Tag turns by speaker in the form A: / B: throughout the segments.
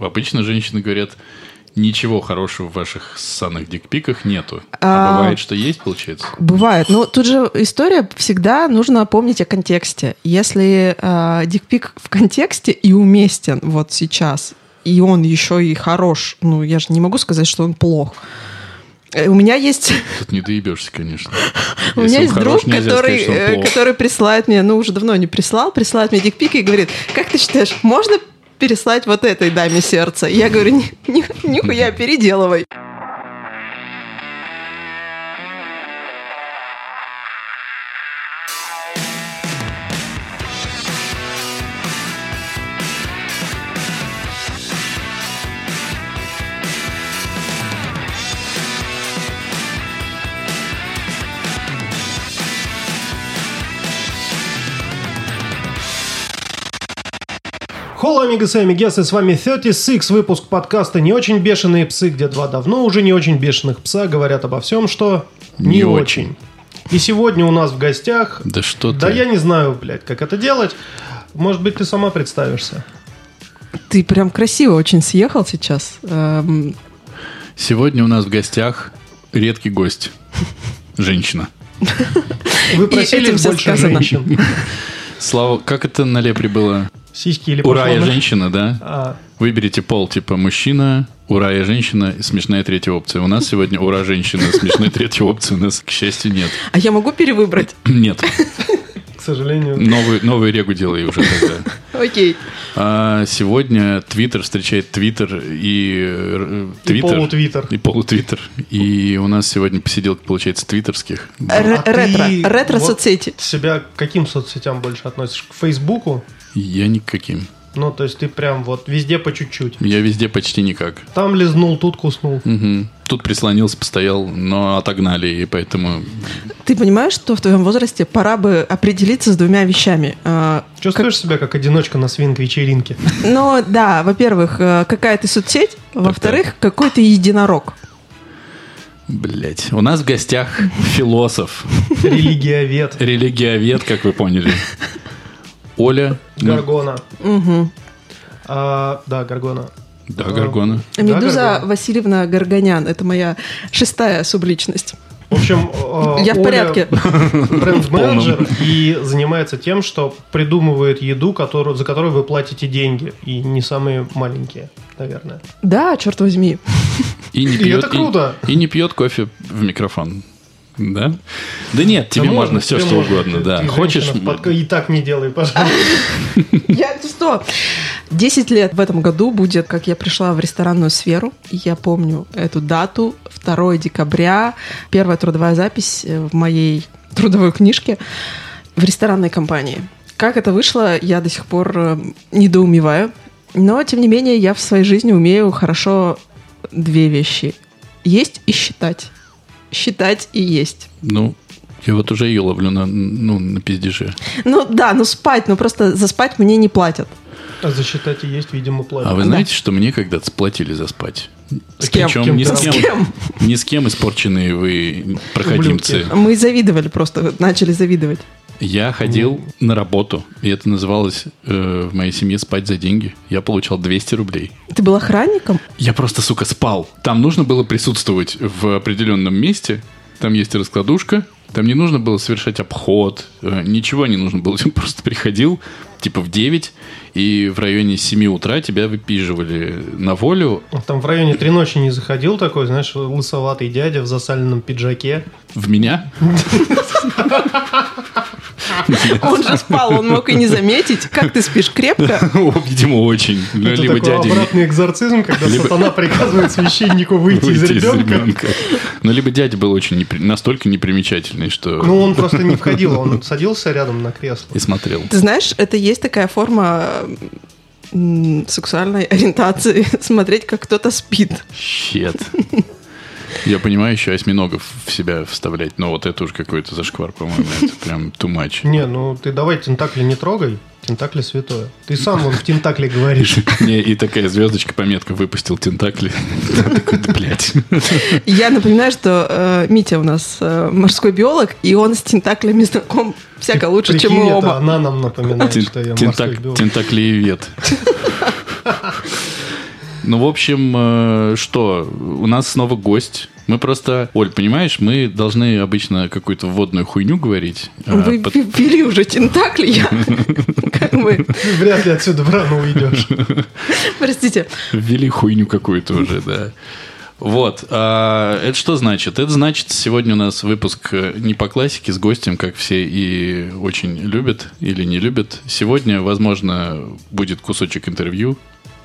A: Обычно женщины говорят, ничего хорошего в ваших ссаных дикпиках нету.
B: А-
A: А бывает, что есть, получается?
B: Бывает. Но тут же история всегда нужно помнить о контексте. Если э, дикпик в контексте и уместен вот сейчас, и он еще и хорош, ну я же не могу сказать, что он плох. Э, У меня есть,
A: Тут не доебешься, конечно.
B: у
A: Если
B: меня
A: он
B: есть
A: хорош,
B: друг,
A: нельзя
B: который,
A: сказать, что он
B: э,
A: плох.
B: который присылает мне, ну уже давно не прислал, присылает мне дикпик и говорит, как ты считаешь, можно переслать вот этой даме сердце? Я говорю, «Ни- ни- нихуя, переделывай.
C: Холла, амигос и амигесы, с вами 36, выпуск подкаста «Не очень бешеные псы», где два давно уже не очень бешеных пса говорят обо всем, что не,
A: Не
C: очень.
A: очень.
C: И сегодня у нас в гостях...
A: Да что
C: Да
A: ты?
C: я не знаю, блядь, как это делать. Может быть, ты сама представишься.
B: Ты прям красиво очень съехал сейчас. Эм,
A: Сегодня у нас в гостях редкий гость. Женщина.
C: Вы
B: И
C: просили
B: этим всё
C: больше
B: сказано.
C: женщин.
A: Слава, как это на лепре было?
C: Сиськи или
A: Ура, я
C: пошлоны?
A: женщина, да?
C: А,
A: Выберите пол, типа мужчина, ура, я женщина, и смешная третья опция. У нас сегодня ура, женщина, смешная третья опция у нас, к счастью, нет.
B: А я могу перевыбрать?
A: Нет.
C: к сожалению.
A: Новый, новый регу делай уже тогда.
B: Окей.
A: А сегодня Твиттер встречает Твиттер и э,
C: И
A: Твиттер.
C: полутвиттер.
A: И полутвиттер. И у нас сегодня посиделка получается твиттерских.
B: Р-
C: А ты
B: ретро. Ретро
C: вот
B: соцсети.
C: Себя к каким соцсетям больше относишь? К Фейсбуку?
A: Я никаким.
C: Ну, то есть ты прям вот везде по чуть-чуть.
A: Я везде почти никак.
C: Там лизнул, тут куснул.
A: Мгм. Тут прислонился, постоял, но отогнали, и поэтому...
B: Ты понимаешь, что в твоем возрасте пора бы определиться с двумя вещами. А,
C: Чувствуешь себя как одиночка на свинг-вечеринке?
B: Ну да, во-первых, э, какая ты соцсеть, во-вторых, какой ты единорог.
A: Блять. У нас в гостях философ,
C: Религиовед.
A: религиовед, как вы поняли. Оля... ну,
C: Гаргона. А, да, Гаргона.
A: Да, Гаргона.
C: Да,
B: Медуза
C: Горгон?
B: Васильевна Горгонян, это моя шестая субличность.
C: В общем, э,
B: Я в
C: Оля
B: порядке.
C: бренд-менеджер и занимается тем, что придумывает еду, которую, за которую вы платите деньги. И не самые маленькие, наверное.
B: Да, черт возьми.
A: И не
C: И
A: пьет,
C: это круто.
A: И, не пьет кофе в микрофон. Да? Да нет, тебе
C: Да
A: можно, все
C: тебе
A: что
C: можно.
A: угодно,
C: Ты-
A: да.
C: ты
A: Хочешь...
C: женщина в подка- И так не делай, пожалуйста.
B: Я ты что? 10 лет в этом году будет, как я пришла в ресторанную сферу. И Я помню эту дату, 2 декабря, первая трудовая запись э, в моей трудовой книжке в ресторанной компании. Как это вышло, я до сих пор э, недоумеваю. Но, тем не менее, я в своей жизни умею хорошо две вещи. Есть и считать. Считать и есть.
A: Ну, я вот уже ее ловлю на, ну, на пиздеже.
B: Ну да, ну спать, ну просто за спать мне не платят.
C: А засчитать и есть, видимо,
A: А
C: платят.
A: вы
B: Да.
A: знаете, что мне когда-то сплатили за спать?
B: С кем?
A: Причем ни
C: С
A: с
B: кем?
A: кем,
B: С кем?
A: ни с кем испорченные вы проходимцы.
C: Ублюдки.
B: Мы завидовали просто, начали завидовать.
A: Я ходил на работу, и это называлось э, в моей семье спать за деньги. Я получал 200 рублей.
B: Ты был охранником?
A: Я просто, сука, спал. Там нужно было присутствовать в определенном месте. Там есть раскладушка. Там не нужно было совершать обход. э, Ничего не нужно было. Ты просто приходил, типа, в 9, и в районе 7 утра тебя выпиживали на волю.
C: Там в районе три ночи не заходил такой, знаешь, лысоватый дядя в засаленном пиджаке.
A: В меня?
B: Он же спал, он мог и не заметить. Как ты спишь крепко?
A: О, Видимо, очень. Ну,
C: Это
A: Либо
C: такой
A: дядя... не-
C: обратный экзорцизм, когда
A: Либо-
C: сатана приказывает священнику выйти из
A: выйти из
C: ребенка.
A: ребенка. Ну, либо дядя был очень непри- настолько непримечательный, что...
C: Ну, он просто не входил, он садился рядом на кресло.
A: И смотрел.
B: Ты знаешь, это есть такая форма м, сексуальной ориентации. Смотреть, как кто-то спит.
A: Щет. Я понимаю, еще осьминогов в себя вставлять, но вот это уже какой-то зашквар, по-моему. Это прям too much.
C: Не, ну ты давай тентакли не трогай, тентакли святое. Ты сам вон в тентакли говоришь.
A: Мне и такая звездочка, пометка, выпустил тентакли. Я такой, «Да, блядь.
B: Я напоминаю, что э, Митя у нас э, морской биолог, и он с тентаклями знаком всяко лучше, чем
C: Прикинь,
B: мы
C: это
B: оба.
C: она нам напоминает, что я
A: Тен-
C: морской
A: тентак-
C: биолог.
A: Тентаклиевед. Ну, в общем, э, что? У нас снова гость. Мы просто... Оль, понимаешь, мы должны обычно какую-то вводную хуйню говорить. э,
B: Вы
C: А,
A: под-
B: ввели уже тентакли, я как бы,
C: Ты вряд ли отсюда рано уйдешь.
B: простите.
A: Ввели хуйню какую-то уже, да. Вот. а, это что значит? Это значит, сегодня у нас выпуск э, не по классике с гостем, как все и очень любят или не любят. Сегодня, возможно, будет кусочек интервью,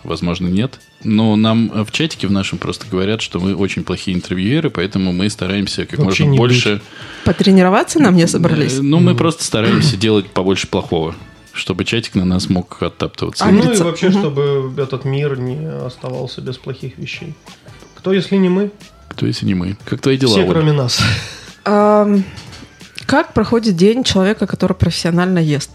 A: возможно, нет. Но нам э, в чатике в нашем просто говорят, что мы очень плохие интервьюеры, поэтому мы стараемся как
C: Вообще
A: можно
C: не
A: больше...
B: Потренироваться на мне собрались?
A: Э, Ну, мы просто стараемся делать побольше плохого, чтобы чатик на нас мог оттаптываться.
B: А
C: Ну и
B: лица-
C: вообще,
B: Мгм.
C: чтобы этот мир не оставался без плохих вещей. Кто, если не мы?
A: Кто если не мы? Как твои дела,
C: Все,
A: Оля?
C: кроме нас.
B: Ам, Как проходит день человека, который профессионально ест?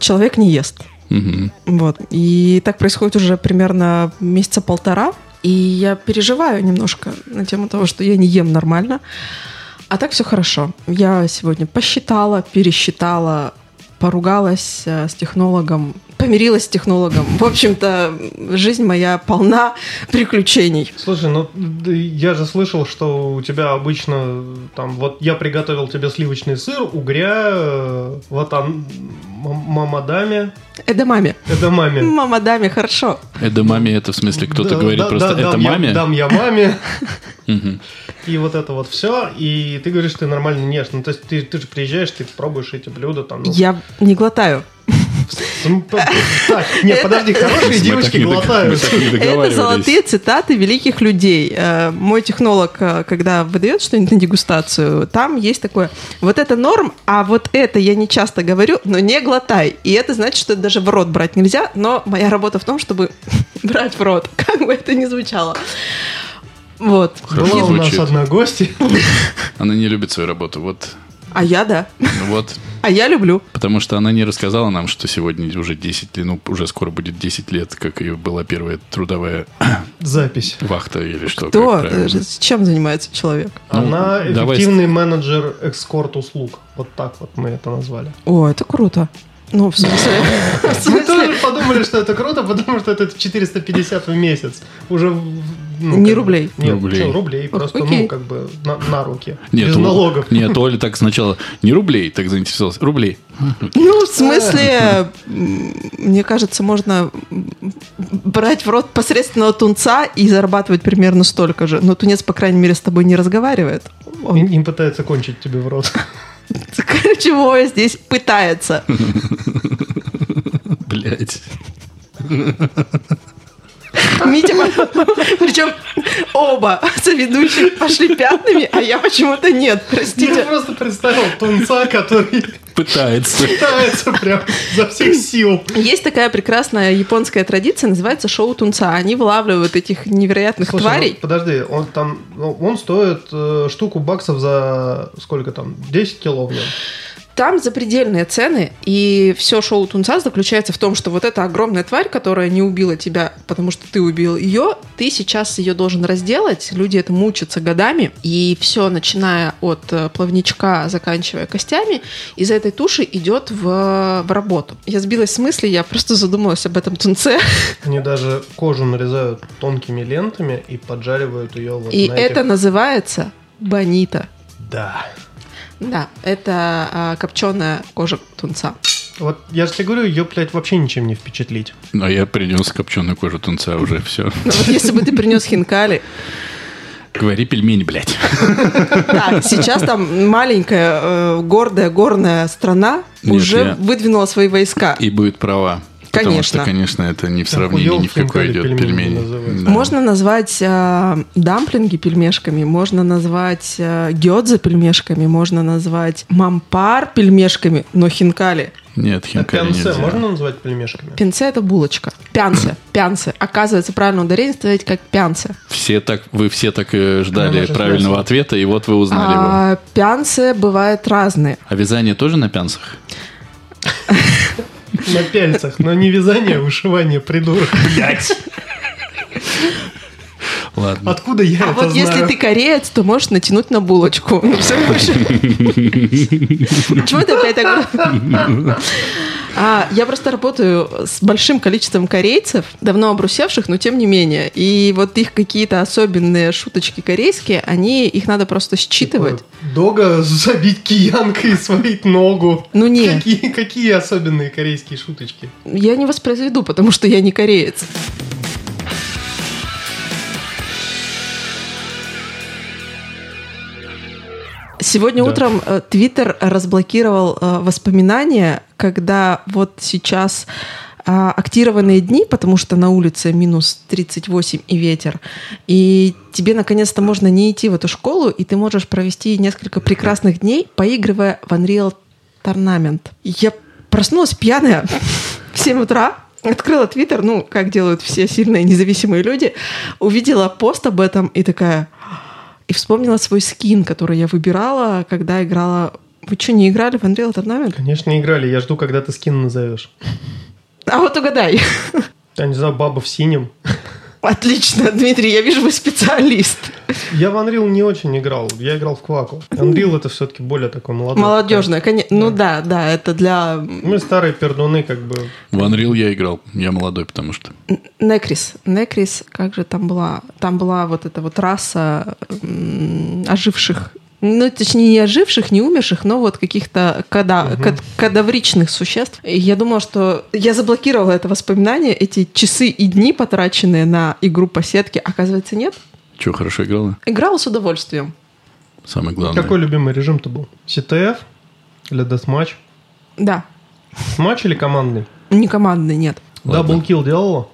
B: Человек не ест.
A: Мгм.
B: Вот. И так происходит уже примерно месяца полтора. И я переживаю немножко на тему того, что я не ем нормально. А так все хорошо. Я сегодня посчитала, пересчитала, поругалась э, с технологом, помирилась с технологом. В общем-то, жизнь моя полна приключений.
C: Слушай, ну да я же слышал, что у тебя обычно там вот я приготовил тебе сливочный сыр, угря, э, вот там м- мамадами,
B: Эдамами.
C: эдамами.
B: Мамадами, хорошо.
A: Это маме, это в смысле кто-то
C: Да,
A: говорит
C: да,
A: просто
C: да,
A: это
C: дам я-
A: маме?
C: дам я маме.
A: Мгм.
C: И вот это вот все. И ты говоришь, ты нормально не ешь. Ну, то есть ты, ты же приезжаешь, ты пробуешь эти блюда там. ну,
B: Я не глотаю.
C: Ну, п- Так, нет, подожди,
A: Мы
C: хорошие
A: так
C: девочки
A: не дог- мы
C: глотают.
A: так не
B: Это
A: договаривались.
B: золотые цитаты великих людей. Э, Мой технолог, э, когда выдает что-нибудь на дегустацию, там есть такое, вот это норм, а вот это я не часто говорю, но не глотай. И это значит, что это даже в рот брать нельзя, но моя работа в том, чтобы брать в рот, как бы это ни звучало. Вот.
A: Хорошо
C: Была у нас
A: звучит.
C: одна гостья.
A: Она не любит свою работу, вот. ну
B: А я да.
A: Вот.
B: А я люблю.
A: Потому что она не рассказала нам, что сегодня уже 10 лет, ну, уже скоро будет 10 лет, как ее была первая трудовая
C: Запись.
A: вахта или что. как
B: То,
A: правильно.
B: э, чем занимается человек?
A: Ну,
C: Она
A: давай.
C: эффективный менеджер экскорт-услуг. Вот так вот мы это назвали.
B: О, это круто. Ну, в смысле... в
A: Ну,
C: Мы
B: смысле,
C: Ну, тоже подумали, что это круто, потому что это 450 в месяц. Уже... в- ну,
B: Не
C: как бы-
B: рублей.
C: Нет,
A: Рублей.
C: чё, рублей. Просто,
B: Окей.
C: ну, как бы на, на руки.
A: Нет, ну,
C: Без
A: О-
C: налогов.
A: Нет, Оля так сначала не рублей, так заинтересовалась. Рублей.
B: Ну, в смысле, м, мне кажется, можно м, брать в рот посредственного тунца и зарабатывать примерно столько же. Но тунец, по крайней мере, с тобой не разговаривает. Он,
C: Им, им пытаются кончить тебе в рот.
B: ключевое здесь пытается.
A: Блять.
B: Митя, причем оба соведущих пошли пятнами, а я почему-то нет,
C: Я
B: простите.
C: просто представил тунца, который
A: Пытается.
C: пытается прям за всех сил.
B: Есть такая прекрасная японская традиция, называется шоу тунца. Они вылавливают этих невероятных
C: Слушай, ну,
B: тварей.
C: подожди, он там, ну, он стоит э, штуку баксов за сколько там, 10 кило в нем.
B: Там запредельные цены, и все шоу Тунца заключается в том, что вот эта огромная тварь, которая не убила тебя, потому что ты убил ее, ты сейчас ее должен разделать. Люди это мучатся годами, и все, начиная от э, плавничка, заканчивая костями, из этой туши идет в, в работу. Я сбилась с мысли, я просто задумалась об этом тунце.
C: Они даже кожу нарезают тонкими лентами и поджаривают ее вот
B: и
C: на этих-
B: это называется бонита.
C: Да.
B: Да, это копченая кожа тунца.
C: Вот я же тебе говорю, ее, блядь, вообще ничем не впечатлить.
A: Но Ну, а я принес копченую кожу тунца уже, все.
B: Но Ну, вот если бы ты принес хинкали,
A: Говори пельмени, блядь.
B: Да, сейчас там маленькая, э, гордая, горная страна
A: Нет,
B: уже
A: я-
B: выдвинула свои войска.
A: И будет права. Потому
B: Конечно.
A: что, конечно, это не в сравнении
C: хуёв
A: ни в какой
C: хинкали
A: идет
C: пельмени
A: пельмени.
C: называют.
A: Да.
B: Можно назвать э, дамплинги пельмешками, можно назвать э, гёдзе пельмешками, можно назвать мампар пельмешками, но хинкали.
A: Нет, хинкали
C: Пянсе
A: нельзя.
C: можно назвать пельмешками?
B: Пенсе – это булочка. Пянсе, пянсе. Оказывается, правильно ударение ставить как пянсе.
A: Все так, вы все так э,
C: Ну,
A: ждали
C: мы же
A: правильного
C: знаем.
A: ответа, и вот вы узнали его.
B: А пянсе бывают разные.
A: А вязание тоже на пянцах?
C: На пяльцах, но не вязание, а вышивание, придурок. Блять.
A: Ладно.
C: Откуда я
B: А
C: это
B: вот
C: знаю?
B: если ты кореец, то можешь натянуть на булочку. Ну, всё больше. Почему ты опять так... А, я просто работаю с большим количеством корейцев, давно обрусевших, но тем не менее. И вот их какие-то особенные шуточки корейские, они, их надо просто считывать.
C: Типа? Дога забить киянкой и свалить ногу.
B: Ну, нет.
C: Какие, какие особенные корейские шуточки?
B: Я не воспроизведу, потому что я не кореец. Сегодня
C: Да.
B: утром э, Твиттер разблокировал э, воспоминания, когда вот сейчас а, актированные дни, потому что на улице минус 38 и ветер, и тебе наконец-то можно не идти в эту школу, и ты можешь провести несколько прекрасных дней, поигрывая в Unreal Tournament. Я проснулась пьяная в 7 утра, открыла Твиттер, ну, как делают все сильные независимые люди, увидела пост об этом и такая и вспомнила свой скин, который я выбирала, когда играла... Вы что, не играли в Unreal Tournament?
C: Конечно, играли. Я жду, когда ты скин назовешь.
B: А вот угадай.
C: Я не знаю, баба в синем.
B: Отлично, Дмитрий, я вижу, вы специалист.
C: Я в Unreal не очень играл. Я играл в Кваку. Unreal это все-таки более такой молодой.
B: Молодежная, конечно. Ну да, да, это для...
C: Мы старые пердуны как бы.
A: В Unreal я играл. Я молодой, потому что.
B: Некрис. Некрис, как же там была? Там была вот эта вот раса м, оживших. Ну, точнее, не оживших, не умерших, но вот каких-то када- кад- кадавричных существ. И я думала, что я заблокировала это воспоминание, эти часы и дни, потраченные на игру по сетке, оказывается, нет.
A: Че, хорошо играла?
B: Играла с удовольствием.
A: Самое главное.
C: Какой любимый режим-то был? CTF или Deathmatch?
B: Да.
C: Матч или командный?
B: Не командный, нет.
A: Ладно.
C: Даблкил делала?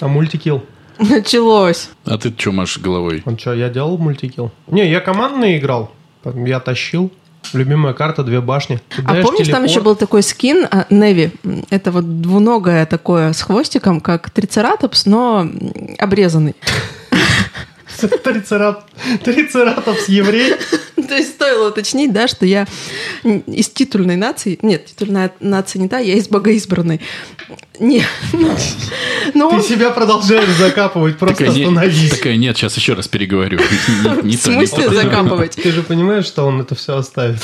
C: А мультикил?
B: Началось.
A: А ты че машешь головой?
C: Он что, я делал мультикил? Не, я командный играл. Там Я тащил. Любимая карта «Две башни». Ты
B: А
C: даешь
B: помнишь, там
C: телепорт.
B: еще был такой скин а, Неви? Это вот двуногое такое с хвостиком, как трицератопс, но м, обрезанный.
C: Трицерап- Трицератопс еврей.
B: То есть стоило уточнить, да, что я н- из титульной нации... Нет, титульная нация не та, я из богоизбранной. Не. Ну,
C: Ты
B: он-
C: себя продолжаешь закапывать, просто
A: Такая, не-
C: остановись.
A: такая, нет, сейчас еще раз переговорю. Не- не
B: в
A: то, не
B: смысле
A: то.
B: закапывать?
C: Ты же понимаешь, что он это все оставит?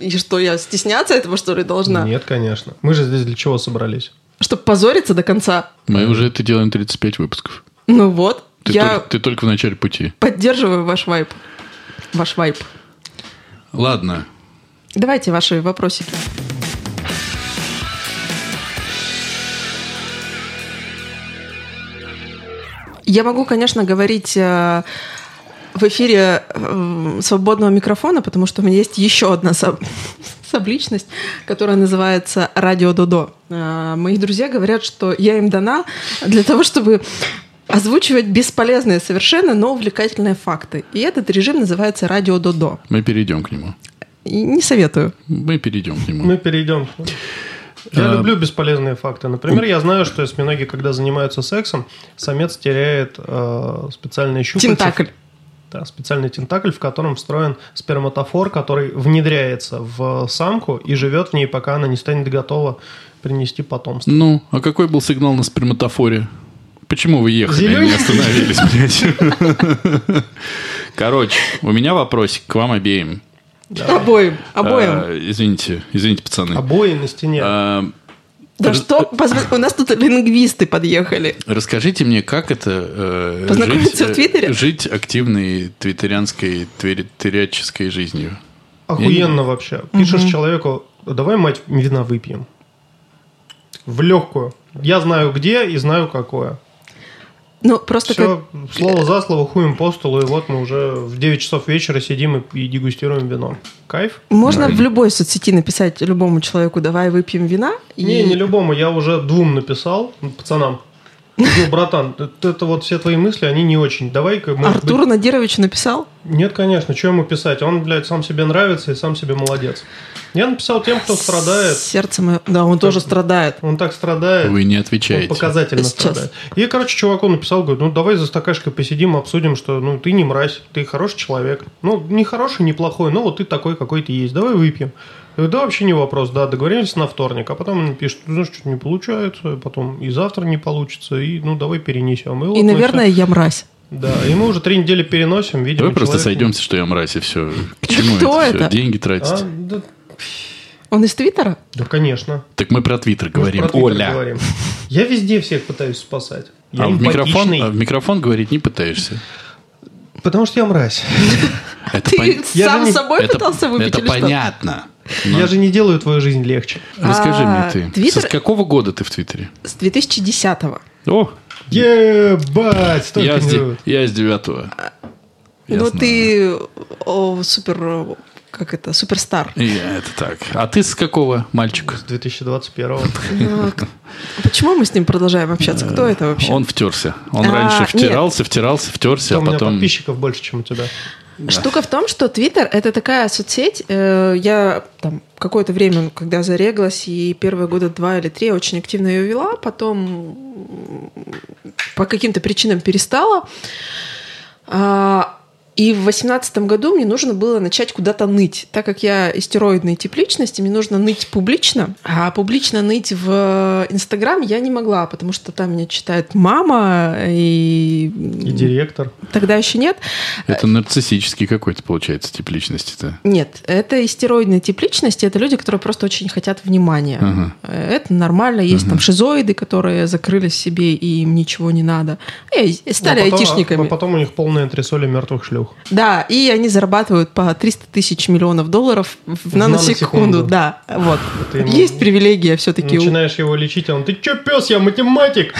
B: И что, я стесняться этого, что ли, должна?
C: Нет, конечно. Мы же здесь для чего собрались?
B: Чтобы позориться до конца?
A: Мы уже это делаем 35 выпусков.
B: Ну вот,
A: Ты,
B: я
A: только, ты только в начале пути.
B: поддерживаю ваш вайп. Ваш вайп.
A: Ладно.
B: Давайте ваши вопросики. Я могу, конечно, говорить э, в эфире э, свободного микрофона, потому что у меня есть еще одна соб- субличность, которая называется «Радио Додо». Э, Мои друзья говорят, что я им дана для того, чтобы озвучивать бесполезные совершенно, но увлекательные факты. И этот режим называется «Радио Додо».
A: Мы перейдем к нему.
B: И не советую.
A: Мы перейдем к нему.
C: Мы перейдем. к нему. Я
A: А.
C: люблю бесполезные факты. Например, я знаю, что осьминоги, когда занимаются сексом, самец теряет э, специальные щупальца.
B: Тентакль.
C: Да, специальный тентакль, в котором встроен сперматофор, который внедряется в самку и живет в ней, пока она не станет готова принести потомство.
A: Ну, а какой был сигнал на сперматофоре? Почему вы ехали, а не
C: Зелененький.
A: остановились, блядь? Короче, у меня вопросик к вам обеим.
B: Обоим. Обоим.
A: А, Извините, извините, пацаны.
C: Обои на стене.
A: А,
B: Да
A: раз-
B: что? позв- У нас тут лингвисты подъехали.
A: Расскажите мне, как это э,
B: Познакомиться
A: жить,
B: в Твиттере?
A: э, жить активной твиттерианской, твиттеряческой жизнью.
C: Охуенно вообще. Пишешь человеку, давай, мать, вина выпьем. В легкую. Я знаю где и знаю какое.
B: Ну, просто как...
C: Все, слово за слово, хуем по столу, и вот мы уже в 9 часов вечера сидим и, и дегустируем вино. Кайф?
B: Можно в любой соцсети написать любому человеку «давай выпьем вина» и...
C: Не, не любому, я уже двум написал, ну, пацанам. Ну, братан, это- это вот все твои мысли, они не очень. Давай-ка, может
B: Артуру Надировичу написал?
C: быть- Нет, конечно, что ему писать? Он, блядь, сам себе нравится и сам себе молодец. Я написал тем, кто страдает.
B: Сердце мое... Да, он тоже страдает.
C: Он так страдает.
A: Вы не
C: Он
A: отвечаете.
C: Ну, показательно
B: Сейчас.
C: страдает. И, короче, чуваку написал, говорит, ну, давай за стакашкой посидим, обсудим, что, ну, ты не мразь, ты хороший человек. Ну, не хороший, не плохой, но вот ты такой, какой ты есть, давай выпьем. Я говорю, да, вообще не вопрос, да, договорились на вторник, а потом он мне пишет, ну, знаешь, что-то не получается, потом и завтра не получится, и, ну, давай перенесем. вот
B: И,
C: мы
B: наверное, я мразь.
C: всё- Да, и мы уже три недели переносим, видимо,
A: Давай просто
C: человек не-
A: сойдемся, что я мразь, и все. К чему
B: кто
A: это? всё?
B: это?
A: Деньги
C: А,
A: тратить.
C: да,
B: Он из Твиттера?
C: Да, конечно.
A: Так мы про Твиттер
C: Мы же
A: говорим.
C: про Твиттер
A: Оля.
C: говорим. Я везде всех пытаюсь спасать. Я
A: А в, микрофон,
C: эмпатичный,
A: а в микрофон говорить не пытаешься.
C: Потому что я мразь.
A: Это
B: Ты
A: пон-
C: Я
B: сам
C: же не-
B: собой
A: это-
B: пытался выпить
A: Это
B: или что?
A: понятно. Но
C: Я же не делаю твою жизнь легче.
A: Расскажи мне
B: А,
A: ты.
B: Твиттер-
A: С какого года ты в Твиттере?
B: С 2010-го.
A: О,
C: Ебать, столько
A: я с, де-
C: не-
A: я с девятого. Я
B: Ну
A: знаю.
B: ты о, супер... о, Как это? Суперстар.
A: И я- это так. А ты с какого мальчика?
C: С 2021
B: Ну, к- Почему мы с ним продолжаем общаться? Кто это вообще?
A: Он втерся. Он
B: А,
A: раньше
B: нет.
A: втирался, втирался, втерся, а
C: У меня
A: потом...
C: подписчиков больше, чем у тебя.
B: Штука в том, что Твиттер это такая соцсеть. э, я там какое-то время, когда зареглась, и первые года два или три очень активно ее вела, потом м, по каким-то причинам перестала. А, и в восемнадцатом году мне нужно было начать куда-то ныть. Так как я истероидный тип личности, мне нужно ныть публично. А публично ныть в Инстаграм я не могла, потому что там меня читает мама,
C: И
B: и
C: директор.
B: тогда еще нет.
A: Это нарциссический какой-то, получается, тип личности-то.
B: Нет, это истероидный тип личности, это люди, которые просто очень хотят внимания.
A: Ага.
B: Э, Это нормально, есть там шизоиды, которые закрылись в себе и им ничего не надо. Э, и стали
C: А потом-
B: айтишниками.
C: А потом у них полная антресоли мертвых шлюх.
B: Да, и они зарабатывают по 300 тысяч миллионов долларов в
C: В
B: наносекунду.
C: наносекунду.
B: Да, вот.
C: Это ему-
B: Есть привилегия все-таки.
C: Начинаешь его лечить, а он, ты чё, пес, я математик.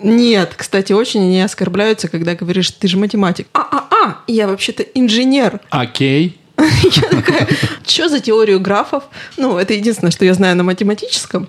B: Нет, кстати, очень они оскорбляются, когда говоришь, ты же математик. А-а-а, я вообще-то инженер.
A: Окей.
B: Я такая, что за теорию графов? Ну, это единственное, что я знаю на математическом.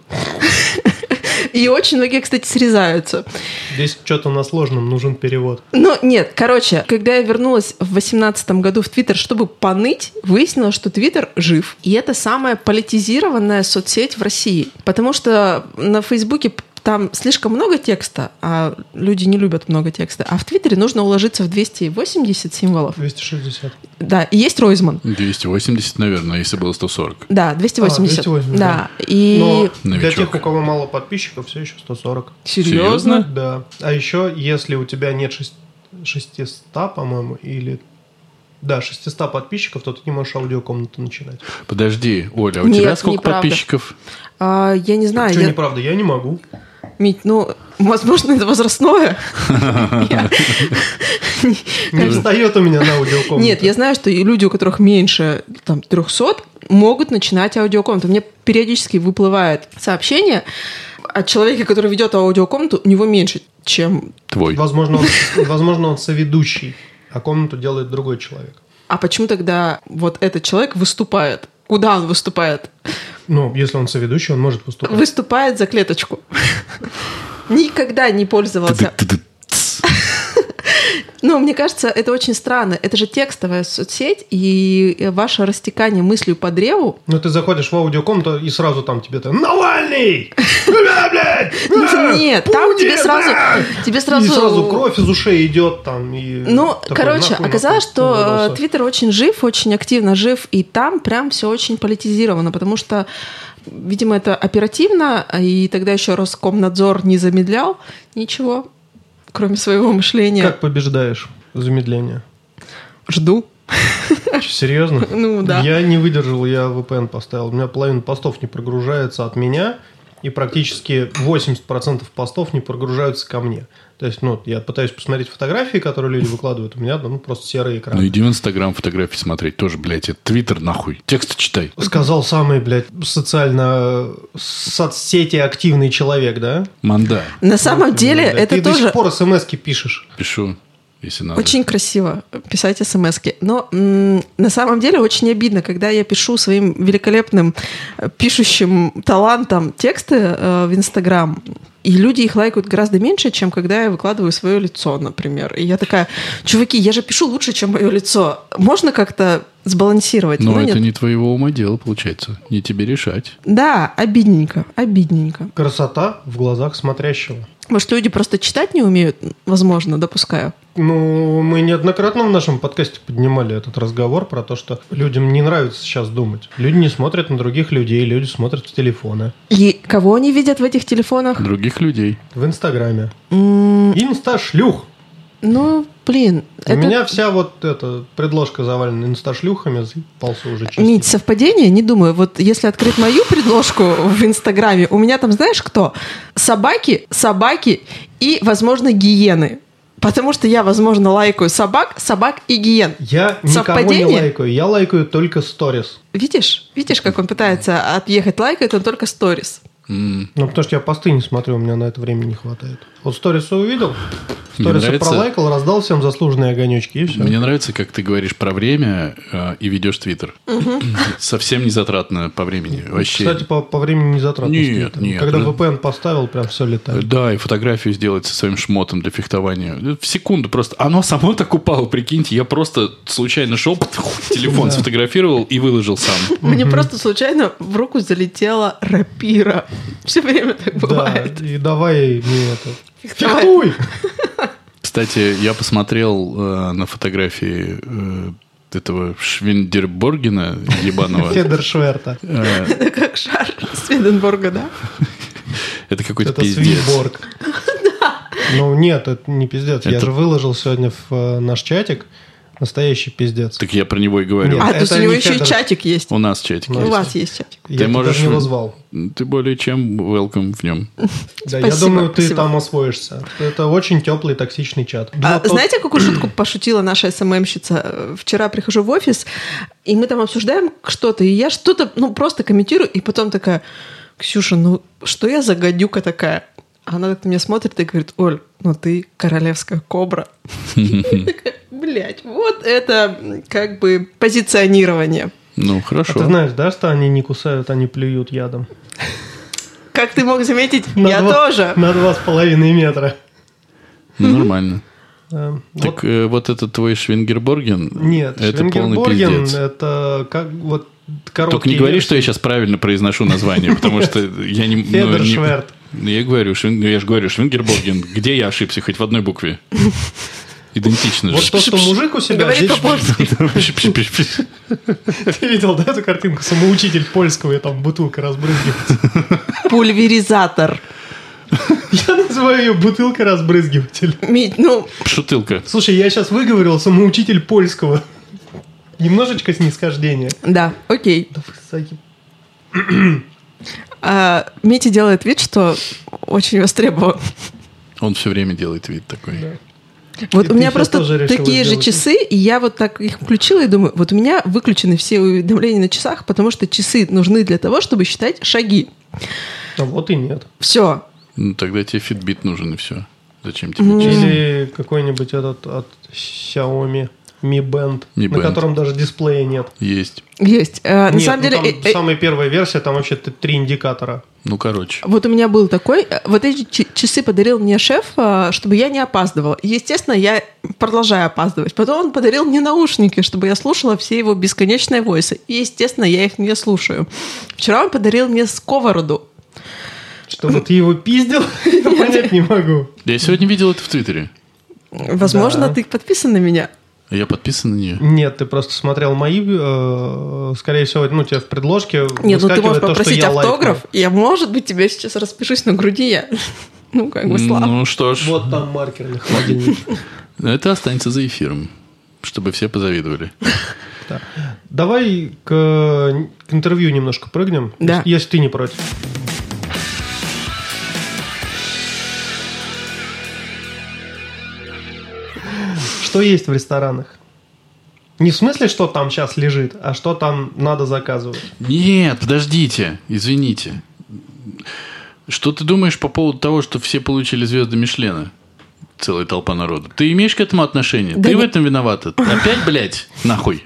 B: И очень многие, кстати, срезаются.
C: Здесь что-то на сложном, нужен перевод.
B: Ну, нет, короче, когда я вернулась в восемнадцатом году в Твиттер, чтобы поныть, выяснилось, что Твиттер жив. И это самая политизированная соцсеть в России. Потому что на Фейсбуке там слишком много текста, а люди не любят много текста. А в Твиттере нужно уложиться в 280 символов.
C: 260.
B: Да, и есть Ройзман.
A: 280, наверное, если было 140.
B: Да, 280.
C: 280,
B: да.
C: А, да.
B: И...
C: Но для
A: Новичок.
C: тех, у кого мало подписчиков, все еще 140.
A: Серьезно?
C: Да. А еще, если у тебя нет шесть- 600, по-моему, или... Да, 600 подписчиков, то ты не можешь аудиокомнату начинать.
A: Подожди, Оля, а у
B: Нет,
A: тебя сколько
B: неправда.
A: подписчиков?
B: А, я не знаю,
C: Что
B: я-
C: неправда, я не могу.
B: Мить, ну, возможно, это возрастное. Я-
C: Не встает у меня на аудиокомнату.
B: Нет, я знаю, что и люди, у которых меньше там 300, могут начинать аудиокомнату. Мне периодически выплывает сообщение от человека, который ведет аудиокомнату, у него меньше, чем...
A: Твой.
C: Возможно, он, возможно, он соведущий, а комнату делает другой человек.
B: А почему тогда вот этот человек выступает? Куда он выступает?
C: Ну, если он соведущий, он может выступать.
B: Выступает за клеточку. Никогда не пользовался
A: Ты-ты-ты-тс.
B: Ну, мне кажется, это очень странно. Это же текстовая соцсеть, и ваше растекание мыслью по древу
C: Ну, ты заходишь в аудиокомнату, и сразу там тебе то «Навальный! Бля, блядь! А,
B: Нет, там тебе
C: Путин,
B: сразу-
C: а!»
B: тебе
C: И
B: сразу-
C: сразу кровь из ушей идет там. и
B: Ну,
C: такой,
B: короче,
C: «Нахуй,
B: оказалось,
C: нахуй,
B: что
C: надоелся».
B: э, Твиттер очень жив, очень активно жив, и там прям все очень политизировано, потому что, видимо, это оперативно, и тогда еще Роскомнадзор не замедлял ничего, кроме своего мышления.
C: Как побеждаешь замедление?
B: Жду.
C: Чё, Серьезно?
B: Ну, да.
C: Я не выдержал, я VPN поставил. У меня половина постов не прогружается от меня, и практически 80% постов не прогружаются ко мне. То есть, ну, я пытаюсь посмотреть фотографии, которые люди выкладывают, у меня ну, просто серый экран.
A: Ну иди в Инстаграм фотографии смотреть, тоже, блядь, это Твиттер нахуй. Текст читай.
C: Сказал самый, блядь, социально соцсети активный человек, да?
A: Манда.
B: На самом деле,
C: Блядь,
B: это
C: Ты до
B: тоже
C: сих пор смс пишешь.
A: Пишу, если надо.
B: Очень красиво писать смс Но м, на самом деле очень обидно, когда я пишу своим великолепным э, пишущим талантом тексты э, в Инстаграм, и люди их лайкают гораздо меньше, чем когда я выкладываю свое лицо, например. И я такая, чуваки, я же пишу лучше, чем мое лицо. Можно как-то сбалансировать?
A: Но
B: Ну,
A: это
B: нет.
A: не твоего ума дело, получается. Не тебе решать.
B: Да, обидненько, обидненько.
C: Красота в глазах смотрящего.
B: Может, люди просто читать не умеют? Возможно, допускаю.
C: Ну, мы неоднократно в нашем подкасте поднимали этот разговор про то, что людям не нравится сейчас думать. Люди не смотрят на других людей, люди смотрят в телефоны,
B: И кого они видят в этих телефонах?
A: Других людей.
C: в Инстаграме.
B: М,
C: Инсташлюх!
B: Ну, блин,
C: У меня вся вот эта предложка завалена инсташлюхами, заебался уже честно.
B: Нить совпадения, не думаю. Вот если открыть мою предложку в Инстаграме, у меня там, знаешь, кто? Собаки, собаки и, возможно, гиены. Потому что я, возможно, лайкаю собак, собак и гиен.
C: Я никому не
B: Совпадение?
C: лайкаю, я лайкаю только сторис.
B: Видишь? Видишь, как он пытается отъехать лайкает, он только сторис.
A: М,
C: Ну, потому что я посты не смотрю, у меня на это времени не хватает. Вот сторисы увидел,
A: Мне
C: сторисы
A: нравится.
C: пролайкал, раздал всем заслуженные огонечки, и все.
A: Мне нравится, как ты говоришь про время э, и ведешь Твиттер. Совсем не затратно по времени. Ну, Вообще.
C: Ну, Кстати, по, по времени не затратно.
A: Нет,
C: стоит.
A: нет.
C: Когда
A: Ну-
C: VPN поставил, прям все летает.
A: Да, и фотографию сделать со своим шмотом для фехтования. Ну, В секунду просто. Оно само так упало, прикиньте. Я просто случайно шел, телефон
C: Да.
A: сфотографировал и выложил сам.
B: Мне просто случайно в руку залетела рапира. Все время так бывает.
C: Да, и давай мне это.
A: Ну
B: Фехтовать.
C: Фехтуй!
A: Кстати, я посмотрел э, на фотографии э, этого Швиндерборгена ебаного.
C: Федор Шверта.
A: Э,
B: Это как шар Свиденборга, да?
A: Это какой-то
C: Это
A: пиздец.
C: Свинборг. Ну нет, это не пиздец. Я
A: Это-
C: же выложил сегодня в э, наш чатик настоящий пиздец.
A: Так я про него и говорю.
C: Нет.
B: А, то есть у
C: это
B: него
C: не
B: еще и
C: Федор.
B: чатик есть.
A: У нас в чатике.
B: У
C: есть.
B: вас есть чатик.
C: Я
A: ты
C: тебя
A: можешь-
C: даже не назвал.
A: Ты более чем welcome в нем.
C: Да, я
B: Спасибо,
C: думаю, ты
B: спасибо.
C: там освоишься. Это очень теплый токсичный чат.
B: А,
C: Зато-
B: знаете, какую шутку пошутила наша СММщица? Э, Вчера прихожу в офис, и мы там обсуждаем что-то, и я что-то, ну, просто комментирую, и потом такая, Ксюша, ну, что я за гадюка такая? А Она так на меня смотрит и говорит, Оль, ну ты королевская кобра. Блять, вот это м, как бы позиционирование.
A: Ну,
C: А ты
A: хорошо.
C: знаешь, да, что они не кусают, они плюют ядом.
B: Как ты мог заметить,
C: На
B: я
C: два-
B: тоже.
C: На два с половиной метра.
A: Ну, Нормально.
C: Э, вот
A: Так э, вот это твой Швингерборген?
C: Нет,
A: это полный
C: Швенгерборген
A: пиздец.
C: это как вот короткий...
A: Только не говори,
C: версии.
A: что я сейчас правильно произношу название, потому что я не... ну,
C: Федор
A: не-
C: Шверт.
A: Ну, Я говорю, Швин- я же говорю, Швингерборген, где я ошибся, хоть в одной букве? Идентично
C: Вот
A: же.
C: то, что мужик у себя
B: Говорит
C: здесь...
B: по-польски.
A: Пш-пш-пш-пш.
C: Ты видел, да, эту картинку? Самоучитель польского, и там бутылка разбрызгивается.
B: Пульверизатор.
C: Я называю ее бутылка-разбрызгиватель.
B: Мить, ну,
A: Шутылка.
C: Слушай, я сейчас выговорил самоучитель польского. Немножечко снисхождения.
B: да, окей.
C: Да вы заеб-
B: А, Митя делает вид, что очень востребован.
A: Он все время делает вид такой.
B: Вот у
C: И ты
B: меня
C: сейчас
B: просто
C: тоже решила
B: такие же
C: сделать.
B: часы, и я вот так их включила и думаю, вот у меня выключены все уведомления на часах, потому что часы нужны для того, чтобы считать шаги.
C: А вот и нет.
B: Все.
A: Ну, тогда тебе фитбит нужен и все. Зачем тебе честь?
C: Или какой-нибудь этот от Xiaomi Mi Band,
A: Mi
C: на
A: Band.
C: котором даже дисплея нет.
A: Есть.
B: Есть. Э, на
C: Нет,
B: самом
C: ну
B: деле,
C: там
B: э, э,
C: самая первая версия, там вообще т- три индикатора.
A: Ну, короче.
B: вот у меня был такой, э, вот эти чи- часы подарил мне шеф, э, чтобы я не опаздывала. И, Естественно, я продолжаю опаздывать. Потом он подарил мне наушники, чтобы я слушала все его бесконечные войсы. И, естественно, я их не слушаю. Вчера он подарил мне сковороду.
C: Чтобы ты его пиздил, я понять не могу.
A: Я сегодня видел это в Твиттере. А
B: Возможно,
C: Да.
B: ты подписан на меня.
A: Я подписан на нее.
C: Нет, ты просто смотрел мои, э, скорее всего, ну, тебе в предложке
B: Нет, ну ты можешь
C: выскакивает то, что
B: попросить
C: я лайкнул.
B: автограф. Я, может быть, тебя сейчас распишусь на груди. Я, ну, как бы, слава.
A: Ну что ж,
C: Вот там маркер на холодильнике.
A: это останется за эфиром, чтобы все позавидовали.
C: Да. Давай к, э, к интервью немножко прыгнем,
B: Да.
C: если, если ты не против. Что есть в ресторанах? Не в смысле, что там сейчас лежит, а что там надо заказывать.
A: Нет, подождите, извините. Что ты думаешь по поводу того, что все получили звезды Мишлена? Целая толпа народу. Ты имеешь к этому отношение?
B: Да
A: ты в
B: не-
A: этом виновата. Опять, блядь, нахуй.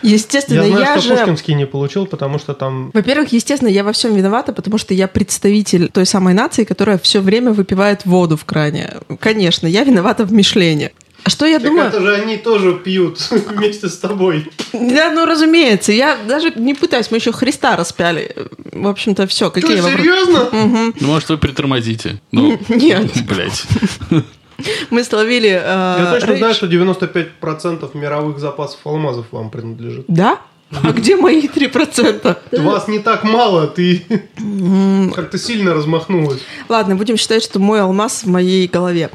B: Естественно,
C: я
B: ну я,
C: знаю, что
B: же...
C: Пушкинский не получил, потому что там...
B: Во-первых, естественно, я во всем виновата, потому что я представитель той самой нации, которая все время выпивает воду в кране. Конечно, я виновата в Мишлене. А Что я думаю?
C: Так это же они тоже пьют вместе с тобой.
B: Да, ну, разумеется. Я даже не пытаюсь. Мы еще Христа распяли. В общем-то, все. Какие
C: Ты
B: вопросы?
C: серьезно?
A: Ну, может, вы притормозите. Ну,
B: Нет.
A: Блядь.
B: Мы словили... э,
C: Я точно
B: Рэйч.
C: знаю, что 95% мировых запасов алмазов вам принадлежит.
B: Да? А где мои 3%?
C: Вас не так мало, ты как-то сильно размахнулась.
B: Ладно, будем считать, что мой алмаз в моей голове.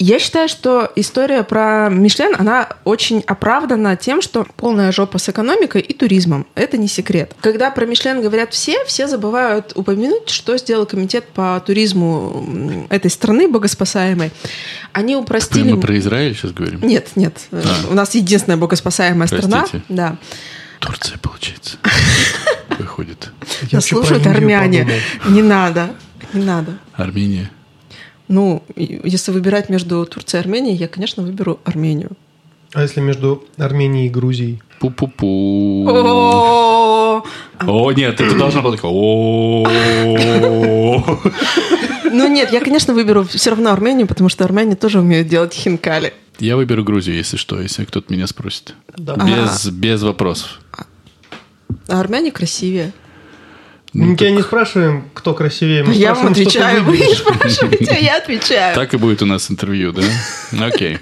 B: Я считаю, что история про Мишлен, она очень оправдана тем, что полная жопа с экономикой и туризмом. Это не секрет. Когда про Мишлен говорят все, все забывают упомянуть, что сделал комитет по туризму м, этой страны богоспасаемой. Они упростили...
A: Мы про Израиль сейчас говорим.
B: Нет, нет. Э, У нас единственная богоспасаемая страна.
A: Простите.
B: Да.
A: Турция, получается. Выходит.
C: Я
B: Нас
C: вообще про
B: слушают
C: Индию
B: армяне.
C: подумал.
B: Не надо. Не надо.
A: Армения.
B: Ну, и- если выбирать между Турцией и Арменией, я, конечно, выберу Армению.
C: А если между Арменией и Грузией?
A: Пу-пу-пу.
B: О,
A: О, нет, это должно было такое. «О».
B: Ну нет, я, конечно, выберу все равно Армению, потому что армяне тоже умеют делать хинкали.
A: Я выберу Грузию, если что, если кто-то меня спросит.
C: Да.
A: Без, без вопросов.
B: А армяне красивее.
C: Мы
A: Ну,
C: тебя не спрашиваем, кто красивее. Ну, мы
B: я вам
C: спрашиваем, что ты
B: отвечаю, вы
C: выберешь.
B: не спрашиваете, а я отвечаю.
A: Так и будет у нас интервью, да? Окей.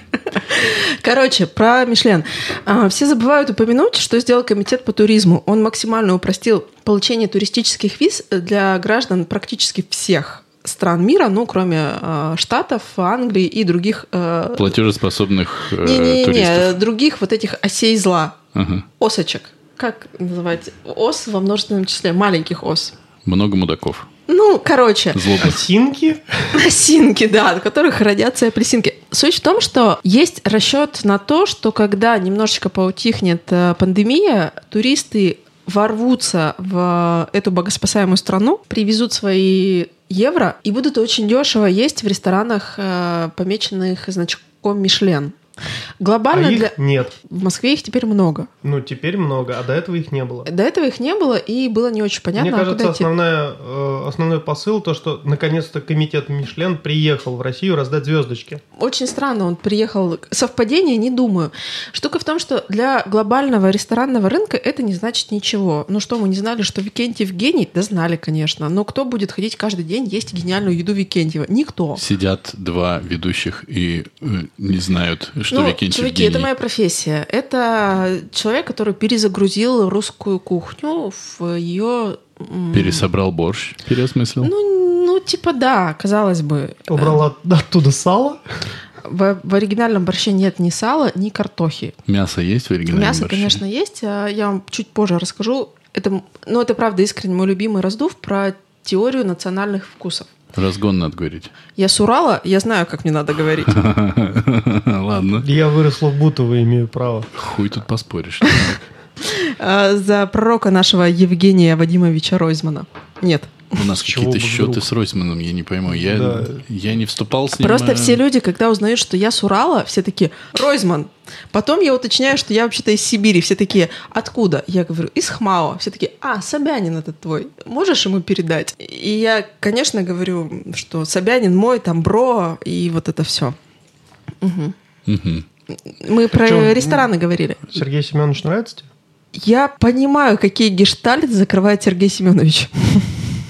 B: Короче, про Мишлен. А, Все забывают упомянуть, что сделал комитет по туризму. Он максимально упростил получение туристических виз для граждан практически всех стран мира, ну, кроме э, Штатов, Англии и других... э,
A: Платежеспособных э,
B: Не-не-не,
A: туристов.
B: других вот этих осей зла.
A: Ага.
B: Осочек. Как называть? Ос во множественном числе. Маленьких ос.
A: Много мудаков.
B: Ну, короче.
A: Злобных.
C: Осинки?
B: Осинки, да, от которых родятся апельсинки. Суть в том, что есть расчет на то, что когда немножечко поутихнет э, пандемия, туристы ворвутся в эту богоспасаемую страну, привезут свои евро и будут очень дешево есть в ресторанах, э, помеченных значком Мишлен.
C: А
B: Глобально для...
C: их нет.
B: В Москве их теперь много.
C: Ну, теперь много, а до этого их не было.
B: Типа, До этого их не было, и было не очень понятно,
C: Мне кажется,
B: а куда идти.
C: основная, э, основной посыл то, что наконец-то комитет Мишлен приехал в Россию раздать звездочки.
B: Очень странно, он приехал. Совпадение, не думаю. Штука в том, что для глобального ресторанного рынка это не значит ничего. Ну что, мы не знали, что Викентьев гений? Да знали, конечно. Но кто будет ходить каждый день есть гениальную еду Викентьева? Никто.
A: Сидят два ведущих и э, не знают, что
B: ну,
A: Викентьев
B: чуваки,
A: гений.
B: это моя профессия. Это человек, который перезагрузил русскую кухню в ее... м,
A: Пересобрал борщ. Переосмыслил.
B: Ну, ну, типа да, казалось бы.
C: Убрал от- оттуда сало.
B: В, в оригинальном борще нет ни сала, ни картохи.
A: Мясо есть в оригинальном
B: Мясо,
A: борще?
B: конечно, есть. а Я вам чуть позже расскажу. Это, м- ну, это правда искренне мой любимый раздув про теорию национальных вкусов.
A: Разгон надо говорить.
B: Я с Урала, я знаю, как мне надо говорить.
A: Ладно.
C: Я выросла в Бутово, имею право.
A: Хуй тут поспоришь.
B: А, За пророка нашего Евгения Вадимовича Ройзмана. Нет.
A: У нас
C: С чего
A: какие-то
C: бы
A: счеты
C: вдруг?
A: с Ройсманом, я не пойму. Я,
C: Да.
A: я не вступал с ним.
B: Просто
A: э,
B: все люди, когда узнают, что я с Урала, все такие «Ройзман». Потом я уточняю, что я вообще-то из Сибири. Все такие «Откуда?» Я говорю «Из Хмао». Все такие «А, Собянин этот твой. Можешь ему передать?» И я, конечно, говорю, что Собянин мой, там бро и вот это все.
A: мгм.
B: Мы про
C: Чё?
B: рестораны говорили.
C: Сергей Семенович нравится тебе?
B: Я понимаю, какие гештальты закрывает Сергей Семенович.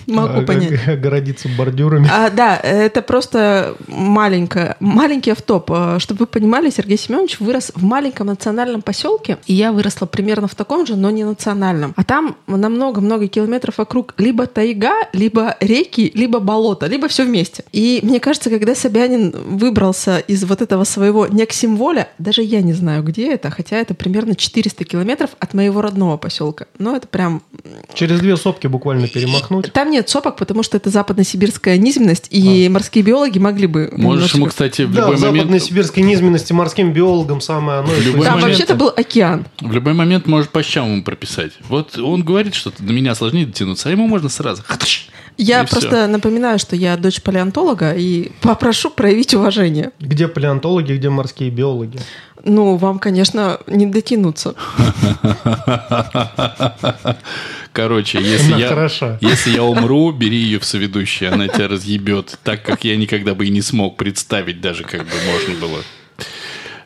B: Могу
C: Э, Г-
B: понять.
C: г- Городиться бордюрами.
B: А, да, это просто маленькое, маленький автоп. А, Чтобы вы понимали, Сергей Семенович вырос в маленьком национальном поселке, и я выросла примерно в таком же, но не национальном. А там на много-много километров вокруг либо тайга, либо реки, либо болото, либо все вместе. И мне кажется, когда Собянин выбрался из вот этого своего Нексимволя, даже я не знаю, где это, хотя это примерно 400 километров от моего родного поселка. Но это прям
C: Через две сопки буквально перемахнуть.
B: там нет сопок, потому что это западносибирская низменность, и морские биологи могли бы...
A: Можешь
B: немножечко-
A: ему, кстати, в
C: Да,
A: любой
C: в западной
A: момент...
C: сибирской низменности морским биологам самое оно. и
A: В любой
B: Там
A: момент-
B: вообще-то был океан.
A: В любой момент можешь по щам ему прописать. Вот он говорит, что до меня сложнее дотянуться, а ему можно сразу. Хатыш!
B: Я
A: И всё.
B: просто напоминаю, что я дочь палеонтолога, и попрошу проявить уважение.
C: Где палеонтологи, где морские биологи.
B: Ну, вам, конечно, не дотянуться.
A: Короче, если
C: Она
A: я...
C: хороша.
A: Если я умру, бери ее в соведущие, она тебя разъебет, так как я никогда бы и не смог представить даже, как бы можно было.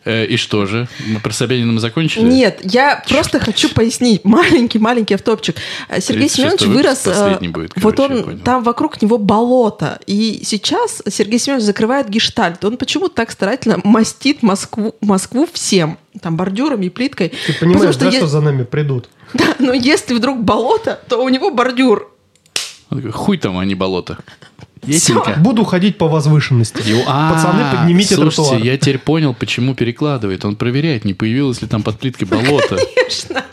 A: Э, И что же? Мы про Собянина мы закончили?
B: Нет, я просто хочу пояснить. Маленький-маленький автопчик. А Сергей
A: 36-й
B: Семенович
A: выпуск
B: вырос... э,
A: последний будет,
B: вот
A: короче, я
B: он,
A: понял.
B: там вокруг него болото. И сейчас Сергей Семенович закрывает гештальт. Он почему так старательно мастит Москву, Москву всем? Там бордюрами и плиткой.
C: Ты понимаешь,
B: что
C: да,
B: я-
C: что за нами придут?
B: Да, но если вдруг болото, то у него бордюр.
A: Он такой, хуй там, а не болото.
C: Всё,
A: Ясненько.
C: Буду ходить по возвышенности.
A: И- а,
C: Пацаны, поднимите
A: слушайте,
C: тротуар.
A: я теперь понял, почему перекладывает. Он проверяет, не появилось ли там под плиткой болото.
B: Конечно.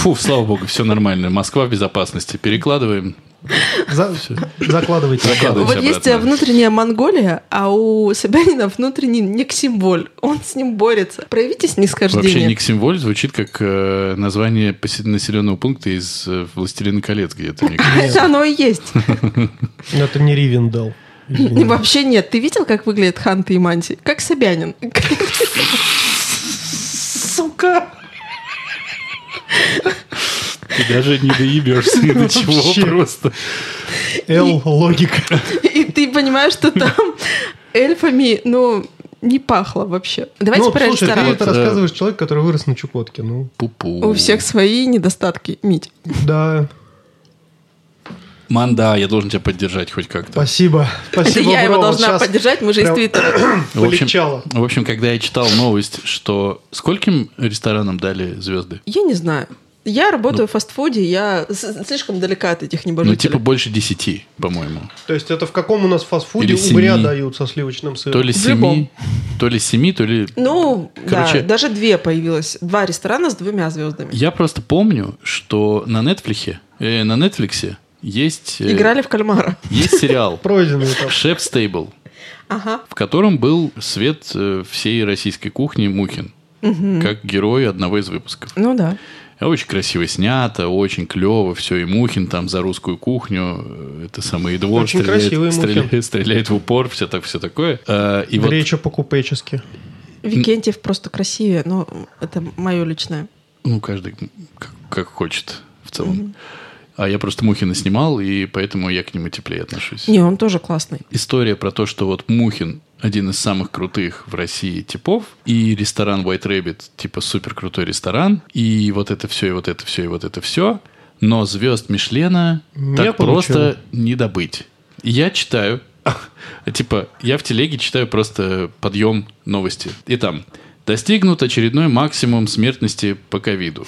A: Фу, слава богу, все нормально. Москва в безопасности. Перекладываем.
C: За- Закладывайте.
A: Закладывай.
B: Вот
A: Обратно.
B: есть э, внутренняя Монголия, а у Собянина внутренний Никсимболь. Он с ним борется. Проявите
A: Вообще
B: снисхождение.
A: Никсимволь звучит как э, название посе- населенного пункта из э, «Властелина колец» где-то. мне кажется.
B: Это оно и есть.
C: Но Ну, это не Ривенделл.
B: И вообще нет. Ты видел, как выглядят ханты и манти? Как Собянин. Сука.
A: Ты даже не доебешься ни до чего
C: Вообще.
A: просто.
C: Л логика.
B: И ты понимаешь, что там эльфами, ну, не пахло вообще. Давайте
C: Ну,
B: про
C: слушай, ты
B: ресторан.
A: Вот,
C: это
A: э,
C: рассказываешь человек, который вырос на Чукотке. Ну,
A: Пупу.
B: У всех свои недостатки, Мить.
C: да.
A: Манда, я должен тебя поддержать хоть как-то.
C: Спасибо.
B: Это
C: Спасибо,
B: я его
C: бро, вот
B: должна
C: щас
B: поддержать, мы же из
C: прям
B: Твиттера.
A: В общем,
C: полегчало.
A: в общем, когда я читал новость, что скольким ресторанам дали звезды?
B: Я не знаю. Я работаю в фастфуде, я с- слишком далека от этих
A: Ну, типа
B: небожителей.
A: больше 10, по-моему.
C: То есть это в каком у нас фастфуде
A: Или
C: угря
A: семьи.
C: дают со сливочным сыром?
A: То ли
B: В любом.
A: 7, то ли 7, то ли...
B: Ну,
A: Короче-
B: да, даже две появилось. Два ресторана с двумя звездами.
A: Я просто помню, что на Netflix, э, на Netflix есть, э,
B: Играли в кальмара.
A: есть сериал
C: Пройденный этап.
A: «Шеф Стейбл»,
B: Ага.
A: в котором был свет э, всей российской кухни Мухин, как герой одного из выпусков. А
B: Ну да.
A: Очень красиво снято, очень клево все. И Мухин там за русскую кухню, э, это самое, и двор
C: Очень красивый
A: стреляет,
C: Мухин.
A: стреляет, стреляет в упор, все, так, все такое. Э, И вот
C: Греча по-купечески.
B: Викентьев просто красивее, но это мое личное.
A: Ну, каждый как, как хочет в целом. А я просто Мухина снимал, и поэтому я к нему теплее отношусь.
B: Не, он тоже классный.
A: История про то, что вот Мухин один из самых крутых в России типов, и ресторан White Rabbit, типа супер крутой ресторан, и вот это все, и вот это все, и вот это все. Но звезд Мишлена
C: Не
A: так
C: получил.
A: просто не добыть. И Я читаю, типа, я в телеге читаю просто подъем новости. И там, достигнут очередной максимум смертности по ковиду.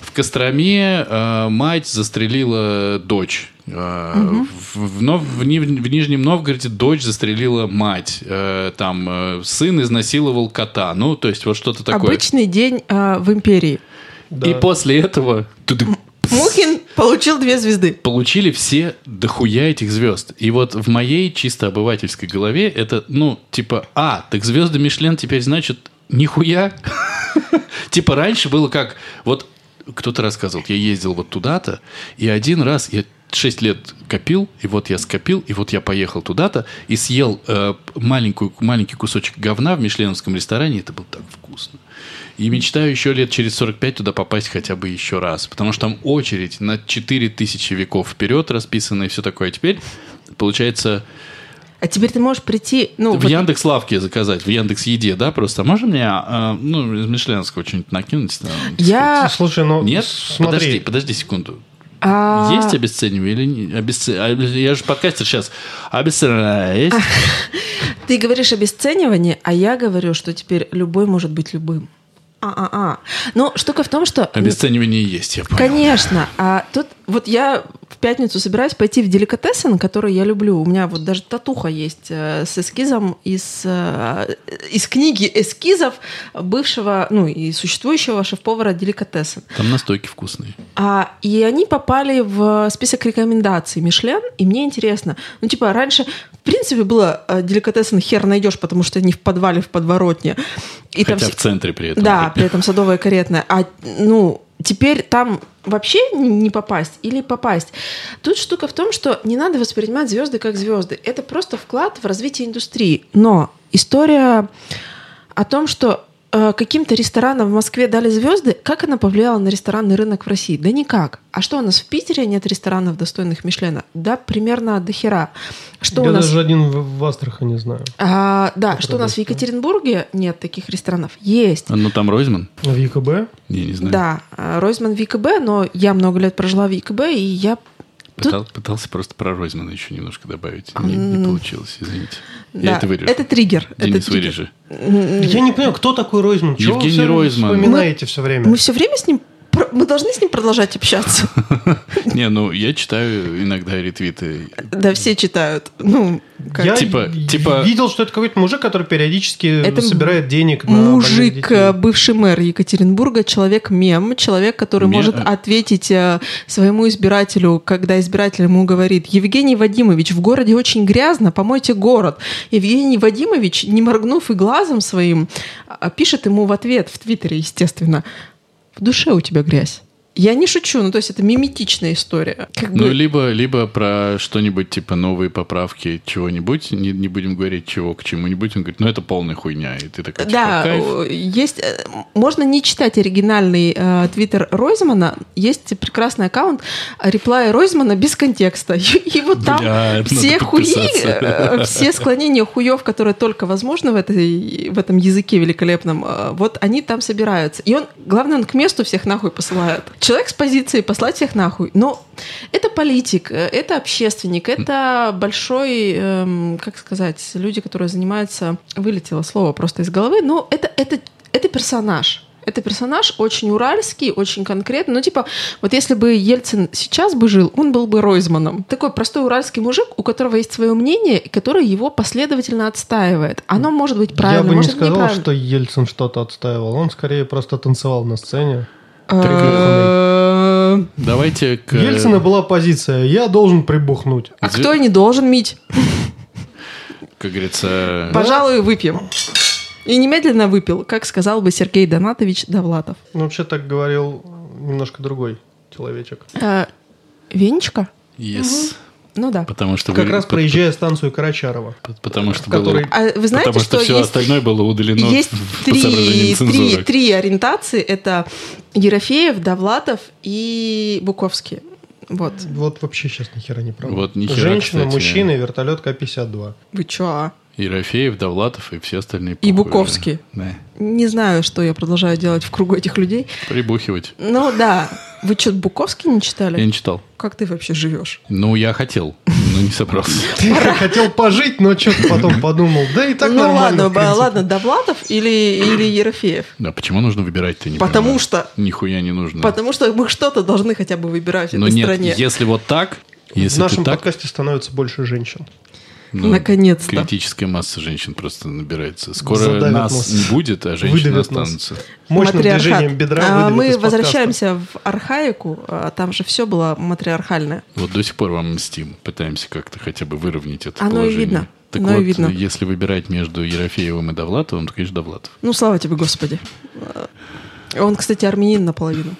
A: В Костроме э, мать застрелила дочь. Э, в, в Нов- в Ни- в Нижнем Новгороде дочь застрелила мать. Э, там э, сын изнасиловал кота. Ну, то есть вот что-то такое.
B: Обычный день а, в империи.
A: И после этого тудык,
B: Мухин получил две звезды.
A: получили все дохуя этих звезд. И вот в моей чисто обывательской голове это, ну, типа, а, так звезды Мишлен теперь значит нихуя. Типа раньше было как, вот кто-то рассказывал, я ездил вот туда-то, и один раз я 6 лет копил, и вот я скопил, и вот я поехал туда-то и съел э, маленькую, маленький кусочек говна в мишленовском ресторане, и это было так вкусно. И мечтаю еще лет через 45 туда попасть хотя бы еще раз, потому что там очередь на 4000 веков вперед расписана и все такое. А теперь, получается,
B: А теперь ты можешь прийти, ну,
A: в
B: вот
A: Яндекс Лавке заказать, в Яндекс Еде, да, просто. Можно мне, э, ну, из Мишленовского что-нибудь накинуть? там,
B: я...
C: Слушай, ну
A: Нет? Подожди,
C: смотри.
A: подожди секунду.
B: а,
A: Есть обесценивание или не? Обесце- а, Я же подкастер сейчас. Обесценивание есть?
B: А. Ты говоришь обесценивание, а я говорю, что теперь любой может быть любым. А-а-а. Но штука в том, что...
A: Обесценивание есть, я понял.
B: Конечно. А тут вот я в пятницу собираюсь пойти в деликатесы, которые я люблю. У меня вот даже татуха есть э, с эскизом из, э, из книги эскизов бывшего, ну и существующего шеф-повара деликатеса.
A: Там настойки вкусные.
B: А, и они попали в список рекомендаций Мишлен, и мне интересно. Ну, типа, раньше, в принципе, было э, деликатесен хер найдешь, потому что не в подвале, в подворотне. И там
A: Хотя
B: все-
A: в центре при этом.
B: да, при этом садовая и каретная. А, ну, теперь там вообще не не попасть или попасть. Тут штука в том, что не надо воспринимать звезды как звезды. Это просто вклад в развитие индустрии. Но история о том, что э, каким-то ресторанам в Москве дали звезды, как она повлияла на ресторанный рынок в России? Да никак. А что у нас в Питере нет ресторанов достойных Мишлена? Да, примерно до хера. Что
C: Я
B: у нас
C: даже один в, в Астрахани знаю.
B: А, да, что у нас в
C: Продолжай.
B: Екатеринбурге нет таких ресторанов? Есть.
A: Ну, там Ройзман?
C: В ЕКБ?
A: Я не знаю.
B: Да, а, Ройзман в ИКБ, но я много лет прожила в ИКБ, и я...
A: Пытал- Пытался просто про Ройзмана еще немножко добавить. Не, не получилось, извините.
B: А, ну, да,
A: Я это вырежу.
B: триггер. это
A: Денис,
B: триггер.
A: вырежи.
C: Я не понимаю, кто такой Ройзман? Чего вы
A: Евгений
C: всё время
A: Ройзман.
C: вспоминаете все время?
B: Мы все время с ним про- пор мы должны с ним продолжать общаться.
A: Не, ну я читаю иногда ретвиты.
B: Да, все читают. Ну, как-
C: Я
A: Типа- типа-
C: видел, что это какой-то мужик, который периодически
B: Это
C: собирает денег на больных
B: Мужик,
C: детей.
B: э, бывший мэр Екатеринбурга, человек-мем, человек, который
A: Ме-
B: может ответить э, своему избирателю, когда избиратель ему говорит, Евгений Вадимович, в городе очень грязно, помойте город. Евгений Вадимович, не моргнув и глазом своим, а, пишет ему в ответ в Твиттере, естественно, в душе у тебя грязь. Я не шучу, ну то есть это миметичная история. Как бы-
A: Ну, либо, либо про что-нибудь, типа новые поправки чего-нибудь, не, не будем говорить чего к чему-нибудь. Он говорит, ну это полная хуйня. И ты такой, типа,
B: Да,
A: кайф.
B: э, есть. э, Можно не читать оригинальный э, твиттер Ройзмана. Есть прекрасный аккаунт реплая Ройзмана без контекста. И вот там
A: Бля, это
B: все
A: надо
B: хуи,
A: подписаться.
B: э, все склонения хуев, которые только возможны в, этой, в этом языке великолепном, э, вот они там собираются. И он, главное, он к месту всех нахуй посылает. Человек с позиции послать всех нахуй. Но это политик, э, это общественник, это большой, эм, как сказать, люди, которые занимаются... Вылетело слово просто из головы, но это, это, это персонаж. Это персонаж очень уральский, очень конкретный. Ну, типа, вот если бы Ельцин сейчас бы жил, он был бы Ройзманом. Такой простой уральский мужик, у которого есть свое мнение, и который его последовательно отстаивает. Оно может быть правильно,
C: Я бы не
B: может быть
C: сказал,
B: неправильно.
C: что Ельцин что-то отстаивал. Он скорее просто танцевал на сцене.
B: Э,
A: Давайте к...
C: У Ельцина была позиция «я должен прибухнуть».
B: А
A: Зв-
B: кто не должен мить?
A: Как говорится...
B: Пожалуй, выпьем. И немедленно выпил, как сказал бы Сергей Донатович Довлатов.
C: Ну, вообще так говорил немножко другой человечек.
B: Э, Венечка?
A: Yes.
B: Ну да.
A: Потому что...
C: Как
A: вы-
C: раз проезжая станцию Карачарова.
A: Потому что
C: который-
A: было...
B: А вы знаете,
A: Потому что, все
B: есть
A: остальное было удалено
B: Есть
A: ну, по
B: три,
A: соображениям
B: три,
A: цензуры.
B: три ориентации. Это Ерофеев, Довлатов и Буковский. Вот.
C: Вот вообще сейчас нихера не правда.
A: Вот нихера,
C: Женщина,
A: кстати.
C: мужчина и вертолет К-52.
B: Вы чё? а?
A: Ерофеев, Довлатов и все остальные.
B: И
A: похуй.
B: Буковский.
A: Да.
B: Не знаю, что я продолжаю делать в кругу этих людей.
A: Прибухивать.
B: Ну да. Вы что, Буковский не
A: Я
B: читали?
A: не читал.
B: Как ты вообще живешь?
A: Ну, я хотел, но не собрался.
C: Хотел пожить, но что-то потом подумал. Да и так
B: ну
C: нормально.
B: ладно,
C: в
B: ба-
C: принципе.
B: ладно, Довлатов или, или Ерофеев?
A: Да, почему нужно выбирать, ты не
B: Потому
A: понимаю.
B: что-
A: Нихуя не нужно.
B: Потому что мы что-то должны хотя бы выбирать в
A: Но
B: этой
A: нет,
B: стране.
A: если вот так,
C: В
A: если ты
C: нашем
A: так,
C: подкасте становится больше женщин.
A: ну,
B: Наконец-то.
A: критическая масса женщин просто набирается. Скоро
C: Задавят
A: нас
C: нас.
A: не будет, а женщины
C: Выдавят нас.
A: останутся.
C: Мощным
B: Матриархат.
C: движением бедра
B: А,
C: выдавит из
B: Мы
C: подкаста.
B: возвращаемся в архаику, а там же все было матриархальное.
A: Вот до сих пор вам мстим. Пытаемся как-то хотя бы выровнять это
B: Оно и
A: положение.
B: видно.
A: Так
B: Оно и
A: вот,
B: видно.
A: если выбирать между Ерофеевым и Довлатовым, то, конечно, Довлатов.
B: Ну, слава тебе, Господи. Э, Он, кстати, армянин наполовину.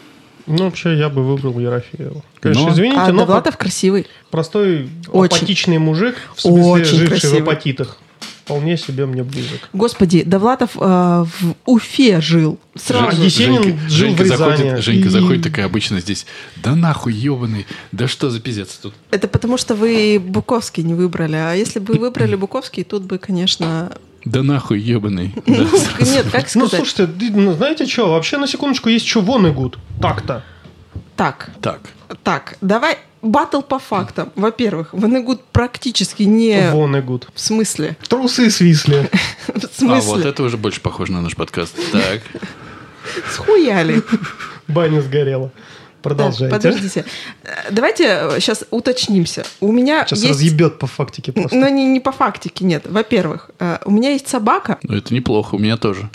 C: Ну, вообще, я бы выбрал Ерофеева. Конечно,
A: Но-
C: извините,
B: А
C: но
B: Довлатов красивый.
C: простой
B: Очень.
C: апатичный мужик, в смысле,
B: Очень
C: живший
B: красивый.
C: в апатитах. Вполне себе мне близок.
B: Господи, Довлатов э, в Уфе жил.
C: А
B: Сразу.
C: Жи- Есенин жил в Рязани.
A: заходит, Женька
C: И-
A: заходит такая обычно здесь. Да нахуй, ебаный, да что за пиздец тут?
B: Это потому, что вы Буковский не выбрали. А если бы выбрали Буковский, тут бы, конечно...
A: Да нахуй, ебаный.
B: Ну, нет, как
C: Ну,
B: сказать?
C: слушайте, д- ну, знаете что, вообще, на секундочку, есть что вон и гуд. Так-то.
B: Так,
A: Так, а
B: так, давай баттл по фактам. Во-первых, Ванегуд практически не...
C: Вон и гуд.
B: В смысле?
C: Трусы свисли.
B: В
A: А вот
B: смысле?
A: это уже больше похоже на наш подкаст. Так.
B: Схуяли.
C: Баня сгорела.
B: Так,
C: Продолжайте.
B: Подождите. Э, Давайте сейчас уточнимся. У меня
C: Сейчас
B: есть...
C: разъебет по фактике просто.
B: Но Ну, не, не по фактике, нет. Во-первых, э, у меня есть собака,
A: Ну, это неплохо, у меня тоже.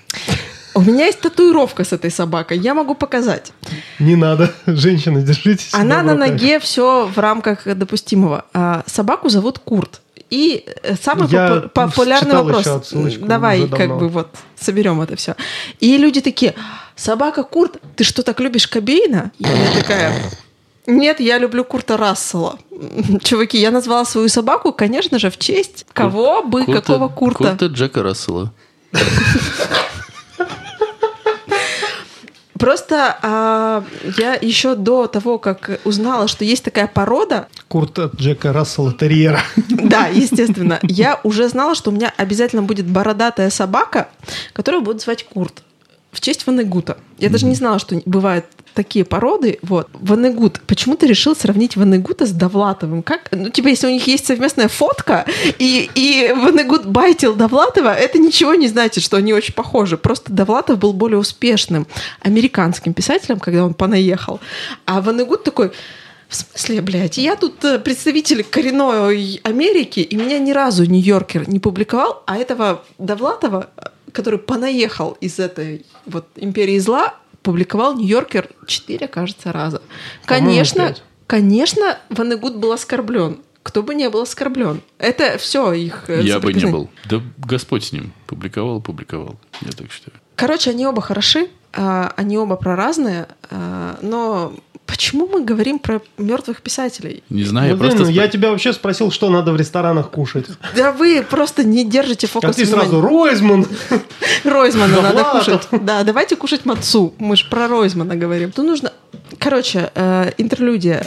B: у меня есть татуировка с этой собакой, я могу показать.
C: Не надо. Женщины, держитесь.
B: Она
C: себя
B: на
C: в руках.
B: ноге, все в рамках допустимого. А, собаку зовут Курт. И э, самый
C: Я
B: попу- популярный
C: читал
B: вопрос.
C: еще отсылочку
B: Давай,
C: уже давно.
B: как бы вот соберем это все. И люди такие: собака Курт, ты что так любишь Кобейна? И я такая. Нет, я люблю Курта Рассела. Чуваки, я назвала свою собаку, конечно же, в честь кого бы, какого Курта.
A: Курта Джека Рассела.
B: Просто а, я еще до того, как узнала, что есть такая порода,
C: Курт от Джека Рассела Терьера.
B: да, естественно, я уже знала, что у меня обязательно будет бородатая собака, которую будут звать Курт в честь Ванегута. Я даже не знала, что бывают такие породы. Вот. Ванегут. Почему ты решил сравнить Ванегута с Довлатовым? Как? Ну, типа, если у них есть совместная фотка, и, и Ванегут байтил Довлатова, это ничего не значит, что они очень похожи. Просто Довлатов был более успешным американским писателем, когда он понаехал. А Ванегут такой... В смысле, блядь? Я тут э, представитель коренной Америки, и меня ни разу Нью-Йоркер не публиковал, а этого Довлатова, э, который понаехал из этой вот империи зла, публиковал Нью-Йоркер четыре, кажется, раза.
C: По-моему,
B: Конечно,
C: пять.
B: конечно, Ванегут был оскорблен. Кто бы не был оскорблен. Это все их... э,
A: Я бы не
B: соприкосновение.
A: был. Да Господь с ним. Публиковал, публиковал. Я так считаю.
B: Короче, они оба хороши, а, они оба про разные, а, но почему мы говорим про мертвых писателей?
A: Не знаю, А, я
C: Блин,
A: просто...
C: ну,
A: спро-
C: я тебя вообще спросил, что надо в ресторанах кушать.
B: Да вы просто не держите фокус
C: А ты
B: внимания.
C: сразу Ройзман.
B: Ройзмана
C: Да
B: надо
C: ладно.
B: кушать. Да, давайте кушать мацу. Мы же про Ройзмана говорим. Тут нужно... Короче, э, интерлюдия.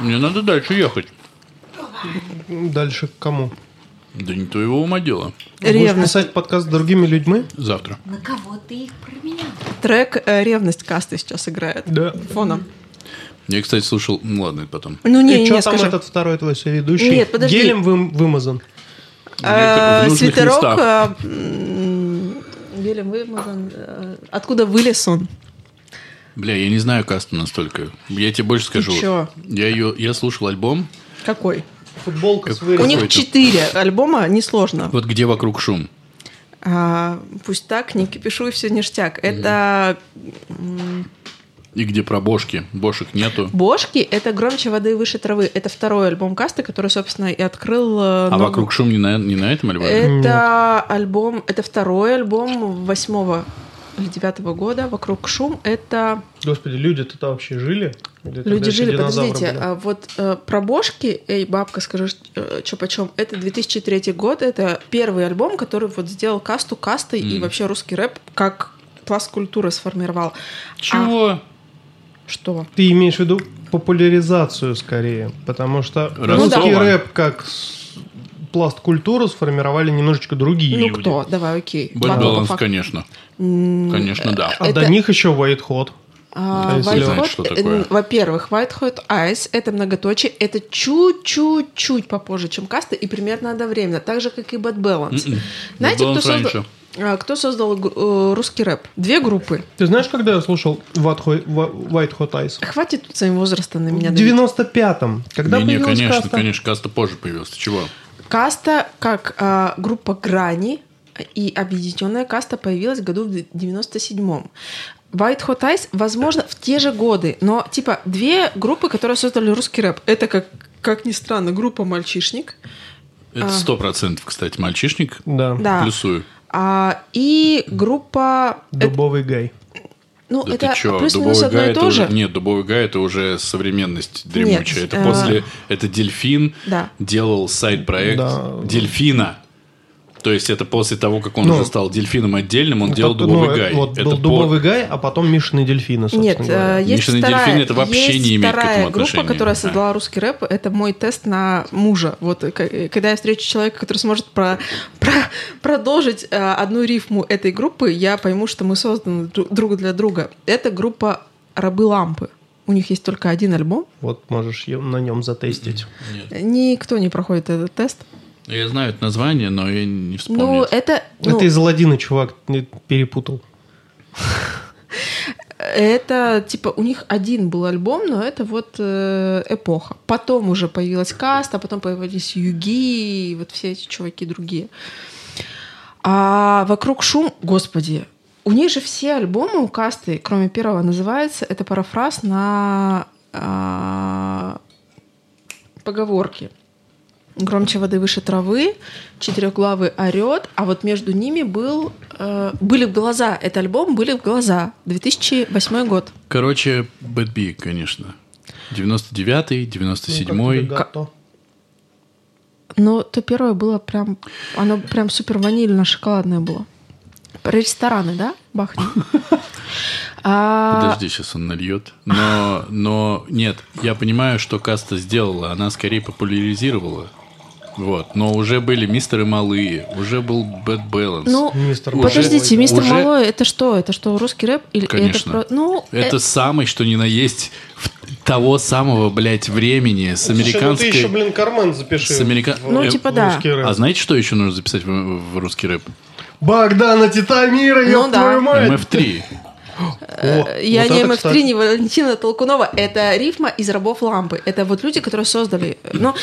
A: Мне надо дальше ехать.
C: Дальше к кому?
A: Да не твоего ума дело.
C: Будешь
B: Ревность.
C: писать подкаст с другими людьми?
A: Завтра.
D: На кого ты их променял?
B: Трек э, «Ревность» касты сейчас играет.
C: Да.
B: Фоном.
A: Я, кстати, слушал... Ну, ладно, это потом.
B: Ну не,
C: И
B: не,
C: что
B: не,
C: там
B: скажи.
C: этот второй твой соведущий?
B: Нет, подожди.
C: Гелем вым- вымазан.
B: Э,
C: типа,
A: В нужных
B: Свитерок...
A: местах.
B: э, м, Гелем вымазан. э, Откуда вылез он?
A: Бля, я не знаю касту настолько. Я тебе больше скажу.
B: чё?
A: Я ее, я слушал альбом.
B: Какой?
C: Футболка с
B: У
C: вырезом.
B: них
A: Какой-то.
B: четыре альбома, несложно.
A: Вот где вокруг шум.
B: А, пусть так, не кипишу и все ништяк. Это
A: И где про бошки. Бошек нету.
B: Бошки это громче воды и выше травы. Это второй альбом касты, который, собственно, и открыл. э, ну,
A: А вокруг шум не на, не на этом альбоме?
B: Это альбом, это второй альбом восьмого или девятого года. Вокруг шум это
C: Господи, люди-то там вообще жили? Или тогда
B: люди
C: еще
B: жили.
C: динозавры
B: Подождите,
C: были?
B: а вот э, про Бошки, эй, бабка, скажи, что почем? Это 2003 год, это первый альбом, который вот сделал касту кастой и
A: М.
B: вообще русский рэп как пласт культуры сформировал. А
A: Чего?
B: Что?
C: Ты имеешь в виду популяризацию скорее, потому что
A: Ростова.
C: русский рэп как с- пласт культуру сформировали немножечко другие
B: ну
C: люди.
B: кто? Давай, окей.
A: Бэд
B: Ладно, ну, по
A: Баланс,
B: факту.
A: конечно.
B: М,
A: Конечно, да.
C: А
B: Это-
C: до них еще Уайтхот.
B: А,
C: Да, если
B: White
A: знаете,
B: Hot,
A: что
B: э,
A: такое.
B: н- во-первых, White Hot Ice — это многоточие, это чуть-чуть-чуть попозже, чем касты, и примерно одновременно, так же, как и Bad Balance.
A: М-м.
B: Знаете,
A: Bad
B: кто
A: Balance
B: создал,
A: раньше.
B: а, кто создал гру- э, русский рэп? Две группы.
C: Ты знаешь, когда я слушал Уайтхот Айс?
B: Хватит тут своим возрастом на
C: В
B: меня давить.
C: 95-м. Когда
A: Не, не,
C: появилась
A: конечно,
C: каста?
A: конечно, каста позже появилась. Ты Чего?
B: Каста как а, группа «Грани» и объединенная каста появилась в году в 97-м. White Hot Eyes, возможно, в те же годы, но типа две группы, которые создали русский рэп. Это как, как ни странно, группа «Мальчишник»,
A: Это сто процентов, кстати, мальчишник.
C: Да.
B: А. Да.
A: Плюсую.
B: А, и группа... э,
C: Дубовый гай.
B: ну,
A: Да
B: это
A: ты чё,
B: плюс-минус
A: дубовый
B: одно
A: гай
B: и
A: это
B: то
A: уже...
B: же.
A: Нет, дубовый гай это уже современность дремучая.
B: Нет,
A: это
B: э,
A: после... Это дельфин
B: Да.
A: делал сайт-проект
C: Да.
A: дельфина. То есть это после того, как он
C: Ну,
A: уже стал дельфином отдельным, он
C: Ну,
A: делал
C: так,
A: дубовый
C: ну,
A: гай.
C: Вот
A: это
C: был
A: по-
C: дубовый гай, а потом Мишины дельфины,
B: Нет,
C: собственно
B: э,
C: говоря.
B: есть
A: Мишины
B: вторая,
A: дельфины это вообще
B: есть
A: не имеет к этому
B: вторая группа,
A: отношения.
B: которая
A: Да.
B: создала русский рэп. Это мой тест на мужа. Вот э, к- э, когда я встречу человека, который сможет про- про- продолжить э, одну рифму этой группы, я пойму, что мы созданы дру- друг для друга. Это группа «Рабы лампы». У них есть только один альбом.
C: Вот можешь е- на нем затестить.
A: Нет.
B: Никто не проходит этот тест.
A: Я знаю это название, но я не вспомню.
B: Ну,
A: это.
B: это... ну,
C: Это из Аладдина, чувак, не- перепутал.
B: Это типа у них один был альбом, но это вот э, эпоха. Потом уже появилась каста, потом появились Юги, и вот все эти чуваки другие. А вокруг шум, господи, у них же все альбомы у касты, кроме первого, называется это парафраз на а, поговорки. Громче воды выше травы, четырехглавый орет, а вот между ними был, э, были в глаза. Это альбом были в глаза. 2008 год.
A: Короче, Bad Bee, конечно. 99-й, 97-й.
C: Ну, как-то да, то.
B: Но то первое было прям, оно прям супер ванильно шоколадное было. Про рестораны, да? А, Бахни. А,
A: Подожди, сейчас он нальет. Но, но нет, я понимаю, что каста сделала. Она скорее популяризировала Вот. Но уже были мистеры малые, уже был Bad Balance.
B: Ну,
C: Мистер
A: Уже-
B: подождите, мистер
A: уже-
B: Малой, это что? Это что, русский рэп? Или
A: Конечно.
B: Это, про- ну, э,
A: это самый, что ни на есть, в- того самого, блядь, времени с
C: Слушай, ну
A: американской...
C: Ты еще, блин, карман запиши.
A: с америка-
B: ну
A: э,
B: типа да.
C: русский рэп.
A: А знаете, что еще нужно записать в, в русский рэп?
C: Богдана Титамира,
E: Ну
C: ёб
E: да.
C: твою мать!
A: МФ-3.
C: О,
B: Э, Я
C: вот
B: не
C: это,
B: МФ3,
C: кстати.
B: не Валентина Толкунова. Это рифма из рабов лампы. Это вот люди, которые создали. Но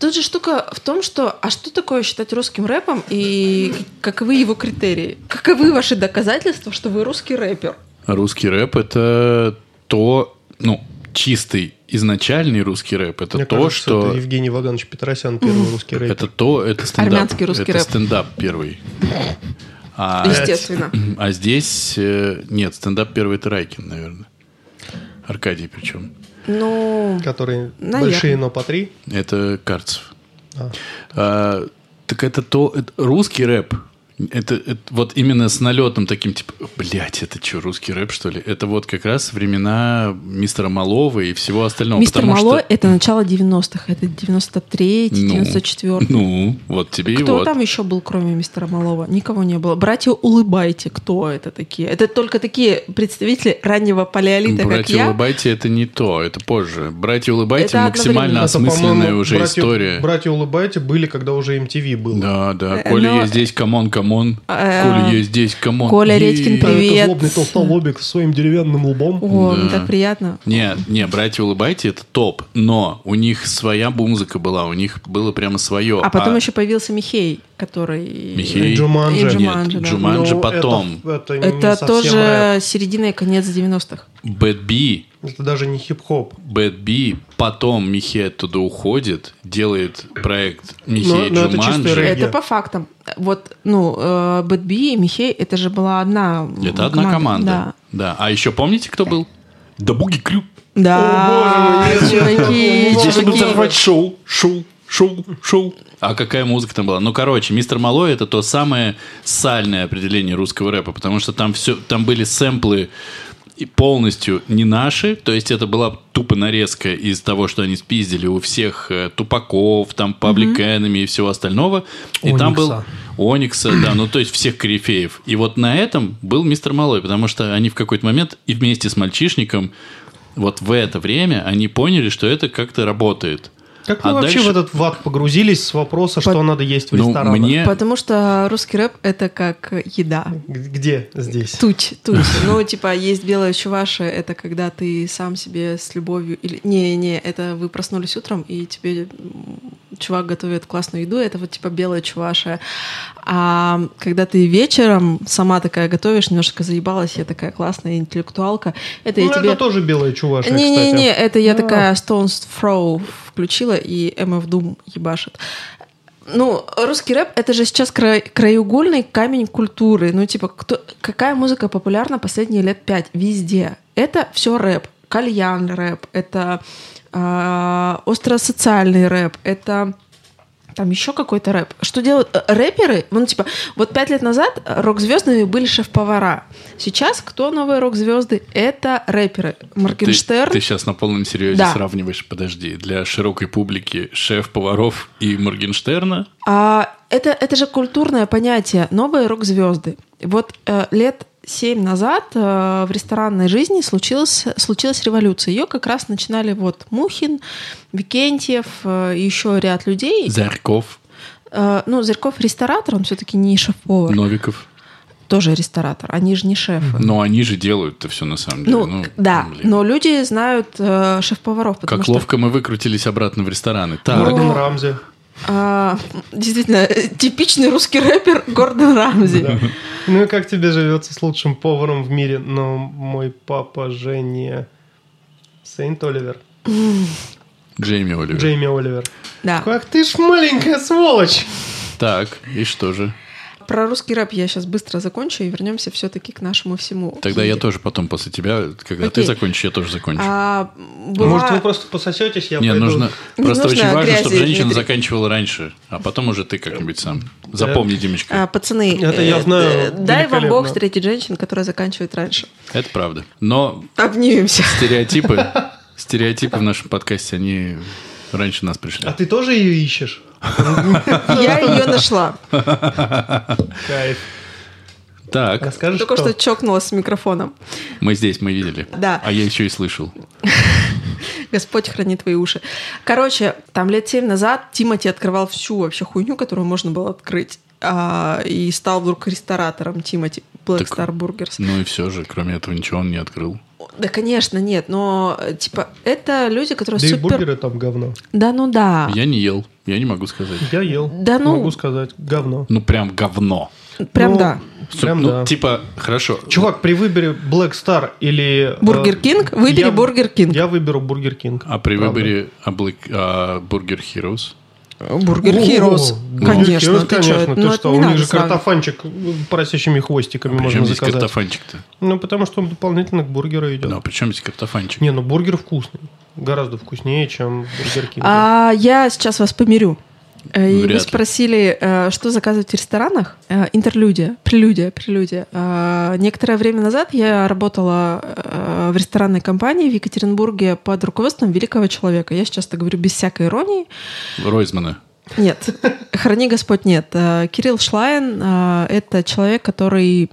B: тут же штука в том, что а что такое считать русским рэпом и каковы его критерии? Каковы ваши доказательства, что вы русский рэпер?
A: Русский рэп — это то, ну, чистый, изначальный русский рэп. Это
C: Мне
A: то,
C: кажется,
A: что...
C: это Евгений Ваганович Петросян, первый русский рэпер.
A: Это то, это стендап.
B: Армянский русский
A: это
B: рэп.
A: стендап первый. А,
B: Естественно.
A: а здесь... э, Нет, стендап первый — это Райкин, наверное. Аркадий причем.
B: Ну,
C: Которые
B: Наверное.
C: большие, но по три.
A: Это Карцев.
C: А.
A: А, так это то... это русский рэп. Это, это вот именно с налетом таким, типа, блядь, это что, русский рэп, что ли? Это вот как раз времена мистера Малова и всего остального.
B: мистер
A: Ну, потому что-
B: Малой это начало 90-х. Это 93-й,
A: Ну,
B: 94-й.
A: Ну, вот тебе и
B: Кто
A: вот.
B: там еще был, кроме мистера Малова? Никого не было. Братья Улыбайте, кто это такие? Это только такие представители раннего палеолита, как
A: Братья
B: я.
A: улыбайте это не то, это позже. Братья улыбайте
B: Это
A: максимально
B: одновременно.
A: осмысленная
C: по-моему,
A: А, уже
C: братья,
A: история.
C: Братья Улыбайте были, когда уже MTV был.
A: Да, да.
B: Э,
A: Коля,
B: но-
A: я здесь, камон, камон.
B: Э,
A: Коля, я здесь, камон.
B: Коля Редькин,
A: И-
B: привет.
C: Это злобный толстолобик со своим деревянным лбом.
B: О, мне
A: Да.
B: так приятно.
A: Не, не, братья улыбайте это топ, но у них своя музыка была, у них было прямо свое.
B: А потом еще появился Михей, который...
A: Михей.
C: И Джуманджи.
B: И
A: Нет,
B: Джуманджи, да.
A: Джуманджи
C: Ну,
A: потом.
C: Это, это, не
B: Это
C: совсем
B: тоже
C: рэп.
B: середина и конец 90-х.
A: Bad Би,
C: Это даже не хип-хоп.
A: Bad Би, потом Михей оттуда уходит, делает проект Михей
C: Ну, ну, это чистый
A: Джуманджи.
C: рэп.
B: Это по фактам. Вот, ну, э, Bad Би и Михей, это же была одна
A: Это одна команда. Да. А еще помните, кто был? Да Буги Крюк.
B: Да,
C: О, боже мой,
B: чуваки,
C: я-
A: Здесь
C: Чуваки.
A: будут
B: чуваки.
A: взорвать шоу, шоу, шоу, шоу. А какая музыка там была? Ну, короче, «Мистер Малой» — это то самое сальное определение русского рэпа, потому что там, все, там были сэмплы и полностью не наши, то есть это была тупо нарезка из того, что они спиздили у всех э, тупаков, там Public Enemy и всего остального. И там был
C: Оникса.
A: Оникса, да, ну то есть всех корифеев. И вот на этом был мистер Малой, потому что они в какой-то момент и вместе с мальчишником вот в это время они поняли, что это как-то работает.
C: Как вы
A: А
C: вообще
A: дальше-
C: в этот ват погрузились с вопроса, что надо есть в
A: Ну,
C: ресторанах?
A: мне...
B: Потому что русский рэп — это как еда.
C: Г- Где здесь?
B: Туть, туть. Ну, типа, есть белое чуваше, это когда ты сам себе с любовью... или Не-не, это вы проснулись утром, и тебе м, чувак готовит классную еду, это вот типа белое чуваше. А когда ты вечером сама такая готовишь, немножко заебалась, я такая классная интеллектуалка, это
C: Ну,
B: я
C: это
B: тебе...
C: тоже белая чувашия, кстати.
B: Не-не-не, это я
C: А.
B: такая Stones Throw включила, и MF Doom ебашит. Ну, русский рэп — это же сейчас кра- краеугольный камень культуры. Ну, типа, кто, какая музыка популярна последние лет пять? Везде. Это все рэп. Кальян рэп, это а, остросоциальный рэп, это там еще какой-то рэп. Что делают э, рэперы? Ну, типа, вот пять лет назад рок-звездами были шеф-повара. Сейчас кто новые рок-звезды? Это рэперы.
A: Ты,
B: Моргенштерн.
A: ты сейчас на полном серьезе
B: Да.
A: сравниваешь, подожди, для широкой публики шеф-поваров и Моргенштерна.
B: А, это, это же культурное понятие. Новые рок-звезды. Вот э, лет семь назад э, в ресторанной жизни случилась, случилась революция. Ее как раз начинали вот Мухин, Викентьев, э, еще ряд людей.
A: Зарьков,
B: Э, ну, Зырков ресторатор, он все-таки не шеф-повар,
A: Ну. Новиков.
B: тоже ресторатор. Они же не шефы.
A: Но они же делают-то все на самом деле.
B: Ну, к- да,
A: блин.
B: но люди знают э, шеф-поваров, потому
A: Как
B: что Ну,
A: ловко мы выкрутились обратно в рестораны. Так,
C: Гордон Рамзи.
B: а, действительно э, типичный русский рэпер Гордон Рамзи.
C: Да. Ну и как тебе живется с лучшим поваром в мире? Но мой папа Женя... Сейнт Оливер.
A: Джейми Оливер.
C: Джейми Оливер.
B: Да.
C: Как ты ж маленькая сволочь!
A: Так, и что же?
B: Про русский рэп я сейчас быстро закончу и вернемся все-таки к нашему всему.
A: Тогда я тоже потом после тебя, когда ты
B: Окей.
A: закончишь, я тоже закончу.
B: А, была-
C: Может, вы просто пососетесь, я
A: Не,
C: пойду.
A: нужно.
B: Не
A: просто
B: нужно
A: очень важно,
B: грязи
A: чтобы женщина
B: внедрить.
A: заканчивала раньше, а потом уже ты как-нибудь сам. Запомни, Димочка.
B: а, пацаны, э,
C: Это я знаю
B: дай вам
C: великолепно.
B: бог встретить женщин, которая заканчивает раньше.
A: Это правда. Но
B: Обнимемся.
A: стереотипы, стереотипы в нашем подкасте, они раньше нас пришли.
C: А ты тоже ее ищешь?
B: Я ее нашла.
C: Кайф.
A: Так,
C: Расскажешь,
B: Только что чокнулась с микрофоном.
A: мы здесь, мы видели.
B: Да.
A: А я еще и слышал.
B: Господь хранит твои уши. Короче, там лет семь назад Тимати открывал всю вообще хуйню, которую можно было открыть. а, и стал вдруг ресторатором Тимати Black
A: Так-
B: Star Burgers.
A: Ну и все же, кроме этого, ничего он не открыл.
B: Да, конечно, нет, но э, типа это люди, которые
C: Да и
B: супер...
C: бургеры там говно.
B: Да, ну да.
A: Я не ел, я не могу сказать.
C: Я ел.
B: Да ну.
C: Могу сказать, говно.
A: Ну прям говно.
B: Прям
C: Ну,
B: да.
C: Прям
A: ну,
C: да.
A: типа, хорошо.
C: Чувак, при выборе Black Star или... э,
B: Бургер Кинг? Выбери Бургер Кинг.
C: Я выберу Бургер Кинг.
A: А при
C: Правда.
A: выборе облик- а, Бургер Heroes?
B: Бургер
C: О,
B: Хироус.
C: Бургер
B: Конечно,
C: Heroes,
B: ты чё,
C: конечно,
B: ну,
C: ты
B: это
C: что,
B: не
C: у них
B: надо
C: же
B: сравнивать.
C: картофанчик э, поросячими хвостиками
A: Причем
C: Ну, можно
A: А здесь
C: заказать.
A: картофанчик-то?
C: Ну, потому что он дополнительно к бургеру идет.
A: Ну, а при чем здесь картофанчик?
C: Не, ну бургер вкусный. Гораздо вкуснее, чем бургер Кинг.
B: А я сейчас вас помирю. Э, И вы
A: Вряд ли.
B: спросили, э, что заказывать в ресторанах? Э, Интерлюдия, прелюдия, прелюдия. Э, Некоторое время назад я работала э, в ресторанной компании в Екатеринбурге под руководством великого человека. Я сейчас это говорю без всякой иронии.
A: Ройзмана.
B: Нет, храни Господь, нет. Э, Кирилл Шлайн — это человек, который,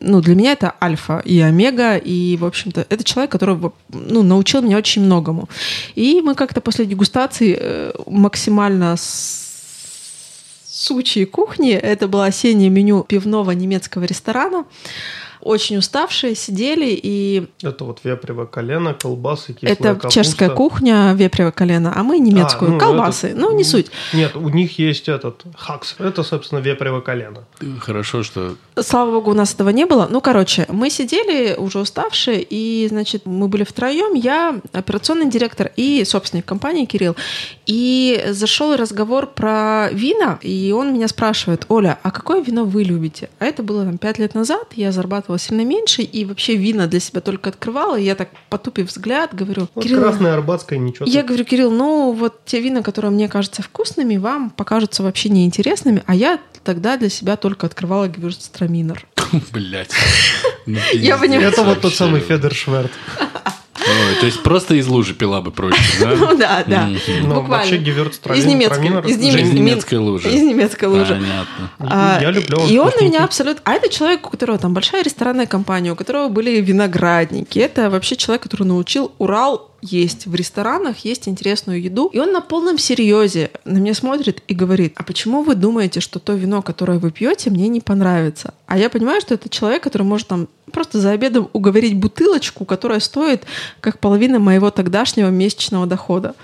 B: ну, для меня это альфа и омега, и, в общем-то, это человек, который, во- ну, научил меня очень многому. И мы как-то после дегустации э, максимально с- сучьей кухни, это было осеннее меню пивного немецкого ресторана, очень уставшие сидели, и
C: Это вот вепрево колено, колбасы, кислая
B: это
C: капуста.
B: чешская кухня, вепрево колено, а мы немецкую,
C: А, ну,
B: колбасы,
C: этот-
B: ну, не суть.
C: Нет, у них есть этот хакс. Это, собственно, вепрево колено.
A: Хорошо, что...
B: Слава богу, у нас этого не было. Ну, короче, мы сидели уже уставшие, и, значит, мы были втроем, я, операционный директор и собственник компании Кирилл. И зашел разговор про вина, и он меня спрашивает, Оля, а какое вино вы любите? А это было там пять лет назад, я зарабатывала сильно меньше, и вообще вина для себя только открывала, и я так, потупив взгляд, говорю,
C: Вот
B: Кирилл,
C: красная арбатская, ничего.
B: я
C: так.
B: говорю, Кирилл, ну вот те вина, которые мне кажутся вкусными, вам покажутся вообще неинтересными, а я тогда для себя только открывала Гевюрцтраминер.
A: Блять. ну,
B: Я понимаю.
C: Это вот тот самый Федор Шверт.
A: Ой, Ну, то есть просто из лужи пила бы проще, да?
B: Ну да, да.
A: Мгм.
C: Но
B: Буквально.
C: вообще Геверт
B: Из немецкой, из нем-
A: Жизнь
B: нем-
A: немецкой лужи.
B: Из немецкой лужи.
A: Понятно.
B: А,
C: Ну, Я люблю.
B: И он на
C: вкусненький.
B: меня абсолютно... А это человек, у которого там большая ресторанная компания, у которого были виноградники. Это вообще человек, который научил Урал есть в ресторанах, есть интересную еду. И он на полном серьезе на меня смотрит и говорит, а почему вы думаете, что то вино, которое вы пьете, мне не понравится? А я понимаю, что это человек, который может там просто за обедом уговорить бутылочку, которая стоит как половина моего тогдашнего месячного дохода.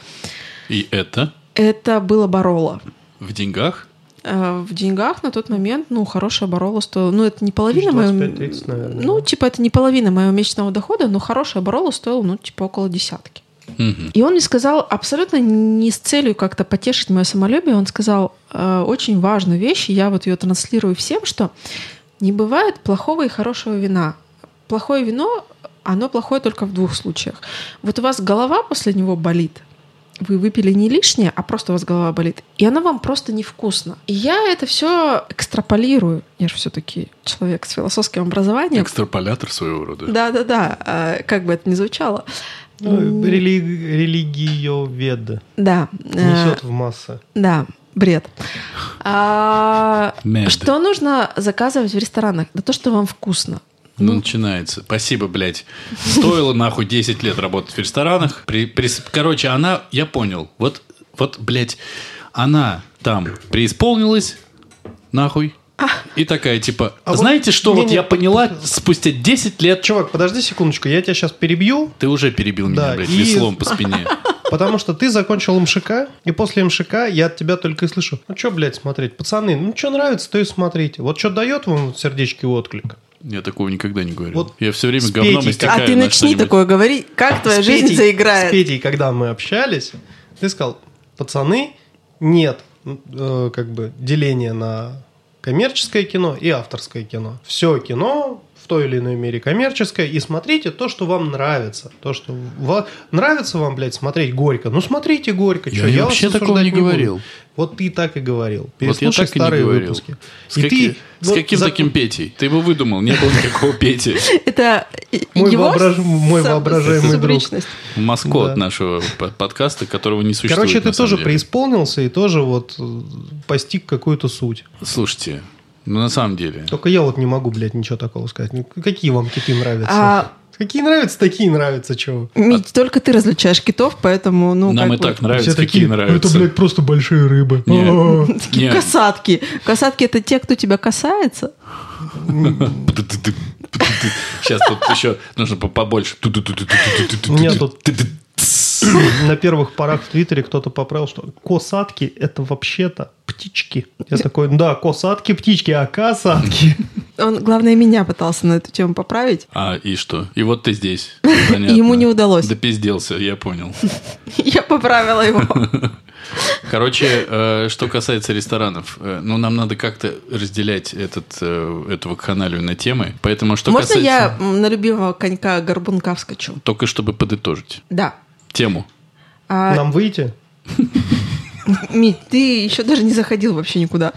A: И это
B: Это было Бароло.
A: в деньгах?
B: Э, В деньгах на тот момент, ну, хорошая барола стоила. Ну, это не половина моего...
C: 25-30, наверное,
B: Ну,
C: да.
B: типа, это не половина моего месячного дохода, но хорошая барола стоила, ну, типа, около десятки.
A: Мгм.
B: И он мне сказал абсолютно не с целью как-то потешить мое самолюбие, он сказал э, очень важную вещь, и я вот ее транслирую всем, что не бывает плохого и хорошего вина. Плохое вино, оно плохое только в двух случаях. Вот у вас голова после него болит, вы выпили не лишнее, а просто у вас голова болит, и оно вам просто невкусно. И я это все экстраполирую. Я же все-таки человек с философским образованием.
A: Экстраполятор своего рода.
B: Да-да-да, э, как бы это ни звучало.
C: Ну, рели- Религиовед
B: Да. э,
C: несет в массы.
B: Да, бред. А,
A: Мед.
B: что нужно заказывать в ресторанах? Да то, что вам вкусно.
A: Ну, начинается. Спасибо, блядь. Стоило нахуй 10 лет работать в ресторанах. При- прис- Короче, она, я понял, вот, вот, блядь, она там преисполнилась, нахуй. И такая, типа,
C: А вот-
A: знаете, что вот
C: не-не.
A: я поняла спустя 10 лет?
C: Чувак, подожди секундочку, я тебя сейчас перебью,
A: Ты уже перебил меня,
C: Да,
A: блядь,
C: и-
A: веслом по спине.
C: потому что ты закончил МШК, и после МШК я от тебя только и слышу. Ну что, блядь, смотреть? Пацаны, ну что нравится, то и смотрите. Вот что дает вам сердечки отклик?
A: Я такого никогда не говорил.
C: Вот
A: я все время
C: с
A: говном
C: Петей
A: истекаю
B: а ты
A: на
B: начни
A: что-нибудь.
B: такое говорить, как твоя
C: С
B: жизнь
C: Петей-
B: заиграет.
C: С Петей, когда мы общались, ты сказал, пацаны, нет э, как бы деления на коммерческое кино и авторское кино. Все кино в той или иной мере коммерческая, и смотрите то, что вам нравится. То, что ва- нравится вам, блядь, смотреть горько. Ну, смотрите горько. чё,
A: Я
C: вас
A: вообще такого
C: осуждать
A: не
C: буду.
A: говорил.
C: Вот ты так и говорил.
A: Вот
C: Переслушай
A: я так и не
C: старые
A: говорил.
C: выпуски.
A: С,
C: И
A: каки-
C: ты,
A: с
C: вот
A: каким
C: за-
A: таким Петей? Ты его выдумал, не было никакого Пети.
B: Это и-
C: Мой
B: его
C: воображаем- мой воображаемый друг.
B: субличность.
A: Маскот
C: Да.
A: нашего по- подкаста, которого не существует.
C: Короче,
A: на
C: ты
A: самом
C: тоже
A: деле.
C: преисполнился и тоже вот э, постиг какую-то суть.
A: Слушайте, ну на самом деле.
C: Только я вот не могу, блядь, ничего такого сказать. Ну, какие вам киты нравятся?
B: А-
C: Какие нравятся, такие нравятся, чего?
B: Мить, только ты различаешь китов, поэтому, ну,
A: А Нам
B: как
A: и
B: бы-
A: так нравятся, какие нравятся.
C: ну, Это, блядь, просто большие рыбы.
A: Нет.
C: А-а-а.
B: Такие
A: Нет.
B: касатки. Касатки это те, кто тебя касается.
A: Сейчас тут еще нужно по- побольше.
C: У меня тут А. на первых порах в Твиттере кто-то поправил, что косатки – это вообще-то птички. Я такой, да, косатки – птички, а касатки
B: Он, главное, меня пытался на эту тему поправить.
A: А, и что? И вот ты здесь.
B: Ему не удалось.
A: Да пизделся, я понял.
B: Я поправила его.
A: Короче, э, что касается ресторанов, э, ну, нам надо как-то разделять этот, э, эту вакханалию на темы. Поэтому что
B: Можно
A: касается...
B: я м, на любимого конька горбунка вскочу?
A: Только чтобы подытожить
B: Да.
A: тему.
B: А,
C: Нам выйти?
B: Мить, ты еще даже не заходил вообще никуда.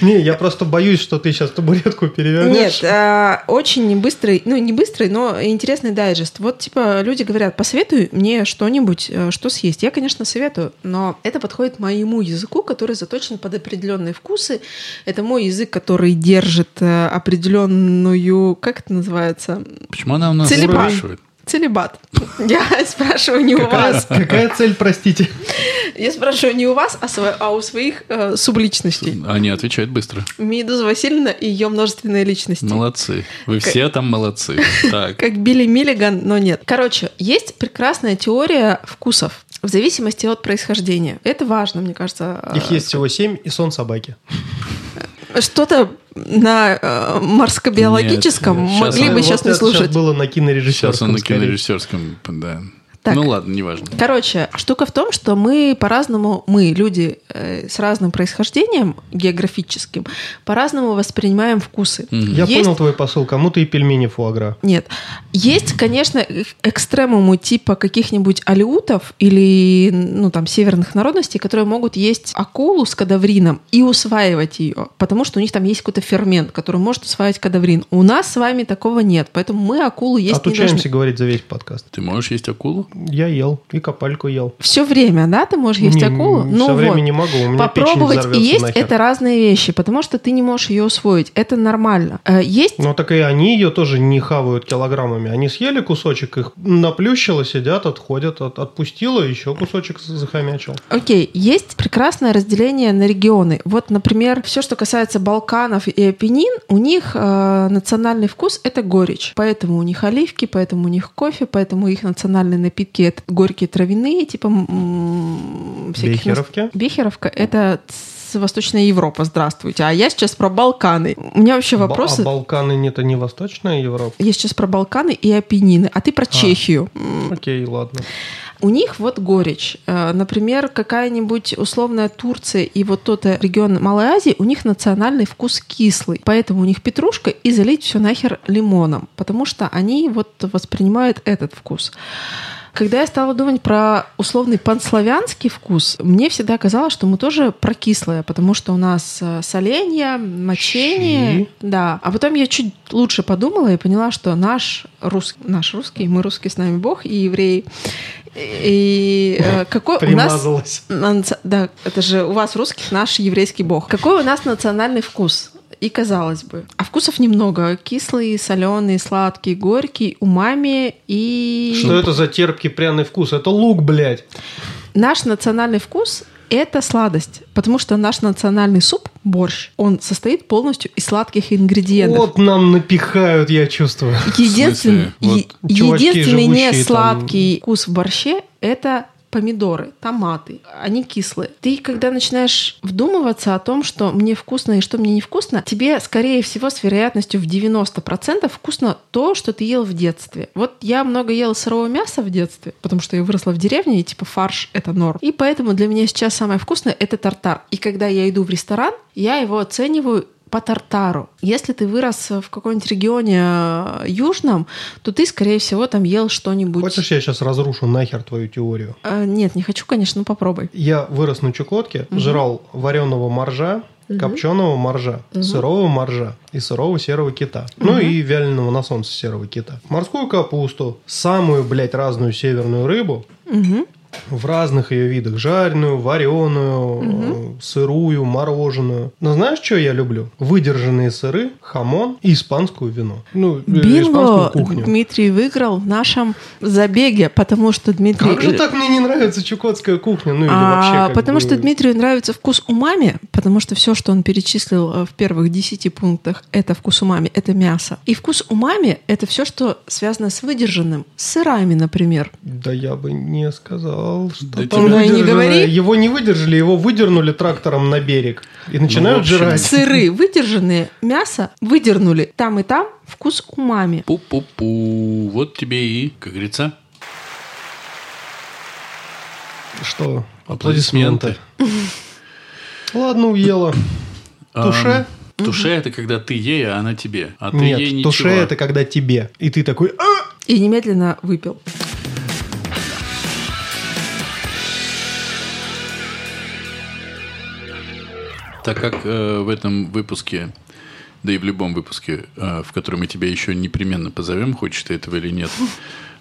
C: Не, я просто боюсь, что ты сейчас табуретку перевернешь.
B: Нет, а, очень быстрый, ну не быстрый, но интересный дайджест. Вот типа люди говорят, посоветуй мне что-нибудь, э, что съесть. Я, конечно, советую, но это подходит моему языку, который заточен под определенные вкусы. Это мой язык, который держит э, определенную, как это называется,
A: Почему она у нас
B: Целебат.
A: спрашивает?
B: целебат. Я спрашиваю не у
C: Какая,
B: вас,
C: какая цель, простите?
B: я спрашиваю не у вас, а, сво- а у своих э, субличностей.
A: Они отвечают быстро.
B: Медуза Васильевна и ее множественные личности.
A: Молодцы. Вы
B: Как-
A: все там молодцы. Так.
B: Как Билли Миллиган, но нет. Короче, есть прекрасная теория вкусов в зависимости от происхождения. Это важно, мне кажется.
C: Их есть всего семь и сон собаки.
B: Что-то на э, морско-биологическом
A: Нет, щас
B: могли
A: он-
B: бы сейчас не слушать.
C: Сейчас было на кинорежиссерском.
A: Сейчас он на
C: скорее.
A: кинорежиссерском, да.
B: Так.
A: Ну ладно, неважно.
B: Короче, штука в том, что мы по-разному, мы, люди э, с разным происхождением географическим, по-разному воспринимаем вкусы.
A: Мгм.
C: Я
B: Есть-
C: понял твой посыл, кому-то и пельмени фуагра.
B: Нет. Есть, конечно, э- экстремумы типа каких-нибудь алиутов или, ну, там, северных народностей, которые могут есть акулу с кадаврином и усваивать ее, потому что у них там есть какой-то фермент, который может усваивать кадаврин. У нас с вами такого нет, поэтому мы акулу есть не
C: Отучаемся
B: должны.
C: говорить за весь подкаст.
A: Ты можешь есть акулу?
C: Я ел, и копальку ел.
B: Все время, да, ты можешь есть
C: Не,
B: акулу?
C: Все
B: Ну вот.
C: время не могу, у меня печень
B: Попробовать и
C: взорвется
B: есть
C: нахер.
B: это разные вещи, потому что ты не можешь ее усвоить. Это нормально. Э, Есть
C: Ну так и они ее тоже не хавают килограммами. Они съели кусочек, их наплющило, сидят, отходят, от- отпустило, еще кусочек з- захомячил.
B: Окей, есть прекрасное разделение на регионы. Вот, например, все, что касается Балканов и Апеннин, у них э, национальный вкус это горечь. Поэтому у них оливки, поэтому у них кофе, поэтому их национальные напитки это горькие травяные, типа м, всяких нас-
C: Бехеровки.
B: Бехеровка это с- Восточная Европа, здравствуйте. А я сейчас про Балканы. У меня вообще
C: Ба-
B: вопросы.
C: А Балканы не это не Восточная Европа?
B: Я сейчас про Балканы и Апеннины, а ты про Чехию. М,
C: Окей, ладно.
B: у них вот горечь. Э, Например, какая-нибудь условная Турция и вот тот э, регион Малой Азии, у них национальный вкус кислый. Поэтому у них петрушка и залить все нахер лимоном, потому что они вот воспринимают этот вкус. Когда я стала думать про условный панславянский вкус, мне всегда казалось, что мы тоже про кислое, потому что у нас э, соленья, мочение.
C: Щи.
B: Да. А потом я чуть лучше подумала и поняла, что наш русский, наш русский, мы русские с нами Бог и евреи. И э, какой у нас...
C: Примазалась.
B: нанца- Да, это же у вас русских наш еврейский бог. Какой у нас национальный вкус? И казалось бы. А вкусов немного. Кислый, соленый, сладкий, горький, умами и...
C: Что это за терпкий пряный вкус? Это лук, блядь.
B: Наш национальный вкус – это сладость, потому что наш национальный суп – борщ. Он состоит полностью из сладких ингредиентов.
C: Вот нам напихают, я чувствую.
B: Единственный,
A: В смысле?
B: е-
C: Вот чувачки,
B: единственный
C: живущие
B: не
C: там-
B: сладкий вкус в борще – это помидоры, томаты, они кислые. Ты, когда начинаешь вдумываться о том, что мне вкусно и что мне не вкусно, тебе, скорее всего, с вероятностью в 90% вкусно то, что ты ел в детстве. Вот я много ела сырого мяса в детстве, потому что я выросла в деревне, и типа фарш — это норм. И поэтому для меня сейчас самое вкусное — это тартар. И когда я иду в ресторан, я его оцениваю по тартару. Если ты вырос в каком-нибудь регионе э, южном, то ты, скорее всего, там ел что-нибудь.
C: Хочешь, я сейчас разрушу нахер твою теорию?
B: Э, Нет, не хочу, конечно, ну попробуй.
C: Я вырос на Чукотке, жрал вареного моржа, копченого моржа, сырого моржа и сырого серого кита. Ну и вяленого на солнце серого кита. Морскую капусту, самую, блядь, разную северную рыбу. В разных ее видах. Жареную, вареную, э, сырую, мороженую. Но знаешь, что я люблю? Выдержанные сыры, хамон и испанскую вино. Ну, э,
B: Бинго
C: испанскую кухню.
B: Дмитрий выиграл в нашем забеге, потому что Дмитрий...
C: Как же так мне не нравится чукотская кухня? Ну или
B: А,
C: вообще как
B: потому
C: бы-
B: что Дмитрию нравится вкус умами, потому что все, что он перечислил э, в первых 10 пунктах, это вкус умами, это мясо. И вкус умами — это все, что связано с выдержанным, с сырами, например.
C: Да я бы не сказал, что
A: Да
C: там
B: тебе- Ну и не
C: выдержано.
B: говори.
C: Его не выдержали, его выдернули трактором на берег. И начинают
A: Ну, в общем,
C: жрать.
B: Сыры выдержанные, мясо выдернули. Там и там вкус умами.
A: Пу-пу-пу, вот тебе и, как говорится,
C: Что? Ну,
A: Аплодисменты.
C: Ладно, уела. Туше?
A: ам, Туше это когда ты ей, а она тебе. А ты ей
C: Нет,
A: ничего.
C: туше это когда тебе. И ты такой... «А!»
B: И немедленно выпил.
A: Так как э, в этом выпуске, да и в любом выпуске, э, в котором мы тебя еще непременно позовем, хочешь ты этого или нет,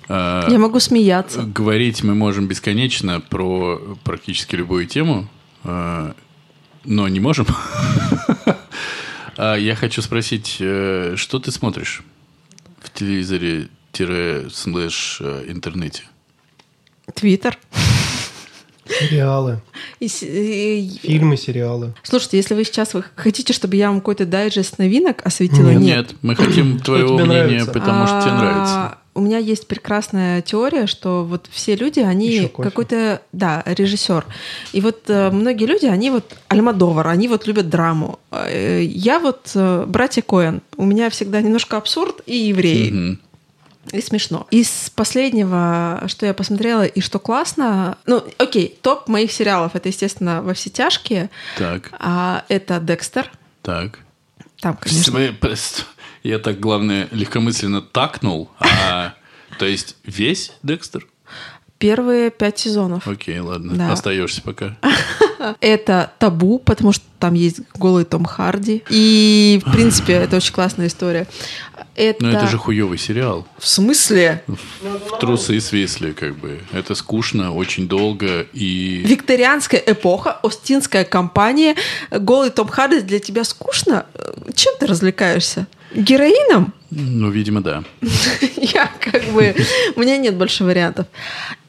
A: э,
B: Я могу смеяться.
A: говорить мы можем бесконечно про практически любую тему, э, но не можем. А Я хочу спросить, э, что ты смотришь в телевизоре тире слэш э, интернете?
B: Твиттер.
C: Сериалы.
B: И с- и-
C: Фильмы, сериалы.
B: Слушайте, если вы сейчас вы хотите, чтобы я вам какой-то дайджест новинок осветила,
C: Нет.
A: мы хотим твоего
C: тебе
A: мнения,
C: нравится?
A: потому что тебе
B: Ну, А,
A: нравится.
B: У меня есть прекрасная теория, что вот все люди,
C: Ещё
B: они
C: кофе.
B: какой-то, да, режиссер. И вот э, многие люди, они вот Альмадовар, они вот любят драму. Э, Я вот э, братья Коэн. У меня всегда немножко абсурд и евреи.
A: Мгм.
B: И смешно. Из последнего, что я посмотрела и что классно, ну, окей, топ моих сериалов это, естественно, во все тяжкие.
A: Так,
B: А это Декстер.
A: так.
B: Там,
A: В
B: конечно.
A: смысле, просто Я так, главное, легкомысленно такнул. а, То есть весь Декстер?
B: Первые пять сезонов.
A: Окей, ладно,
B: Да.
A: остаешься пока.
B: Это табу, потому что там есть голый Том Харди. И, в принципе, это очень классная история. Это...
A: Но Ну, это же хуёвый сериал.
B: В смысле?
A: В трусы свисли, как бы. Это скучно, очень долго и...
B: Викторианская эпоха, остинская компания, голый Том Харди для тебя скучно? Э, Чем ты развлекаешься? Героином?
A: Ну, видимо, да.
B: Я как бы... У меня нет больше вариантов.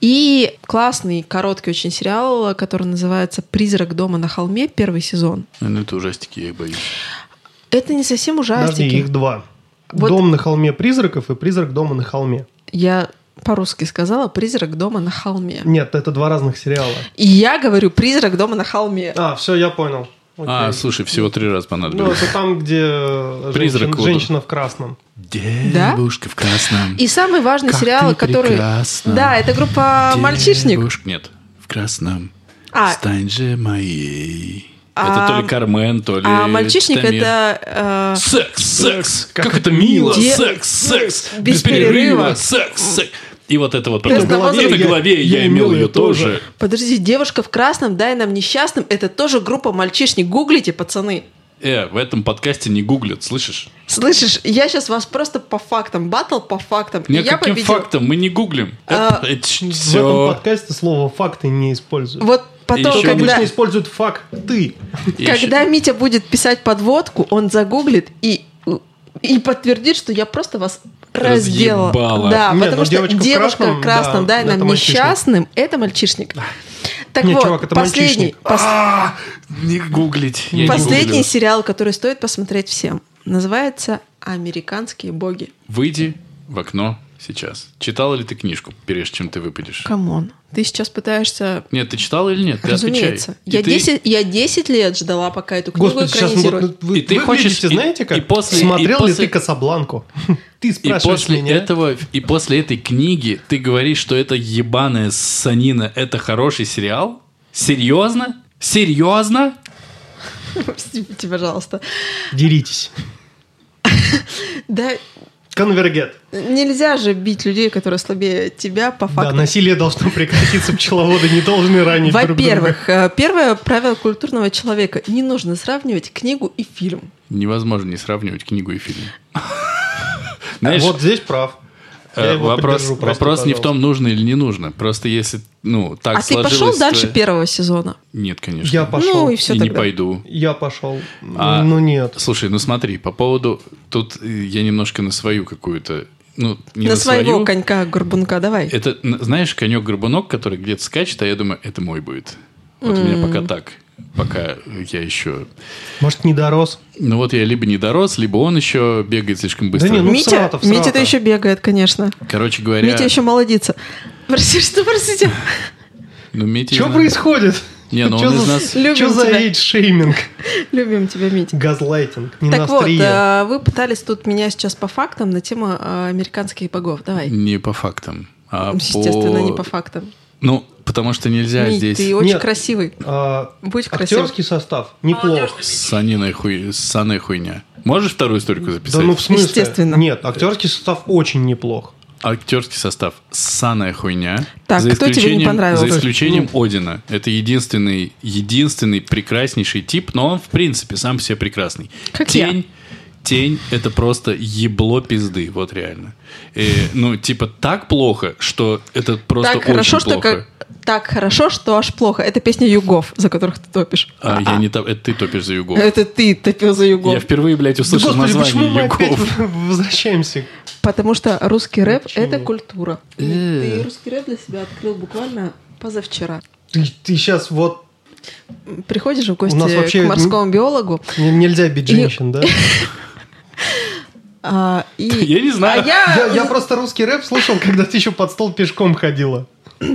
B: И классный, короткий очень сериал, который называется «Призрак дома на холме», первый сезон.
A: Ну, это ужастики, я их боюсь.
B: Это не совсем
C: Подожди,
B: ужастики.
C: их два.
B: Вот-
C: Дом на холме призраков и призрак дома на холме.
B: Я по-русски сказала «Призрак дома на холме».
C: Нет, это два разных сериала.
B: И я говорю «Призрак дома на холме».
C: А, все, я понял. Окей.
A: А, слушай, всего три раза
C: Ну,
A: понадобилось.
C: это там, где э,
A: Призрак
C: женщина-
A: Луна.
C: женщина в красном.
A: Девушка в красном.
B: И самый важный
A: Как
B: сериал,
A: ты
B: который...
A: прекрасна.
B: Да, это группа «Мальчишник».
A: Девушка- Нет, в красном.
B: А.
A: Стань же моей.
B: А-
A: Это то ли Кармен, то ли...
B: А «Мальчишник»
A: Тамир.
B: это... э,
A: Секс, секс, как, это мило,
B: Де-
A: секс, секс,
B: Без перерыва.
A: секс, секс. И вот это вот
B: Без
A: потом.
B: навоза.
A: И на голове я, имел ее тоже.
B: Подожди, девушка в красном, дай нам несчастным. Это тоже группа мальчишник. Гуглите, пацаны.
A: Э, в этом подкасте не гуглят, слышишь?
B: Слышишь, я сейчас вас просто по фактам, батл по фактам. И я
A: Никаким
B: победил.
A: фактом мы не гуглим. Это,
B: А,
C: В этом
A: все.
C: подкасте слово «факты» не используют.
B: Вот потом,
A: еще
C: Только
B: когда,
C: обычно используют «факты».
B: когда Митя будет писать подводку, он загуглит и, и подтвердит, что я просто вас разделала.
A: Разъебала.
B: Да,
C: Не,
B: потому
C: ну,
B: что
C: девочка в
B: девушка
C: красном,
B: в красном,
C: да,
B: да, нам
C: это мальчишник.
B: несчастным, это мальчишник. Так
C: Не,
B: вот,
C: чувак, это
B: последний,
C: мальчишник.
B: пос-
A: А, Не гуглить. я не
B: последний
A: гуглю.
B: сериал, который стоит посмотреть всем, называется «Американские боги».
A: Выйди в окно сейчас. Читала ли ты книжку, прежде чем ты выпадешь?
B: Камон, ты сейчас пытаешься...
A: Нет, ты читала или нет? Ты
B: Разумеется.
A: отвечай. И
B: Я,
A: ты-
B: 10, я 10 лет ждала, пока эту книгу
C: Господи, сейчас мы-
B: экранизируют.
C: вы,
A: И ты
C: вы
A: хочешь-
C: выглядите,
A: и-
C: знаете как?
A: и после-
C: Смотрел
A: и
C: ли
A: после-
C: ты «Касабланку»? Ты
A: И
C: спрашиваешь
A: после
C: меня.
A: этого, и после этой книги ты говоришь, что это ебаная санина, это хороший сериал? Серьезно? Серьезно?
B: Простите, пожалуйста.
C: Деритесь.
B: Да,
C: Конвергет.
B: нельзя же бить людей, которые слабее тебя, по
C: Да,
B: факту.
C: насилие должно прекратиться, пчеловоды не должны ранить друг друга.
B: Во-первых, э, первое правило культурного человека. Не нужно сравнивать книгу и фильм.
A: Невозможно не сравнивать книгу и фильм. Знаешь,
C: А вот здесь прав. Я
A: э,
C: его
A: вопрос,
C: поддержу, прости,
A: вопрос не в
C: пожалуйста.
A: том, нужно или не нужно. Просто если, ну, так
B: а ты пошел
A: сложилось,
B: дальше
A: э,
B: первого сезона?
A: Нет, конечно.
C: Я пошел.
B: Ну и все
A: И не
B: тогда.
A: пойду.
C: Я пошел.
A: А-
C: Ну нет.
A: Слушай, ну смотри, по поводу... Тут э, я немножко на свою какую-то... Ну, не на,
B: на своего
A: свою.
B: конька горбунка давай.
A: Это, н- знаешь, конек-горбунок, который где-то скачет, а я думаю, это мой будет. Вот у меня пока так. Пока я еще...
C: Может, не дорос?
A: Ну вот я либо не дорос, либо он еще бегает слишком быстро.
C: не, ну,
B: Митя,
C: Саратов,
B: Митя-то
C: Саратов.
B: еще бегает, конечно.
A: Короче говоря...
B: Митя еще молодится. Прости, что, простите?
A: Ну, Митя...
C: Что
A: из-
C: происходит?
A: Не, ну
C: Чё
A: он из
C: за-
A: нас...
B: Любим
C: чё за
B: тебя.
C: эйдж-шейминг?
B: Любим тебя, Митя.
C: Газлайтинг. Не
B: Так вот,
C: настрия.
B: э, вы пытались тут меня сейчас по фактам на тему э, американских богов. Давай.
A: Не по фактам. А
B: Естественно,
A: по...
B: не по фактам.
A: Ну, потому что нельзя
B: Мить,
A: здесь...
B: ты очень
C: Нет.
B: красивый.
C: А,
B: Будь красивым.
C: Актерский состав неплох.
A: Саниной хуй... Саной хуйня. Можешь вторую историю записать?
C: Да ну в смысле?
B: Естественно.
C: Нет, актерский состав очень неплох.
A: актерский состав ссаная хуйня.
B: Так, кто тебе не
A: исключением-
B: понравился?
A: За исключением Одина. Это единственный, единственный прекраснейший тип, но он, в принципе, сам по себе прекрасный.
B: Как
A: тень, тень — это просто ебло пизды, вот реально. Э, ну, типа, так плохо, что это просто
B: Так
A: очень
B: хорошо, что
A: плохо.
B: как... Так хорошо, что аж плохо. Это песня Югов, за которых ты топишь.
A: А, я не топ- Это ты топишь за Югов.
B: Это ты топил за Югов.
A: Я впервые, блядь, услышал
C: да, господи, почему мы
A: название
C: опять
A: Югов.
C: возвращаемся?
B: Потому что русский рэп
C: Почему?
B: это культура.
A: Э.
B: И ты русский рэп для себя открыл буквально позавчера.
C: Ты, сейчас вот...
B: Приходишь в гости
C: У нас вообще-
B: к морскому биологу,
C: н- Нельзя бить
B: И-
C: женщин, да?
B: а, и...
A: Я не знаю.
B: А я...
C: Я, я просто русский рэп слушал, когда ты еще под стол пешком ходила.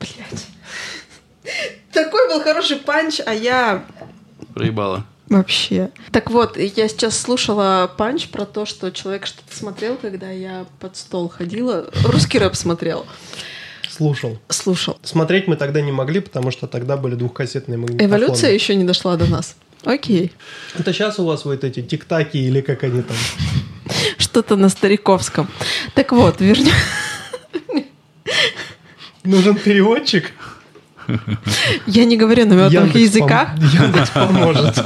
B: Блядь. Такой был хороший панч, а я...
A: Проебала.
B: Вообще. Так вот, я сейчас слушала панч про то, что человек что-то смотрел, когда я под стол ходила. Русский рэп смотрел.
C: Слушал.
B: Слушал.
C: Смотреть мы тогда не могли, потому что тогда были двухкассетные магнитофоны.
B: Эволюция еще не дошла до нас. Окей.
C: Это сейчас у вас вот эти тик-таки или как они там?
B: Что-то на стариковском. Так вот, вернем...
C: Нужен переводчик?
B: Я не говорю на мертвых
C: Яндекс
B: языках.
C: пом- Яндекс поможет.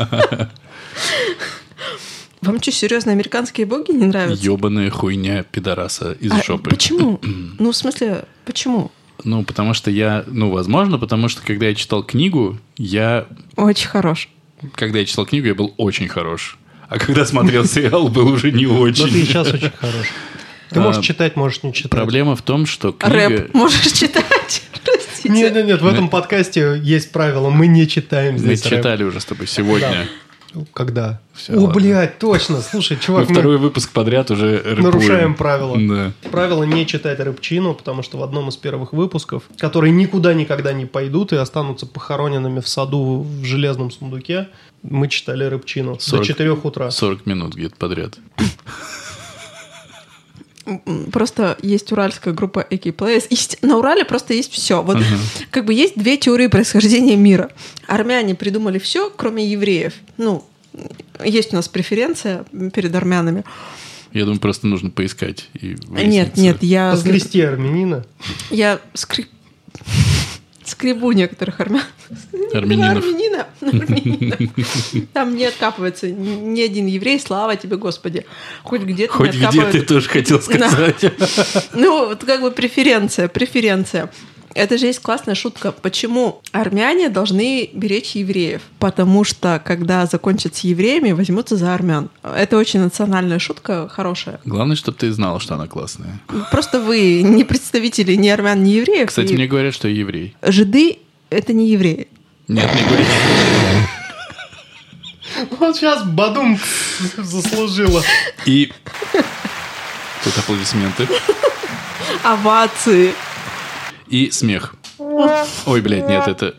B: Вам что, серьезно, американские боги не нравятся?
A: Ёбаная хуйня пидораса из
B: А
A: жопы.
B: Почему? Ну, в смысле, почему?
A: Ну, потому что я, ну, возможно, потому что когда я читал книгу, я,
B: Очень хорош.
A: когда я читал книгу, я был очень хорош. А когда смотрел сериал, был уже не
C: Но ты и
A: очень.
C: сейчас очень хорош. Ты
A: А,
C: можешь читать, можешь не читать.
A: Проблема в том, что книга...
B: Рэп можешь читать? Простите.
C: Нет, нет, нет, в этом подкасте есть правило, мы не читаем
A: Мы
C: здесь. рэп.
A: читали уже с тобой сегодня.
C: Когда?
A: Всё,
C: О,
A: ладно.
C: блядь, точно. Слушай,
A: Мы
C: чувак, ну, мы
A: второй выпуск подряд уже рэпуем.
C: нарушаем правила.
A: Да.
C: Правило не читать рыбчину, потому что в одном из первых выпусков, которые никуда никогда не пойдут и останутся похороненными в саду в железном сундуке, мы читали рыбчину до
A: 40.
C: 4 утра.
A: 40 минут где-то подряд.
B: М, Просто есть уральская группа AK Players. Есте- На Урале просто есть все. Вот как бы есть две теории происхождения мира. Армяне придумали все, кроме евреев. Ну, есть у нас преференция перед армянами.
A: Я думаю, просто нужно поискать. и э,
B: Нет,
A: выяснится.
B: нет, я...
C: Поскрести армянина.
B: Я скрип... скребу некоторых армян.
A: Армянинов.
B: Армянина. Армянина. Там не откапывается ни ни один еврей, слава тебе, Господи. Хоть где-то
A: Хоть
B: не
A: где ты
B: откапывается.
A: тоже хотел сказать.
B: Ну, вот как бы преференция, преференция. Это же есть классная шутка. Почему армяне должны беречь евреев? Потому что, когда закончат с евреями, возьмутся за армян. Это очень национальная шутка, хорошая.
A: Главное, чтобы ты знал, что она классная.
B: Просто вы не представители ни армян, ни евреев.
A: Кстати,
B: и
A: мне говорят, что я еврей.
B: Жиды — это не евреи.
A: Нет, не говори.
C: Вот сейчас Бадум заслужила.
A: И тут аплодисменты.
B: Овации.
A: И смех. Ой, блядь, нет, это,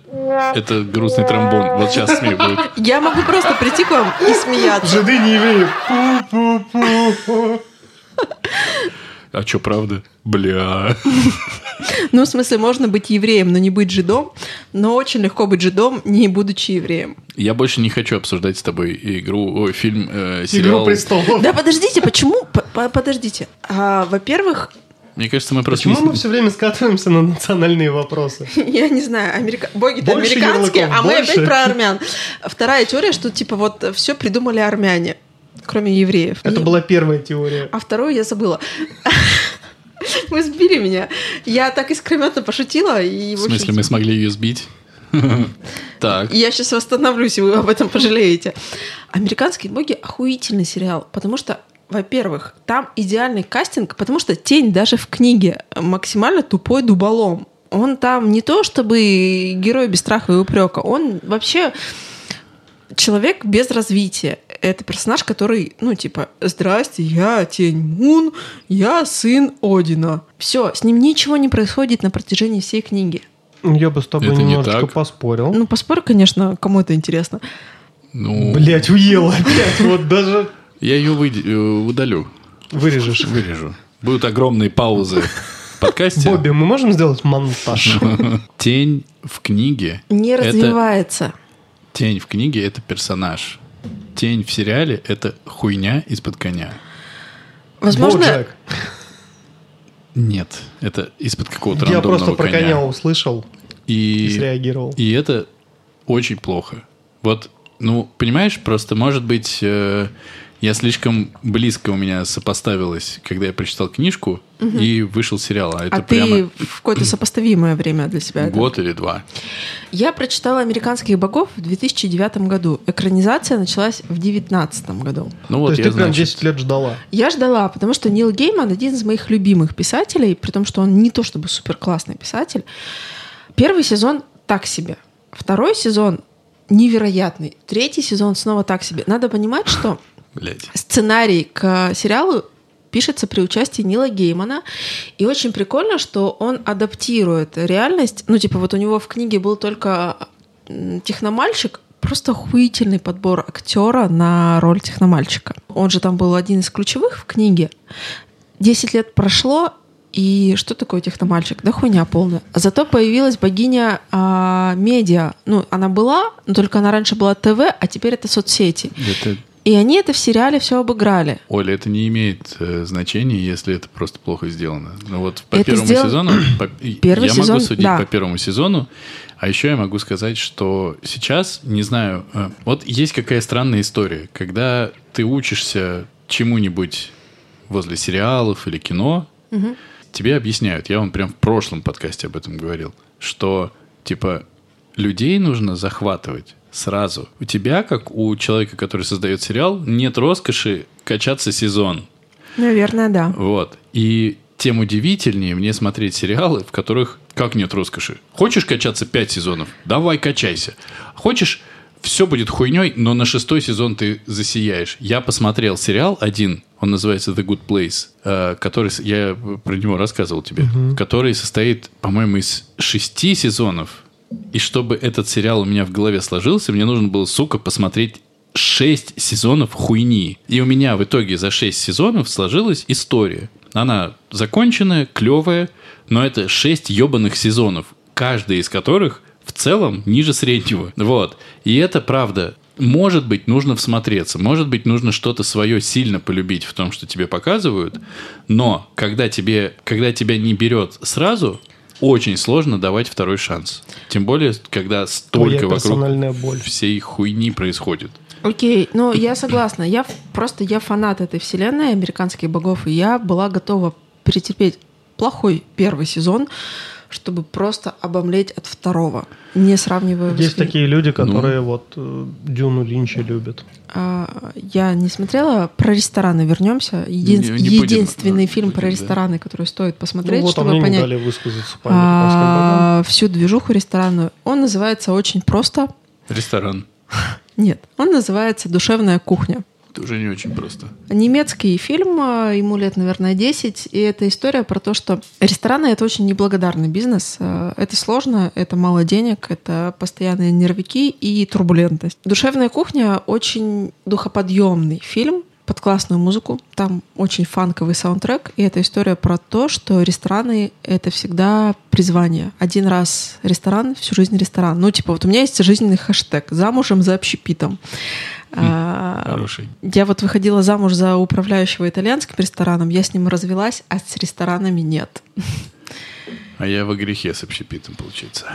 A: это грустный тромбон. Вот сейчас смех будет.
B: Я могу просто прийти к вам и смеяться.
C: Жиды не евреи. Пу-пу-пу.
A: А чё, правда? Бля.
B: Ну, в смысле, можно быть евреем, но не быть жидом, но очень легко быть жидом, не будучи евреем.
A: Я больше не хочу обсуждать с тобой игру, ой, фильм, э, сериал.
C: Игру престолов.
B: Да подождите, почему? П- п- Подождите. А, во-первых,
A: Мне кажется, мы просто...
C: Почему
A: не-
C: мы все время скатываемся на национальные вопросы?
B: я не знаю, америка... боги-то
C: Больше
B: американские,
C: ярлыков,
B: а мы
C: больше.
B: опять про армян. Вторая теория, что типа вот все придумали армяне, кроме евреев.
C: Это
B: И-
C: была первая теория.
B: А вторую я забыла. Вы сбили меня. Я так искрометно пошутила. И,
A: В
B: в общем,
A: смысле, мы смогли ее сбить? Так.
B: Я сейчас восстановлюсь, и вы об этом пожалеете. «Американские боги» — охуительный сериал, потому что во-первых, там идеальный кастинг, потому что тень даже в книге максимально тупой дуболом. Он там не то чтобы герой без страха и упрека, он вообще человек без развития. Это персонаж, который, ну, типа, «Здрасте, я Тень Мун, я сын Одина». Все, с ним ничего не происходит на протяжении всей книги.
C: Я бы с тобой
A: Это не
C: немножечко
A: так.
C: поспорил.
B: Ну, поспорь, конечно, кому это интересно.
A: Ну,
C: Блять, уела опять. Вот даже
A: я ее выйд- э, удалю.
C: вырежешь.
A: Вырежу. Будут огромные паузы в подкасте.
C: Бобби, мы можем сделать монтаж?
A: Тень в книге.
B: Не
A: это-
B: развивается.
A: Тень в книге это персонаж. Тень в сериале это хуйня из-под коня.
B: Возможно,
C: Боджек.
A: Нет, это из-под какого-то
C: Я
A: рандомного
C: просто про коня услышал и
A: И,
C: среагировал.
A: и это очень плохо. Вот, ну, понимаешь, просто, может быть, э, я слишком близко у меня сопоставилось, когда я прочитал книжку и вышел сериал. А это
B: а ты
A: прямо
B: в какое-то сопоставимое время для себя. это.
A: год или два.
B: Я прочитала «Американских богов» в 2009 году. Экранизация началась в 2019 году.
A: Ну
C: То
A: вот
C: есть
A: я,
C: ты прям
A: значит,
C: 10 лет ждала.
B: Я ждала, потому что Нил Гейман один из моих любимых писателей, при том, что он не то чтобы супер классный писатель. Первый сезон так себе. Второй сезон невероятный. Третий сезон снова так себе. Надо понимать, что
A: блядь.
B: сценарий к сериалу пишется при участии Нила Геймана. И очень прикольно, что он адаптирует реальность. Ну, типа, вот у него в книге был только м, техномальщик, просто охуительный подбор актера на роль техномальщика. Он же там был один из ключевых в книге. Десять лет прошло, и что такое техномальчик? Да хуйня полная. Зато появилась богиня а, медиа. Ну, она была, но только она раньше была ТВ, а теперь это соцсети.
A: Это,
B: И они это в сериале все обыграли.
A: Оля, это не имеет э, значения, если это просто плохо сделано. Ну вот по
B: Это
A: первому
B: сдел-
A: сезону по- и
B: Первый
A: я
B: сезон,
A: могу судить
B: да.
A: по первому сезону, а еще я могу сказать, что сейчас, не знаю, э, вот есть какая странная история, когда ты учишься чему-нибудь возле сериалов или кино, тебе объясняют, я вам прям в прошлом подкасте об этом говорил, что типа людей нужно захватывать сразу. У тебя, как у человека, который создает сериал, нет роскоши качаться сезон.
B: Наверное, да.
A: Вот. И тем удивительнее мне смотреть сериалы, в которых как нет роскоши. Хочешь качаться пять сезонов? Давай качайся. Хочешь, все будет хуйней, но на шестой сезон ты засияешь. Я посмотрел сериал один, он называется The Good Place, э, который, с- я про него рассказывал тебе, который состоит, по-моему, из шести сезонов. И чтобы этот сериал у меня в голове сложился, мне нужно было, сука, посмотреть 6 сезонов хуйни. И у меня в итоге за 6 сезонов сложилась история. Она законченная, клевая, но это 6 ебаных сезонов, каждый из которых в целом ниже среднего. Вот. И это правда. Может быть, нужно всмотреться, может быть, нужно что-то свое сильно полюбить в том, что тебе показывают, но когда, тебе, когда тебя не берет сразу, очень сложно давать второй шанс. Тем более, когда
C: Твоя
A: столько вокруг
C: персональная боль.
A: всей хуйни происходит.
B: Окей, ну я согласна. Я ф- просто я фанат этой вселенной американских богов, и я была готова перетерпеть плохой первый сезон, чтобы просто обомлеть от второго, не сравнивая.
C: Есть
B: воскре-
C: такие
A: Ну.
C: люди, которые вот э, Дюну Линча любят.
B: А, я не смотрела про рестораны. Вернемся. Един-
A: Не- не будем,
B: Единственный
A: да,
B: фильм
A: будем,
B: про
A: да.
B: рестораны, который стоит посмотреть,
C: ну вот, а
B: чтобы
C: мне не
B: понять.
C: дали высказаться по американским богам.
B: а, всю движуху ресторанную. Он называется очень просто.
A: Ресторан.
B: Нет, он называется «Душевная кухня».
A: Это уже не очень просто.
B: Немецкий фильм, а, ему лет, наверное, 10, и это история про то, что рестораны — это очень неблагодарный бизнес. А, Это сложно, это мало денег, это постоянные нервики и турбулентность. «Душевная кухня» — очень духоподъемный фильм, под классную музыку. Там очень фанковый саундтрек. И это история про то, что рестораны — это всегда призвание. Один раз ресторан, всю жизнь ресторан. Ну, типа, вот у меня есть жизненный хэштег «Замужем за общепитом». А,
A: Хороший.
B: я вот выходила замуж за управляющего итальянским рестораном, я с ним развелась, а с ресторанами нет.
A: А я во грехе с общепитом, получается.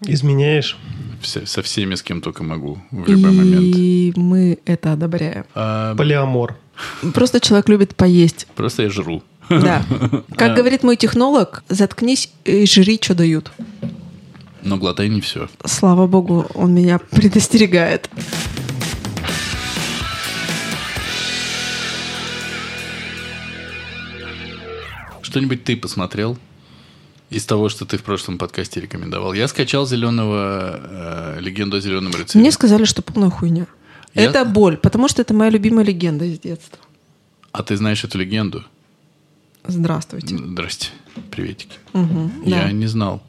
C: Изменяешь.
A: Вся- со всеми, с кем только могу в любой момент.
B: И мы это одобряем.
A: А,
C: Полиамор.
B: Просто человек любит поесть.
A: просто я жру.
B: Да. Как
A: А.
B: говорит мой технолог, заткнись и жри, что дают.
A: Но глотай не все.
B: Слава богу, он меня предостерегает.
A: Что-нибудь ты посмотрел из того, что ты в прошлом подкасте рекомендовал? Я скачал зеленого э, легенду о зеленом рыцаре.
B: Мне сказали, что полная хуйня.
A: Я-
B: Это боль, потому что это моя любимая легенда из детства.
A: А ты знаешь эту легенду?
B: Здравствуйте.
A: М, Здрасте, приветики.
B: Мгм, да.
A: Я не знал.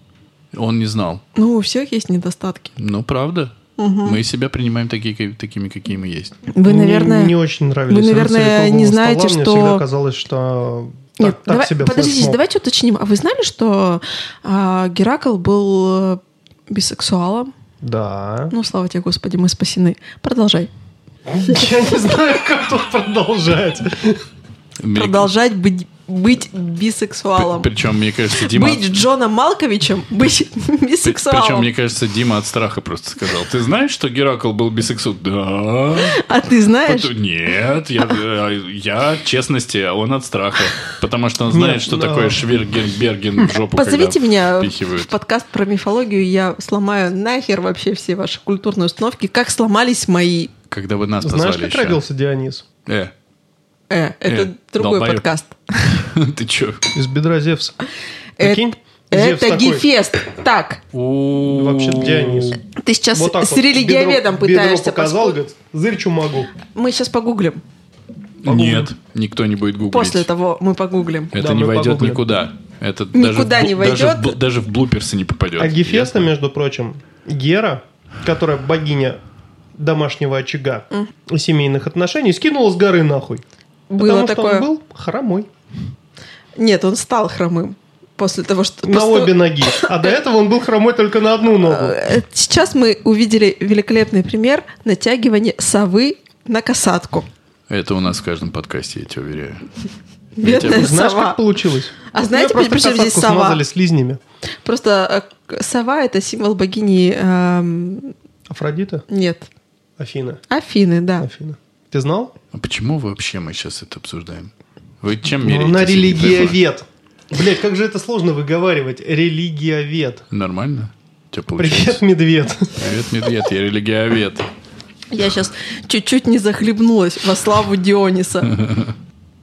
A: Он не знал.
B: Ну, у всех есть недостатки.
A: Ну, правда. Мы себя принимаем такие, ка- такими, какие мы есть.
B: Вы,
C: Мне
B: наверное...
C: Ну, не очень нравились.
B: вы,
C: рыцари
B: наверное,
C: круглого
B: не знаете,
C: стола. Мне
B: что-
C: всегда казалось, что так,
B: Нет,
C: так
B: давай-
C: себе
B: подождите,
C: флешмоб.
B: давайте уточним. А вы знали, что а, Геракл был э, бисексуалом?
C: Да.
B: Ну, слава тебе, Господи, мы спасены. Продолжай.
C: Я не знаю, как тут продолжать.
A: Мне-
B: Продолжать быть, быть
A: При-
B: бисексуалом.
A: Причем, мне кажется, Дима...
B: Быть Джоном Малковичем, быть
A: при-
B: бисексуалом.
A: Причем, мне кажется, Дима от страха просто сказал. Ты знаешь, что Геракл был бисексу? Да.
B: А ты знаешь?
A: Потом- Нет, я, э, я от честности, а он от страха. Потому что он знает,
C: Нет,
A: что
C: да.
A: такое Швергенберген в жопу,
B: Позовите
A: когда
B: меня
A: впихивают.
B: в подкаст про мифологию, я сломаю нахер вообще все ваши культурные установки, как сломались мои.
A: Когда вы нас
C: Знаешь,
A: позвали
C: как
A: еще.
C: родился Дионис?
A: Э,
B: Э, это
A: Э,
B: другой
A: долбоёб.
B: подкаст.
A: Э, ты чё?
C: Из бедра Зевса.
B: Э,
C: Прикинь, Зевс
B: Это
C: такой,
B: Гефест. Так,
A: Вообще
C: Ну, Вообще Дионис.
B: ты сейчас
C: Вот так
B: Э, с
C: вот,
B: религиоведом
C: бедро-
B: пытаешься
C: Бедро показал,
B: поспо-
C: говорит, зырчу могу.
B: Мы сейчас погуглим.
A: Нет, никто не будет гуглить.
B: После того мы погуглим.
A: Это
C: Да,
A: не
C: мы
A: войдет
C: погуглим.
A: никуда. Это даже,
B: Никуда
A: в бу-
B: не
A: даже, в
B: войдет.
A: бу- даже в блуперсы не попадет.
C: А
A: Ясно?
C: Гефеста, между прочим, Гера, которая богиня домашнего очага и семейных отношений, скинула с горы нахуй.
B: Было
C: потому
B: такое.
C: что он был хромой.
B: Нет, он стал хромым после того, что...
C: На
B: после-
C: обе ноги. А до этого он был хромой только на одну ногу.
B: Э, Сейчас мы увидели великолепный пример натягивания совы на касатку.
A: Это у нас в каждом подкасте, я тебя уверяю.
B: Бедная
C: Знаешь,
B: сова.
C: как получилось?
B: А знаете,
C: Её просто
B: причем здесь
C: касатку
B: сова?
C: смазали слизнями.
B: Просто э, к- сова — это символ богини... эм,
C: Афродита?
B: Нет,
C: Афина.
B: Афины, да.
C: Афина. Ты знал?
A: А почему вообще мы сейчас это обсуждаем? Вы чем
C: Ну,
A: меряетесь?
C: Она
A: я не пойму.
C: религиовед. Блять, как же это сложно выговаривать. Религиовед.
A: Нормально? У тебя
C: Привет,
A: получается?
C: медведь.
A: Привет, медведь, я религиовед.
B: Я сейчас чуть-чуть не захлебнулась во славу Диониса.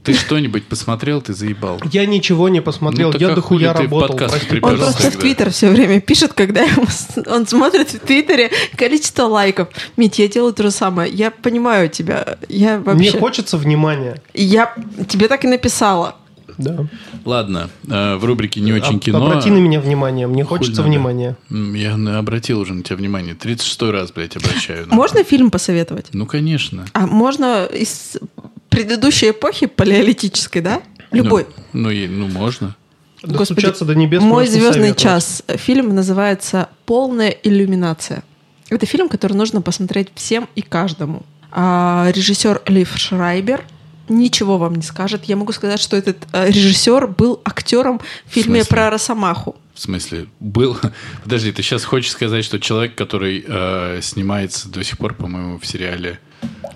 A: Ты что-нибудь посмотрел, ты заебал.
C: Я ничего не посмотрел,
A: Ну, так
C: я
A: а
C: дохуя
A: хули ты в
C: работал.
A: подкаст
C: прости,
A: припёрся?
B: Он
A: Пожалуйста,
B: просто в
A: да.
B: Твиттер все время пишет, когда ему с- он смотрит в Твиттере количество лайков. Мить, я делаю то же самое. Я понимаю тебя. Я
C: Мне
B: вообще...
C: хочется внимания.
B: Я тебе так и написала.
C: Да.
A: Ладно, э, в рубрике «Не очень
C: Об-
A: кино».
C: А, Обрати на меня внимание, мне
A: Хуй
C: хочется
A: надо.
C: внимания.
A: М, Я на- обратил уже на тебя внимание. 36 раз, блядь, обращаю. на-
B: Можно фильм посоветовать?
A: Ну, конечно.
B: А можно из предыдущей эпохи палеолитической, да? Любой.
A: Ну, ну, и- ну можно.
B: Господи,
C: Достучаться до небес.
B: Мой
C: можешь не
B: звездный
C: советовать.
B: час. Фильм называется Полная иллюминация. Это фильм, который нужно посмотреть всем и каждому. А, режиссер Лив Шрайбер ничего вам не скажет. Я могу сказать, что этот э, режиссер был актером в фильме
A: смысле?
B: про Росомаху.
A: В смысле, был... Подожди, ты сейчас хочешь сказать, что человек, который э, снимается до сих пор, по-моему, в сериале...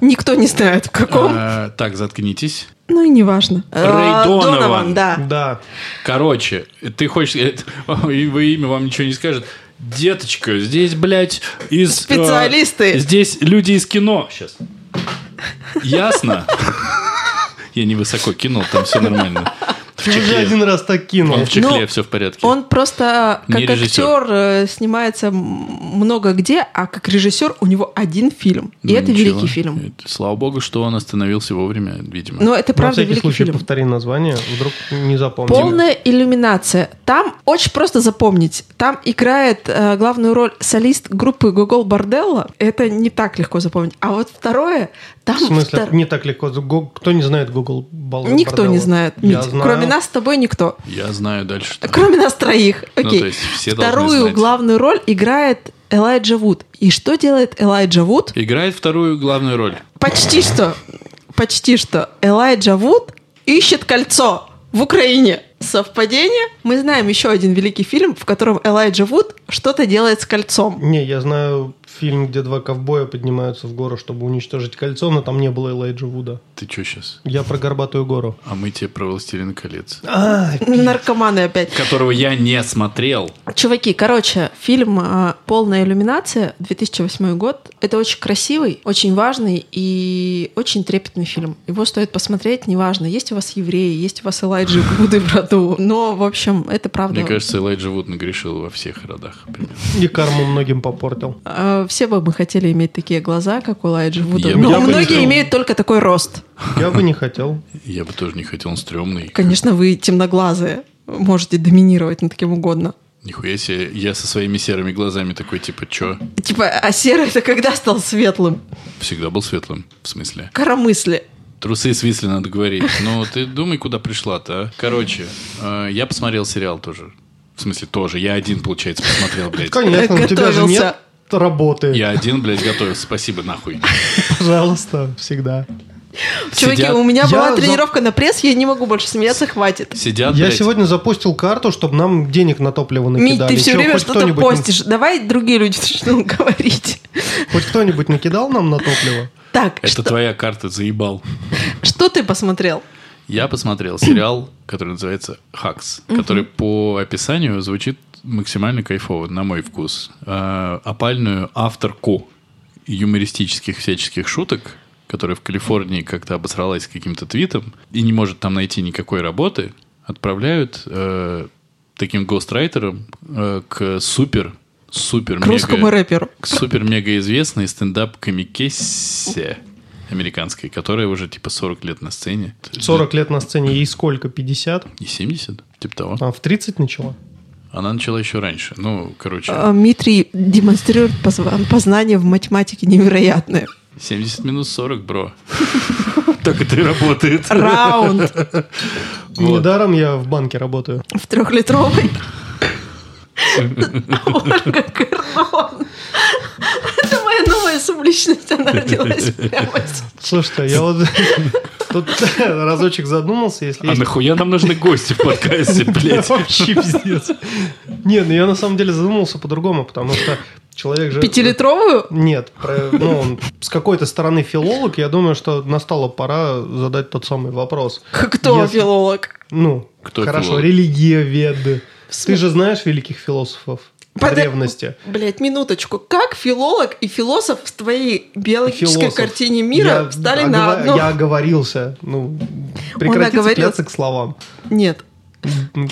B: Никто не знает, в каком.
A: э, так, заткнитесь.
B: Ну и неважно. А,
A: Донован.
B: да.
C: Да.
A: Короче, ты хочешь... сказать, и его имя вам ничего не скажет. Деточка, здесь, блядь, из... э,
B: Специалисты.
A: здесь люди из кино. Сейчас. Ясно? Я не высоко кинул, там все нормально. В
C: Чего же
A: чехле.
C: один раз так кинул?
A: Он в чехле,
B: Ну,
A: все в порядке.
B: Он просто а,
A: Не
B: как
A: режиссер.
B: актер э, снимается м- много где, а как режиссер у него один фильм. И
A: Ну,
B: это
A: ничего.
B: великий фильм. Ну,
A: Это- Слава богу, что он остановился вовремя, видимо.
B: Но это
C: На
B: правда
C: всякий
B: великий
C: случай
B: фильм.
C: повтори название, вдруг не запомним.
B: Полная иллюминация. Там очень просто запомнить. Там играет э, главную роль солист группы Гогол Борделла. Это не так легко запомнить. А вот второе, там
C: В смысле,
B: втор-
C: не так легко. Го- Кто не знает Google Балл?
B: никто не знает.
C: Я
B: Мить.
C: знаю.
B: Кроме нас с тобой никто.
A: Я знаю дальше, что...
B: Кроме нас троих.
A: Ну,
B: Окей.
A: то есть все должны
B: Вторую
A: знать.
B: главную роль играет Элайджа Вуд. И что делает Элайджа Вуд?
A: Играет вторую главную роль.
B: Почти что, почти что. Элайджа Вуд ищет кольцо в Украине. Совпадение? Мы знаем еще один великий фильм, в котором Элайджа Вуд что-то делает с кольцом.
C: Не, я знаю фильм, где два ковбоя поднимаются в гору, чтобы уничтожить кольцо, но там не было Элайджа Вуда.
A: Ты что сейчас?
C: Я про горбатую гору.
A: А мы тебе про «Властелин колец».
C: А,
B: Наркоманы опять.
A: Которого я не смотрел.
B: Чуваки, короче, фильм э, «Полная иллюминация», 2008 год. Это очень красивый, очень важный и очень трепетный фильм. Его стоит посмотреть, неважно, есть у вас евреи, есть у вас Элайджи Вуды в роду. Но, в общем, это правда.
A: Мне кажется, Элайджа Вуд нагрешил во всех родах. примерно.
C: и карму многим попортил.
B: А, Все бы мы хотели иметь такие глаза, как у Элайджи Вуда.
A: Я бы
B: Но
C: не
B: многие
C: хотел.
B: имеют только такой рост.
C: Я бы не хотел.
A: Я бы тоже не хотел, он стрёмный.
B: Конечно, вы темноглазые можете доминировать над кем угодно.
A: Нихуя себе, я со своими серыми глазами такой, типа, чё?
B: Типа, а серый это когда стал светлым?
A: Всегда был светлым, в смысле.
B: Коромысли.
A: Трусы свисли, надо говорить. Ну, ты думай, куда пришла-то, а? Короче, э, я посмотрел сериал тоже. В смысле, тоже. Я один, получается, посмотрел, блядь.
C: Конечно, у тебя же
B: Готовился.
C: нет работы.
A: Я один, блядь, готовился. Спасибо, нахуй.
C: Пожалуйста, всегда.
B: Чуваки,
A: Сидят-
B: у меня
C: Я
B: была
C: за-
B: тренировка на пресс, я не могу больше смеяться, хватит.
A: Сидят,
C: Я
A: блядь,
C: сегодня запустил карту, чтобы нам денег на топливо
B: Мить,
C: накидали.
B: ты все
C: Чё,
B: время
C: хоть
B: что-то
C: кто-нибудь- ну.
B: постишь. Давай другие люди начнут говорить.
C: Хоть кто-нибудь накидал нам на топливо?
B: Так,
A: Это
B: что,
A: твоя карта, заебал.
B: что ты посмотрел?
A: Я посмотрел сериал, который называется «Хакс», который по описанию звучит максимально кайфово, на мой вкус. Э, Опальную авторку юмористических всяческих шуток, которая в Калифорнии как-то обосралась каким-то твитом и не может там найти никакой работы, отправляют э, таким гострайтером э, к супер супер
B: К русскому рэперу.
A: к супер-мега известной стендап-комикессе американской, которая уже типа 40 лет на сцене.
C: 40 лет на сцене, ей сколько? 50?
A: И 70, типа того.
C: А в 30 начала?
A: Она начала еще раньше. Ну, короче,
B: А, Митрий демонстрирует позва- познание в математике невероятное.
A: 70 минус 40, бро. Так это и работает.
B: Раунд
A: Вот.
C: Недаром я в банке работаю.
B: в трехлитровой. Ольга Корнон. Это моя новая субличность, она родилась прямо сейчас.
C: Слушайте, я вот тут разочек задумался, если
A: А
C: есть...
A: нахуя нам нужны гости в подкасте, блядь?
C: Вообще пиздец. Не, ну я на самом деле задумался по-другому, потому что человек же...
B: Пятилитровую?
C: Нет, про- ну, он с какой-то стороны филолог, я думаю, что настала пора задать тот самый вопрос.
B: Кто
C: Если-
B: филолог?
C: Ну,
A: Кто
C: хорошо,
A: филолог?
C: религиоведы.
B: смы-
C: Ты же знаешь великих философов
B: Под-
C: древности.
B: Блять, минуточку. Как филолог и философ в твоей биологической
C: Философ.
B: картине мира
C: Я
B: встали на
C: огова-
B: одно?
C: Я оговорился. Ну, прекрати
B: оговорился.
C: цепляться к словам. Ну,
B: Нет.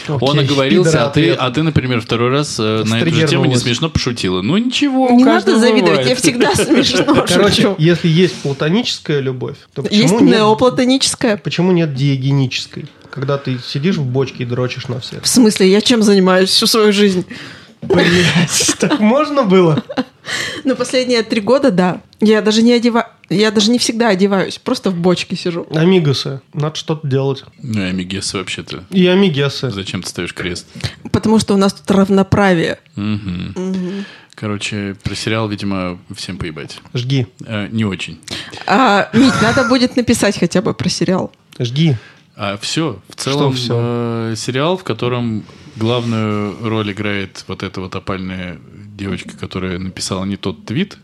A: Он
C: Окей,
A: оговорился, а ты,
C: пидорответ.
A: а ты, например, второй раз э, на эту же тему не
C: Стригернулась.
A: смешно пошутила. Ну ничего, у
B: Не
A: каждого
B: надо завидовать,
A: бывает.
B: я всегда смешно
C: Короче,
B: шучу.
C: если есть платоническая любовь, то почему
B: Есть
C: нет-
B: неоплатоническая?
C: Почему нет диагенической? Когда ты сидишь в бочке и дрочишь на всех.
B: В смысле, я чем занимаюсь всю свою жизнь?
C: Блять, так можно было?
B: Ну, последние три года, да. Я даже не одеваю, я даже не всегда одеваюсь, просто в бочке сижу.
C: Амигасы, надо что-то делать.
A: Ну, и Амигес вообще-то.
C: И амигесы.
A: Зачем ты ставишь крест?
B: Потому что у нас тут равноправие.
A: Мгм. Короче, про сериал, видимо, всем поебать.
C: Жги,
A: Э, не очень.
B: А, Мить, надо будет написать хотя бы про сериал.
C: жги.
A: А все, в целом
C: всё?
A: э, сериал, в котором главную роль играет вот эта вот опальная девочка, которая написала не тот твит.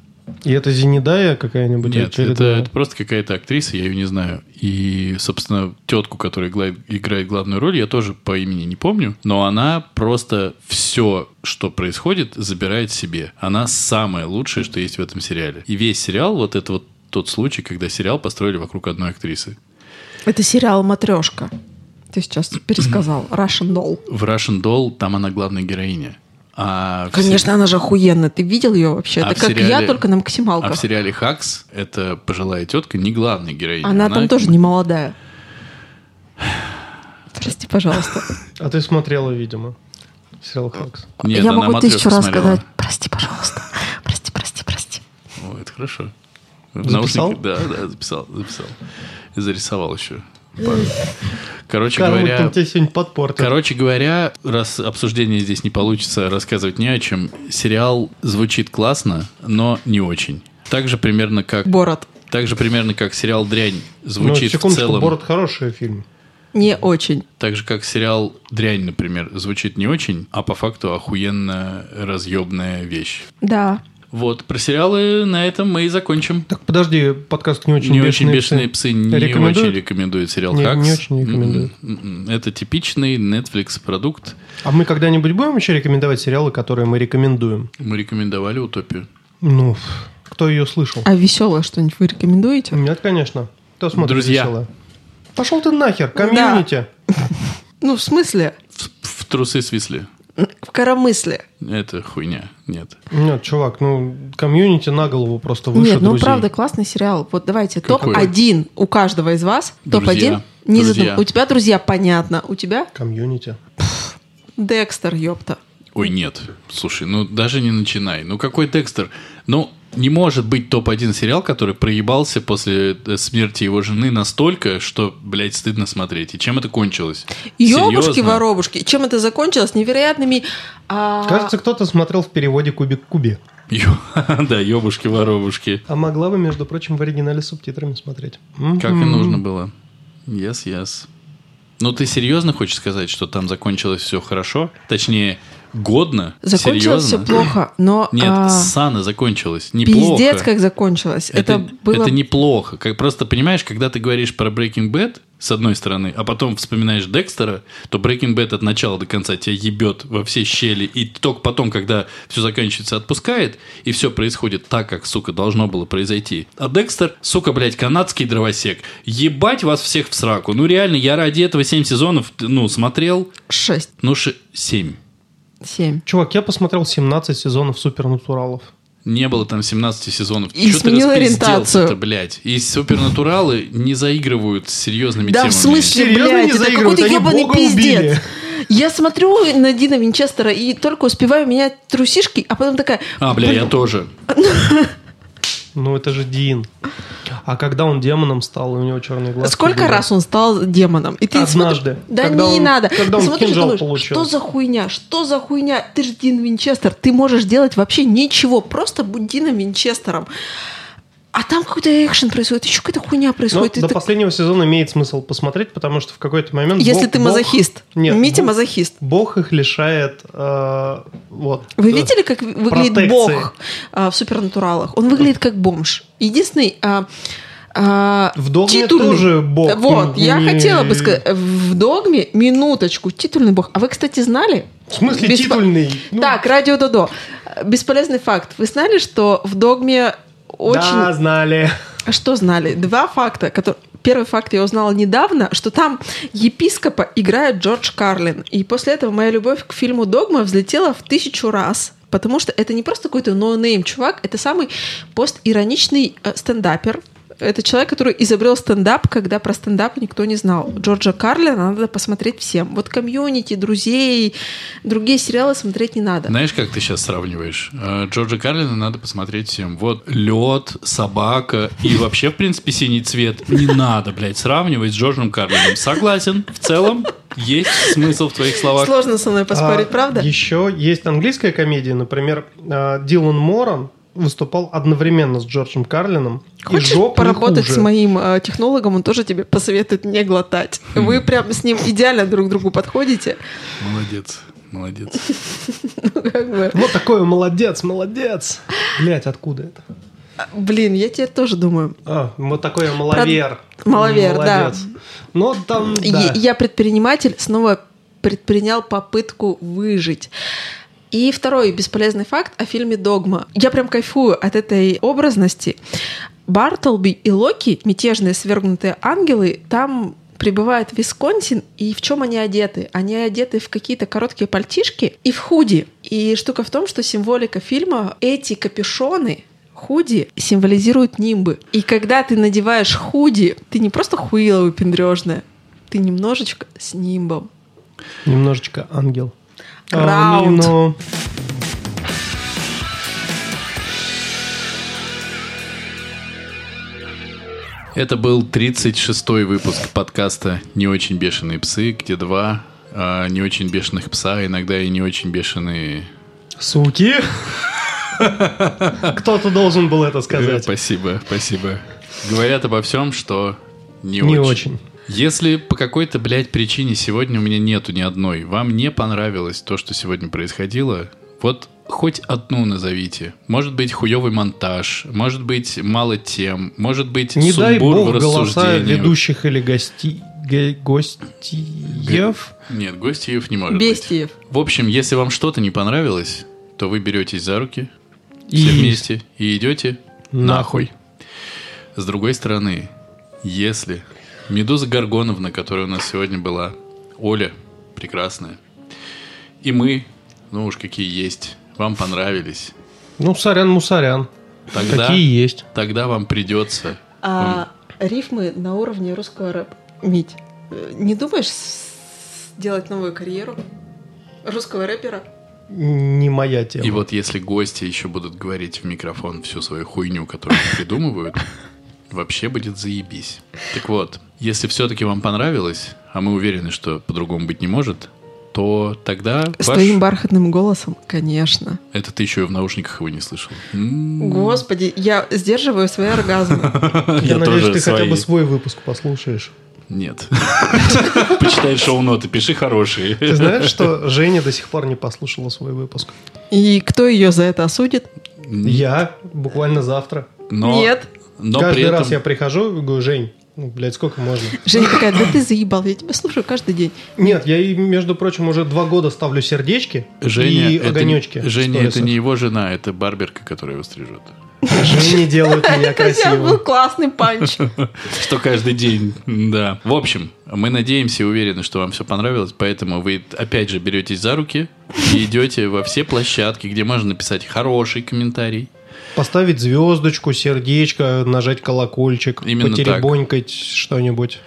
C: И это Зенидая какая-нибудь?
A: Нет, это,
C: очередная?
A: это просто какая-то актриса, я ее не знаю. И, собственно, тетку, которая игла- играет главную роль, я тоже по имени не помню, но она просто все, что происходит, забирает себе. Она самое лучшее, что есть в этом сериале. И весь сериал, вот это вот тот случай, когда сериал построили вокруг одной актрисы.
B: Это сериал «Матрешка». Ты сейчас пересказал. Russian Doll.
A: В Russian Doll там она главная героиня. А в
B: Конечно, она же охуенная. Ты видел ее вообще?
A: А
B: Это
A: в
B: как я,
A: сериале-
B: только на
A: А в
B: максималках.
A: сериале «Хакс» это пожилая тетка, не главная героиня.
B: Она там тоже не молодая. Прости, пожалуйста.
C: А ты смотрела, видимо, сериал «Хакс».
A: Нет,
B: я
A: она
B: могу
A: «Матрешку»
B: тысячу раз
A: смотрела.
B: сказать. Прости, пожалуйста. Прости, прости, прости.
A: О, это хорошо. В
C: Записал?
A: наушниках- Да, да, записал, записал. И зарисовал еще. Короче
C: Как будто он
A: говоря,
C: тебя сегодня подпортил.
A: короче говоря, раз обсуждение здесь не получится, рассказывать не о чем. Сериал звучит классно, но не очень. Так же примерно как,
B: Борот.
A: так же примерно как сериал «Дрянь»
C: Ну,
A: звучит в
C: секундочку,
A: целом.
C: «Бород» хороший фильм.
B: Не очень.
A: Так же, как сериал «Дрянь», например, звучит не очень, а по факту охуенно разъебная вещь.
B: Да.
A: Вот, про сериалы на этом мы и закончим.
C: Так, подожди, подкаст «Не очень
A: не
C: бешеные
A: очень бешеные
C: псы».
A: псы, не
C: Рекомендуют?
A: очень рекомендует сериал
C: Не- не
A: «Хакс».
C: очень рекомендуют.
A: М-м, м-м. Это типичный Netflix продукт.
C: А мы когда-нибудь будем еще рекомендовать сериалы, которые мы рекомендуем?
A: Мы рекомендовали «Утопию».
C: Ну, ф, кто ее слышал?
B: А веселое что-нибудь вы рекомендуете?
C: Нет, конечно. Кто смотрит
A: Друзья.
C: весело? Пошел ты нахер, комьюнити.
B: Ну, в смысле?
A: В, в трусы свисли.
B: В коромысле.
A: Это хуйня. Нет.
C: Нет, чувак, ну, комьюнити на голову просто выше
B: Нет, ну
C: друзей.
B: правда, классный сериал. Вот давайте
A: Какой?
B: топ-1 у каждого из вас.
A: Друзья.
B: Топ-1. Не
A: Друзья.
B: задум- У тебя друзья, понятно. У тебя
C: Комьюнити.
B: Декстер, ёпта.
A: Ой, нет. Слушай, ну даже не начинай. Ну какой Декстер? Ну, не может быть топ-1 сериал, который проебался после э, смерти его жены настолько, что, блядь, стыдно смотреть. И чем это кончилось? Серьезно?
B: Ёбушки-воробушки. Чем это закончилось? Невероятными... а,
C: Кажется, кто-то смотрел в переводе «Кубик Куби».
A: Ё- Да, ёбушки-воробушки.
C: А могла бы, между прочим, в оригинале с субтитрами смотреть. М?
A: Как и нужно было. Yes, yes. Ну, ты серьезно хочешь сказать, что там закончилось все хорошо? Точнее, годно?
B: Закончилось все
A: Серьезно?
B: плохо, но...
A: Нет,
B: а,
A: сана закончилось. Неплохо.
B: Пиздец, как закончилось. Это, было...
A: это неплохо. Как, просто понимаешь, когда ты говоришь про Breaking Bad, с одной стороны, а потом вспоминаешь Декстера, то Breaking Bad от начала до конца тебя ебет во все щели, и только потом, когда все заканчивается, отпускает, и все происходит так, как, сука, должно было произойти. А Декстер, сука, блядь, канадский дровосек. Ебать вас всех в сраку. Ну реально, я ради этого 7 сезонов, ну, смотрел,
B: 6,
A: ну, 7.
B: 7.
C: Чувак, я посмотрел 17 сезонов «Супернатуралов».
A: Не было там 17 сезонов.
B: И
A: Чё ты
B: сменил
A: распизделся-то,
B: ориентацию.
A: блядь. И супернатуралы не заигрывают с серьезными
B: Да,
A: темами.
B: в смысле,
C: Серьезно не
B: блядь, это
C: заигрывают?
B: какой-то
C: Они
B: ебаный
C: Бога
B: пиздец.
C: убили.
B: Я смотрю на Дина Винчестера и только успеваю менять трусишки, а потом такая...
A: А, бля, я тоже.
C: Ну, это же Дин. А когда он демоном стал, и у него черные глаза.
B: Сколько раз он стал демоном? И ты
C: Однажды,
B: смотришь- да
C: когда
B: не
C: он-
B: надо.
C: когда
B: Ты
C: он
B: смотришь и
C: кинжал
B: думаешь,
C: получил.
B: Что за хуйня? Что за хуйня? Ты же Дин Винчестер. Ты можешь делать вообще ничего. Просто будь Дином Винчестером. А там какой-то экшен происходит, еще какая-то хуйня
C: Но
B: происходит. И
C: Ну, до
B: так-
C: последнего сезона имеет смысл посмотреть, потому что в какой-то момент...
B: Если
C: Бог-
B: ты
C: Бог-
B: мазохист.
C: Нет,
B: Митя
C: Бог-
B: мазохист.
C: Бог их лишает... э, вот.
B: Вы
C: Э,
B: видели, как выглядит
C: протекции.
B: бог а, в супернатуралах? Он выглядит как бомж. Единственный... а, а,
C: В «Догме»
B: титульный.
C: тоже бог.
B: Вот, я
C: Не-
B: хотела бы сказать, в догме, минуточку, титульный бог. А вы, кстати, знали?
C: В смысле
B: Беспо-
C: титульный? Ну,
B: Так, радио Додо. Бесполезный факт. Вы знали, что в догме
C: Да,
B: очень...
C: знали.
B: Что знали? Два факта, которые... Первый факт я узнала недавно, что там епископа играет Джордж Карлин. И после этого моя любовь к фильму «Догма» взлетела в тысячу раз. Потому что это не просто какой-то ноунейм чувак, это самый постироничный э, стендапер. Это человек, который изобрел стендап, когда про стендап никто не знал. Джорджа Карлина надо посмотреть всем. Вот комьюнити, друзей, другие сериалы смотреть не надо.
A: Знаешь, как ты сейчас сравниваешь? Э, Джорджа Карлина надо посмотреть всем. Вот лед, собака и вообще, в принципе, синий цвет. Не надо, блядь, сравнивать с Джорджем Карлином. Согласен. В целом, есть смысл в твоих словах.
B: Сложно со мной поспорить,
C: А,
B: правда?
C: Еще есть английская комедия, например, а, Дилан Моран выступал одновременно с Джорджем Карлином. и
B: Хочешь
C: жопа не
B: поработать с
C: хуже.
B: моим э, технологом, он тоже тебе посоветует не глотать. Вы прям с ним идеально друг к другу подходите.
A: Молодец, молодец.
B: Ну, как бы.
C: Вот такой молодец, молодец. Блять, откуда это?
B: А, Блин, я тебе тоже думаю.
C: А, вот такой я маловер.
B: Про- маловер, да.
C: Молодец. Но там,
B: Е-
C: да.
B: Я предприниматель, снова предпринял попытку выжить. И второй бесполезный факт о фильме «Догма». Я прям кайфую от этой образности. Бартлби и Локи, мятежные свергнутые ангелы, там прибывает в Висконсин, и в чем они одеты? Они одеты в какие-то короткие пальтишки и в худи. И штука в том, что символика фильма — эти капюшоны худи символизируют нимбы. И когда ты надеваешь худи, ты не просто хуила выпендрежная, ты немножечко с нимбом.
C: Немножечко ангел.
B: Раунд.
C: А, ну,
A: Это был 36-й выпуск подкаста «Не очень бешеные псы», где два а, не очень бешеных пса, иногда и не очень бешеные...
C: Суки. Кто-то должен был это сказать.
A: Спасибо, спасибо. Говорят обо всем, что не,
C: Не очень.
A: Если по какой-то, блядь, причине сегодня у меня нету ни одной, вам не понравилось то, что сегодня происходило, вот хоть одну назовите. Может быть, хуёвый монтаж, может быть, мало тем, может быть,
C: Не
A: сумбур
C: дай бог
A: в
C: голоса
A: рассуждениях.
C: ведущих или гостей. Гостиев.
A: Нет, гостиев не может быть.
F: Бестиев.
A: В общем, если вам что-то не понравилось, то вы беретесь за руки все
C: И
A: вместе и идете
C: нахуй.
A: С другой стороны, если Медуза Горгоновна, которая у нас сегодня была, Оля, прекрасная, и мы, ну уж какие есть, вам понравились,
C: Ну, сорян-мусорян.
A: Тогда-
C: Такие есть.
A: тогда вам придется...
F: А,
B: Рифмы на уровне русского рэп. Мить, э, не думаешь сделать новую карьеру русского рэпера?
C: Не моя тема.
A: И вот если гости еще будут говорить в микрофон всю свою хуйню, которую они придумывают, вообще будет заебись. Так вот, если все-таки вам понравилось, а мы уверены, что по-другому быть не может, то тогда
B: С
A: ваш-
B: твоим бархатным голосом, конечно.
A: Это ты еще и в наушниках его не слышал. М.
B: Господи, я сдерживаю свои оргазмы.
C: Я, надеюсь, ты хотя
A: свои.
C: бы свой выпуск послушаешь.
A: Нет. Почитай шоу-ноты, пиши хорошие.
C: Ты знаешь, что Женя до сих пор не послушала свой выпуск?
B: И кто ее за это осудит?
C: Я буквально завтра.
A: Но-
B: Нет.
A: Но при
C: Каждый раз я
A: этом...
C: прихожу и говорю, Жень, ну, блядь, сколько можно?
B: Женя такая, да ты заебал, я тебя слушаю каждый день.
C: Нет, я, и, между прочим, уже два года ставлю сердечки и
A: Женя,
C: огонечки.
A: это,
C: в
A: Женя это
C: сторисах.
A: не его жена, это барберка, которая его стрижет.
C: Женя делает меня
B: Хотя был
C: красивым.
B: классный панч.
A: Что каждый день, да. В общем, мы надеемся и уверены, что вам все понравилось, поэтому вы опять же беретесь за руки и идете во все площадки, где можно написать хороший комментарий.
C: Поставить звездочку, сердечко, нажать колокольчик,
A: Именно
C: потеребонькать что-нибудь.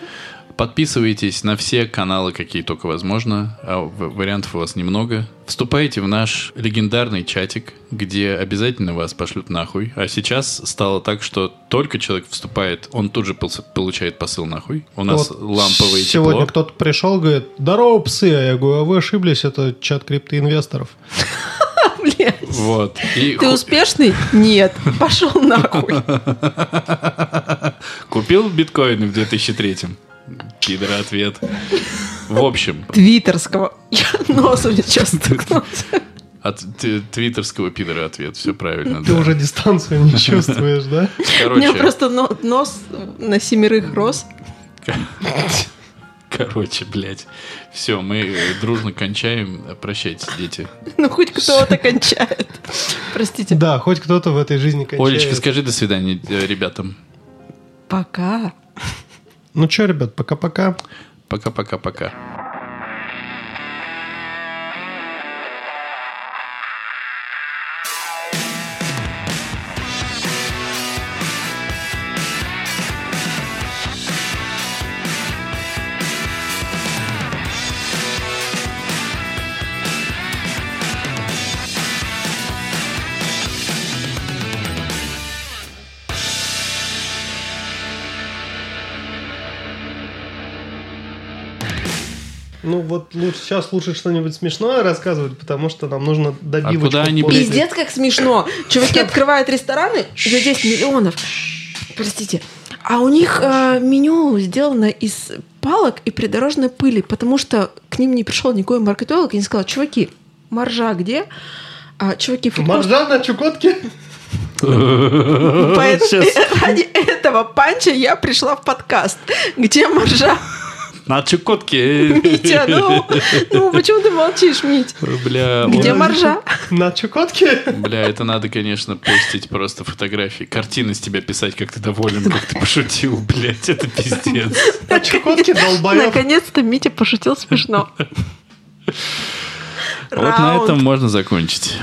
A: Подписывайтесь на все каналы, какие только возможно. А в- вариантов у вас немного. Вступайте в наш легендарный чатик, где обязательно вас пошлют нахуй. А сейчас стало так, что только человек вступает, он тут же пос- получает посыл нахуй. У нас
C: Вот
A: ламповое
C: Сегодня
A: тепло.
C: кто-то пришел, говорит, здорово, псы. А я говорю, а вы ошиблись, это чат криптоинвесторов.
B: Блядь.
A: Вот. И
B: Ты
A: ху-
B: успешный? Нет. Пошел нахуй.
A: купил биткоины в 2003-м? Пидор ответ. В общем,
B: Твиттерского. Я носом сейчас стукнулся.
A: от т- твиттерского пидора ответ. Все правильно.
C: Ты
A: да.
C: уже дистанцию не чувствуешь, да?
B: У меня
A: Короче,
B: просто но- нос на семерых рос.
A: Короче, блядь. Все, мы э, дружно кончаем. Прощайте, дети.
B: Ну, хоть кто-то кончает. Простите.
C: Да, хоть кто-то в этой жизни
A: Олечка,
C: кончает.
A: скажи до свидания э, ребятам.
B: Пока.
C: Ну что, ребят, пока-пока.
A: Пока-пока-пока.
C: Ну вот лучше, сейчас лучше что-нибудь смешное рассказывать, потому что нам нужно добивочку.
A: А куда они,
C: после.
A: блядь,
B: Пиздец, как смешно. Чуваки открывают рестораны за 10 миллионов. Простите. А у них э, меню сделано из палок и придорожной пыли, потому что к ним не пришел никакой маркетолог и не сказал, чуваки, маржа где? А, чуваки, фрукты
C: Маржа на Чукотке?
B: Поэтому ради этого панча я пришла в подкаст. Где маржа?
A: На Чукотке.
B: Митя, ну, ну почему ты молчишь, Мить?
A: Бля,
B: Где
A: он-
B: маржа?
C: На Чукотке?
A: бля, это надо, конечно, постить просто фотографии. Картины с тебя писать, как ты доволен, как ты пошутил, блядь, это пиздец.
C: На Чукотке долбоёб.
B: Наконец-то Митя пошутил смешно.
A: Вот на
B: Раунд.
A: этом можно закончить.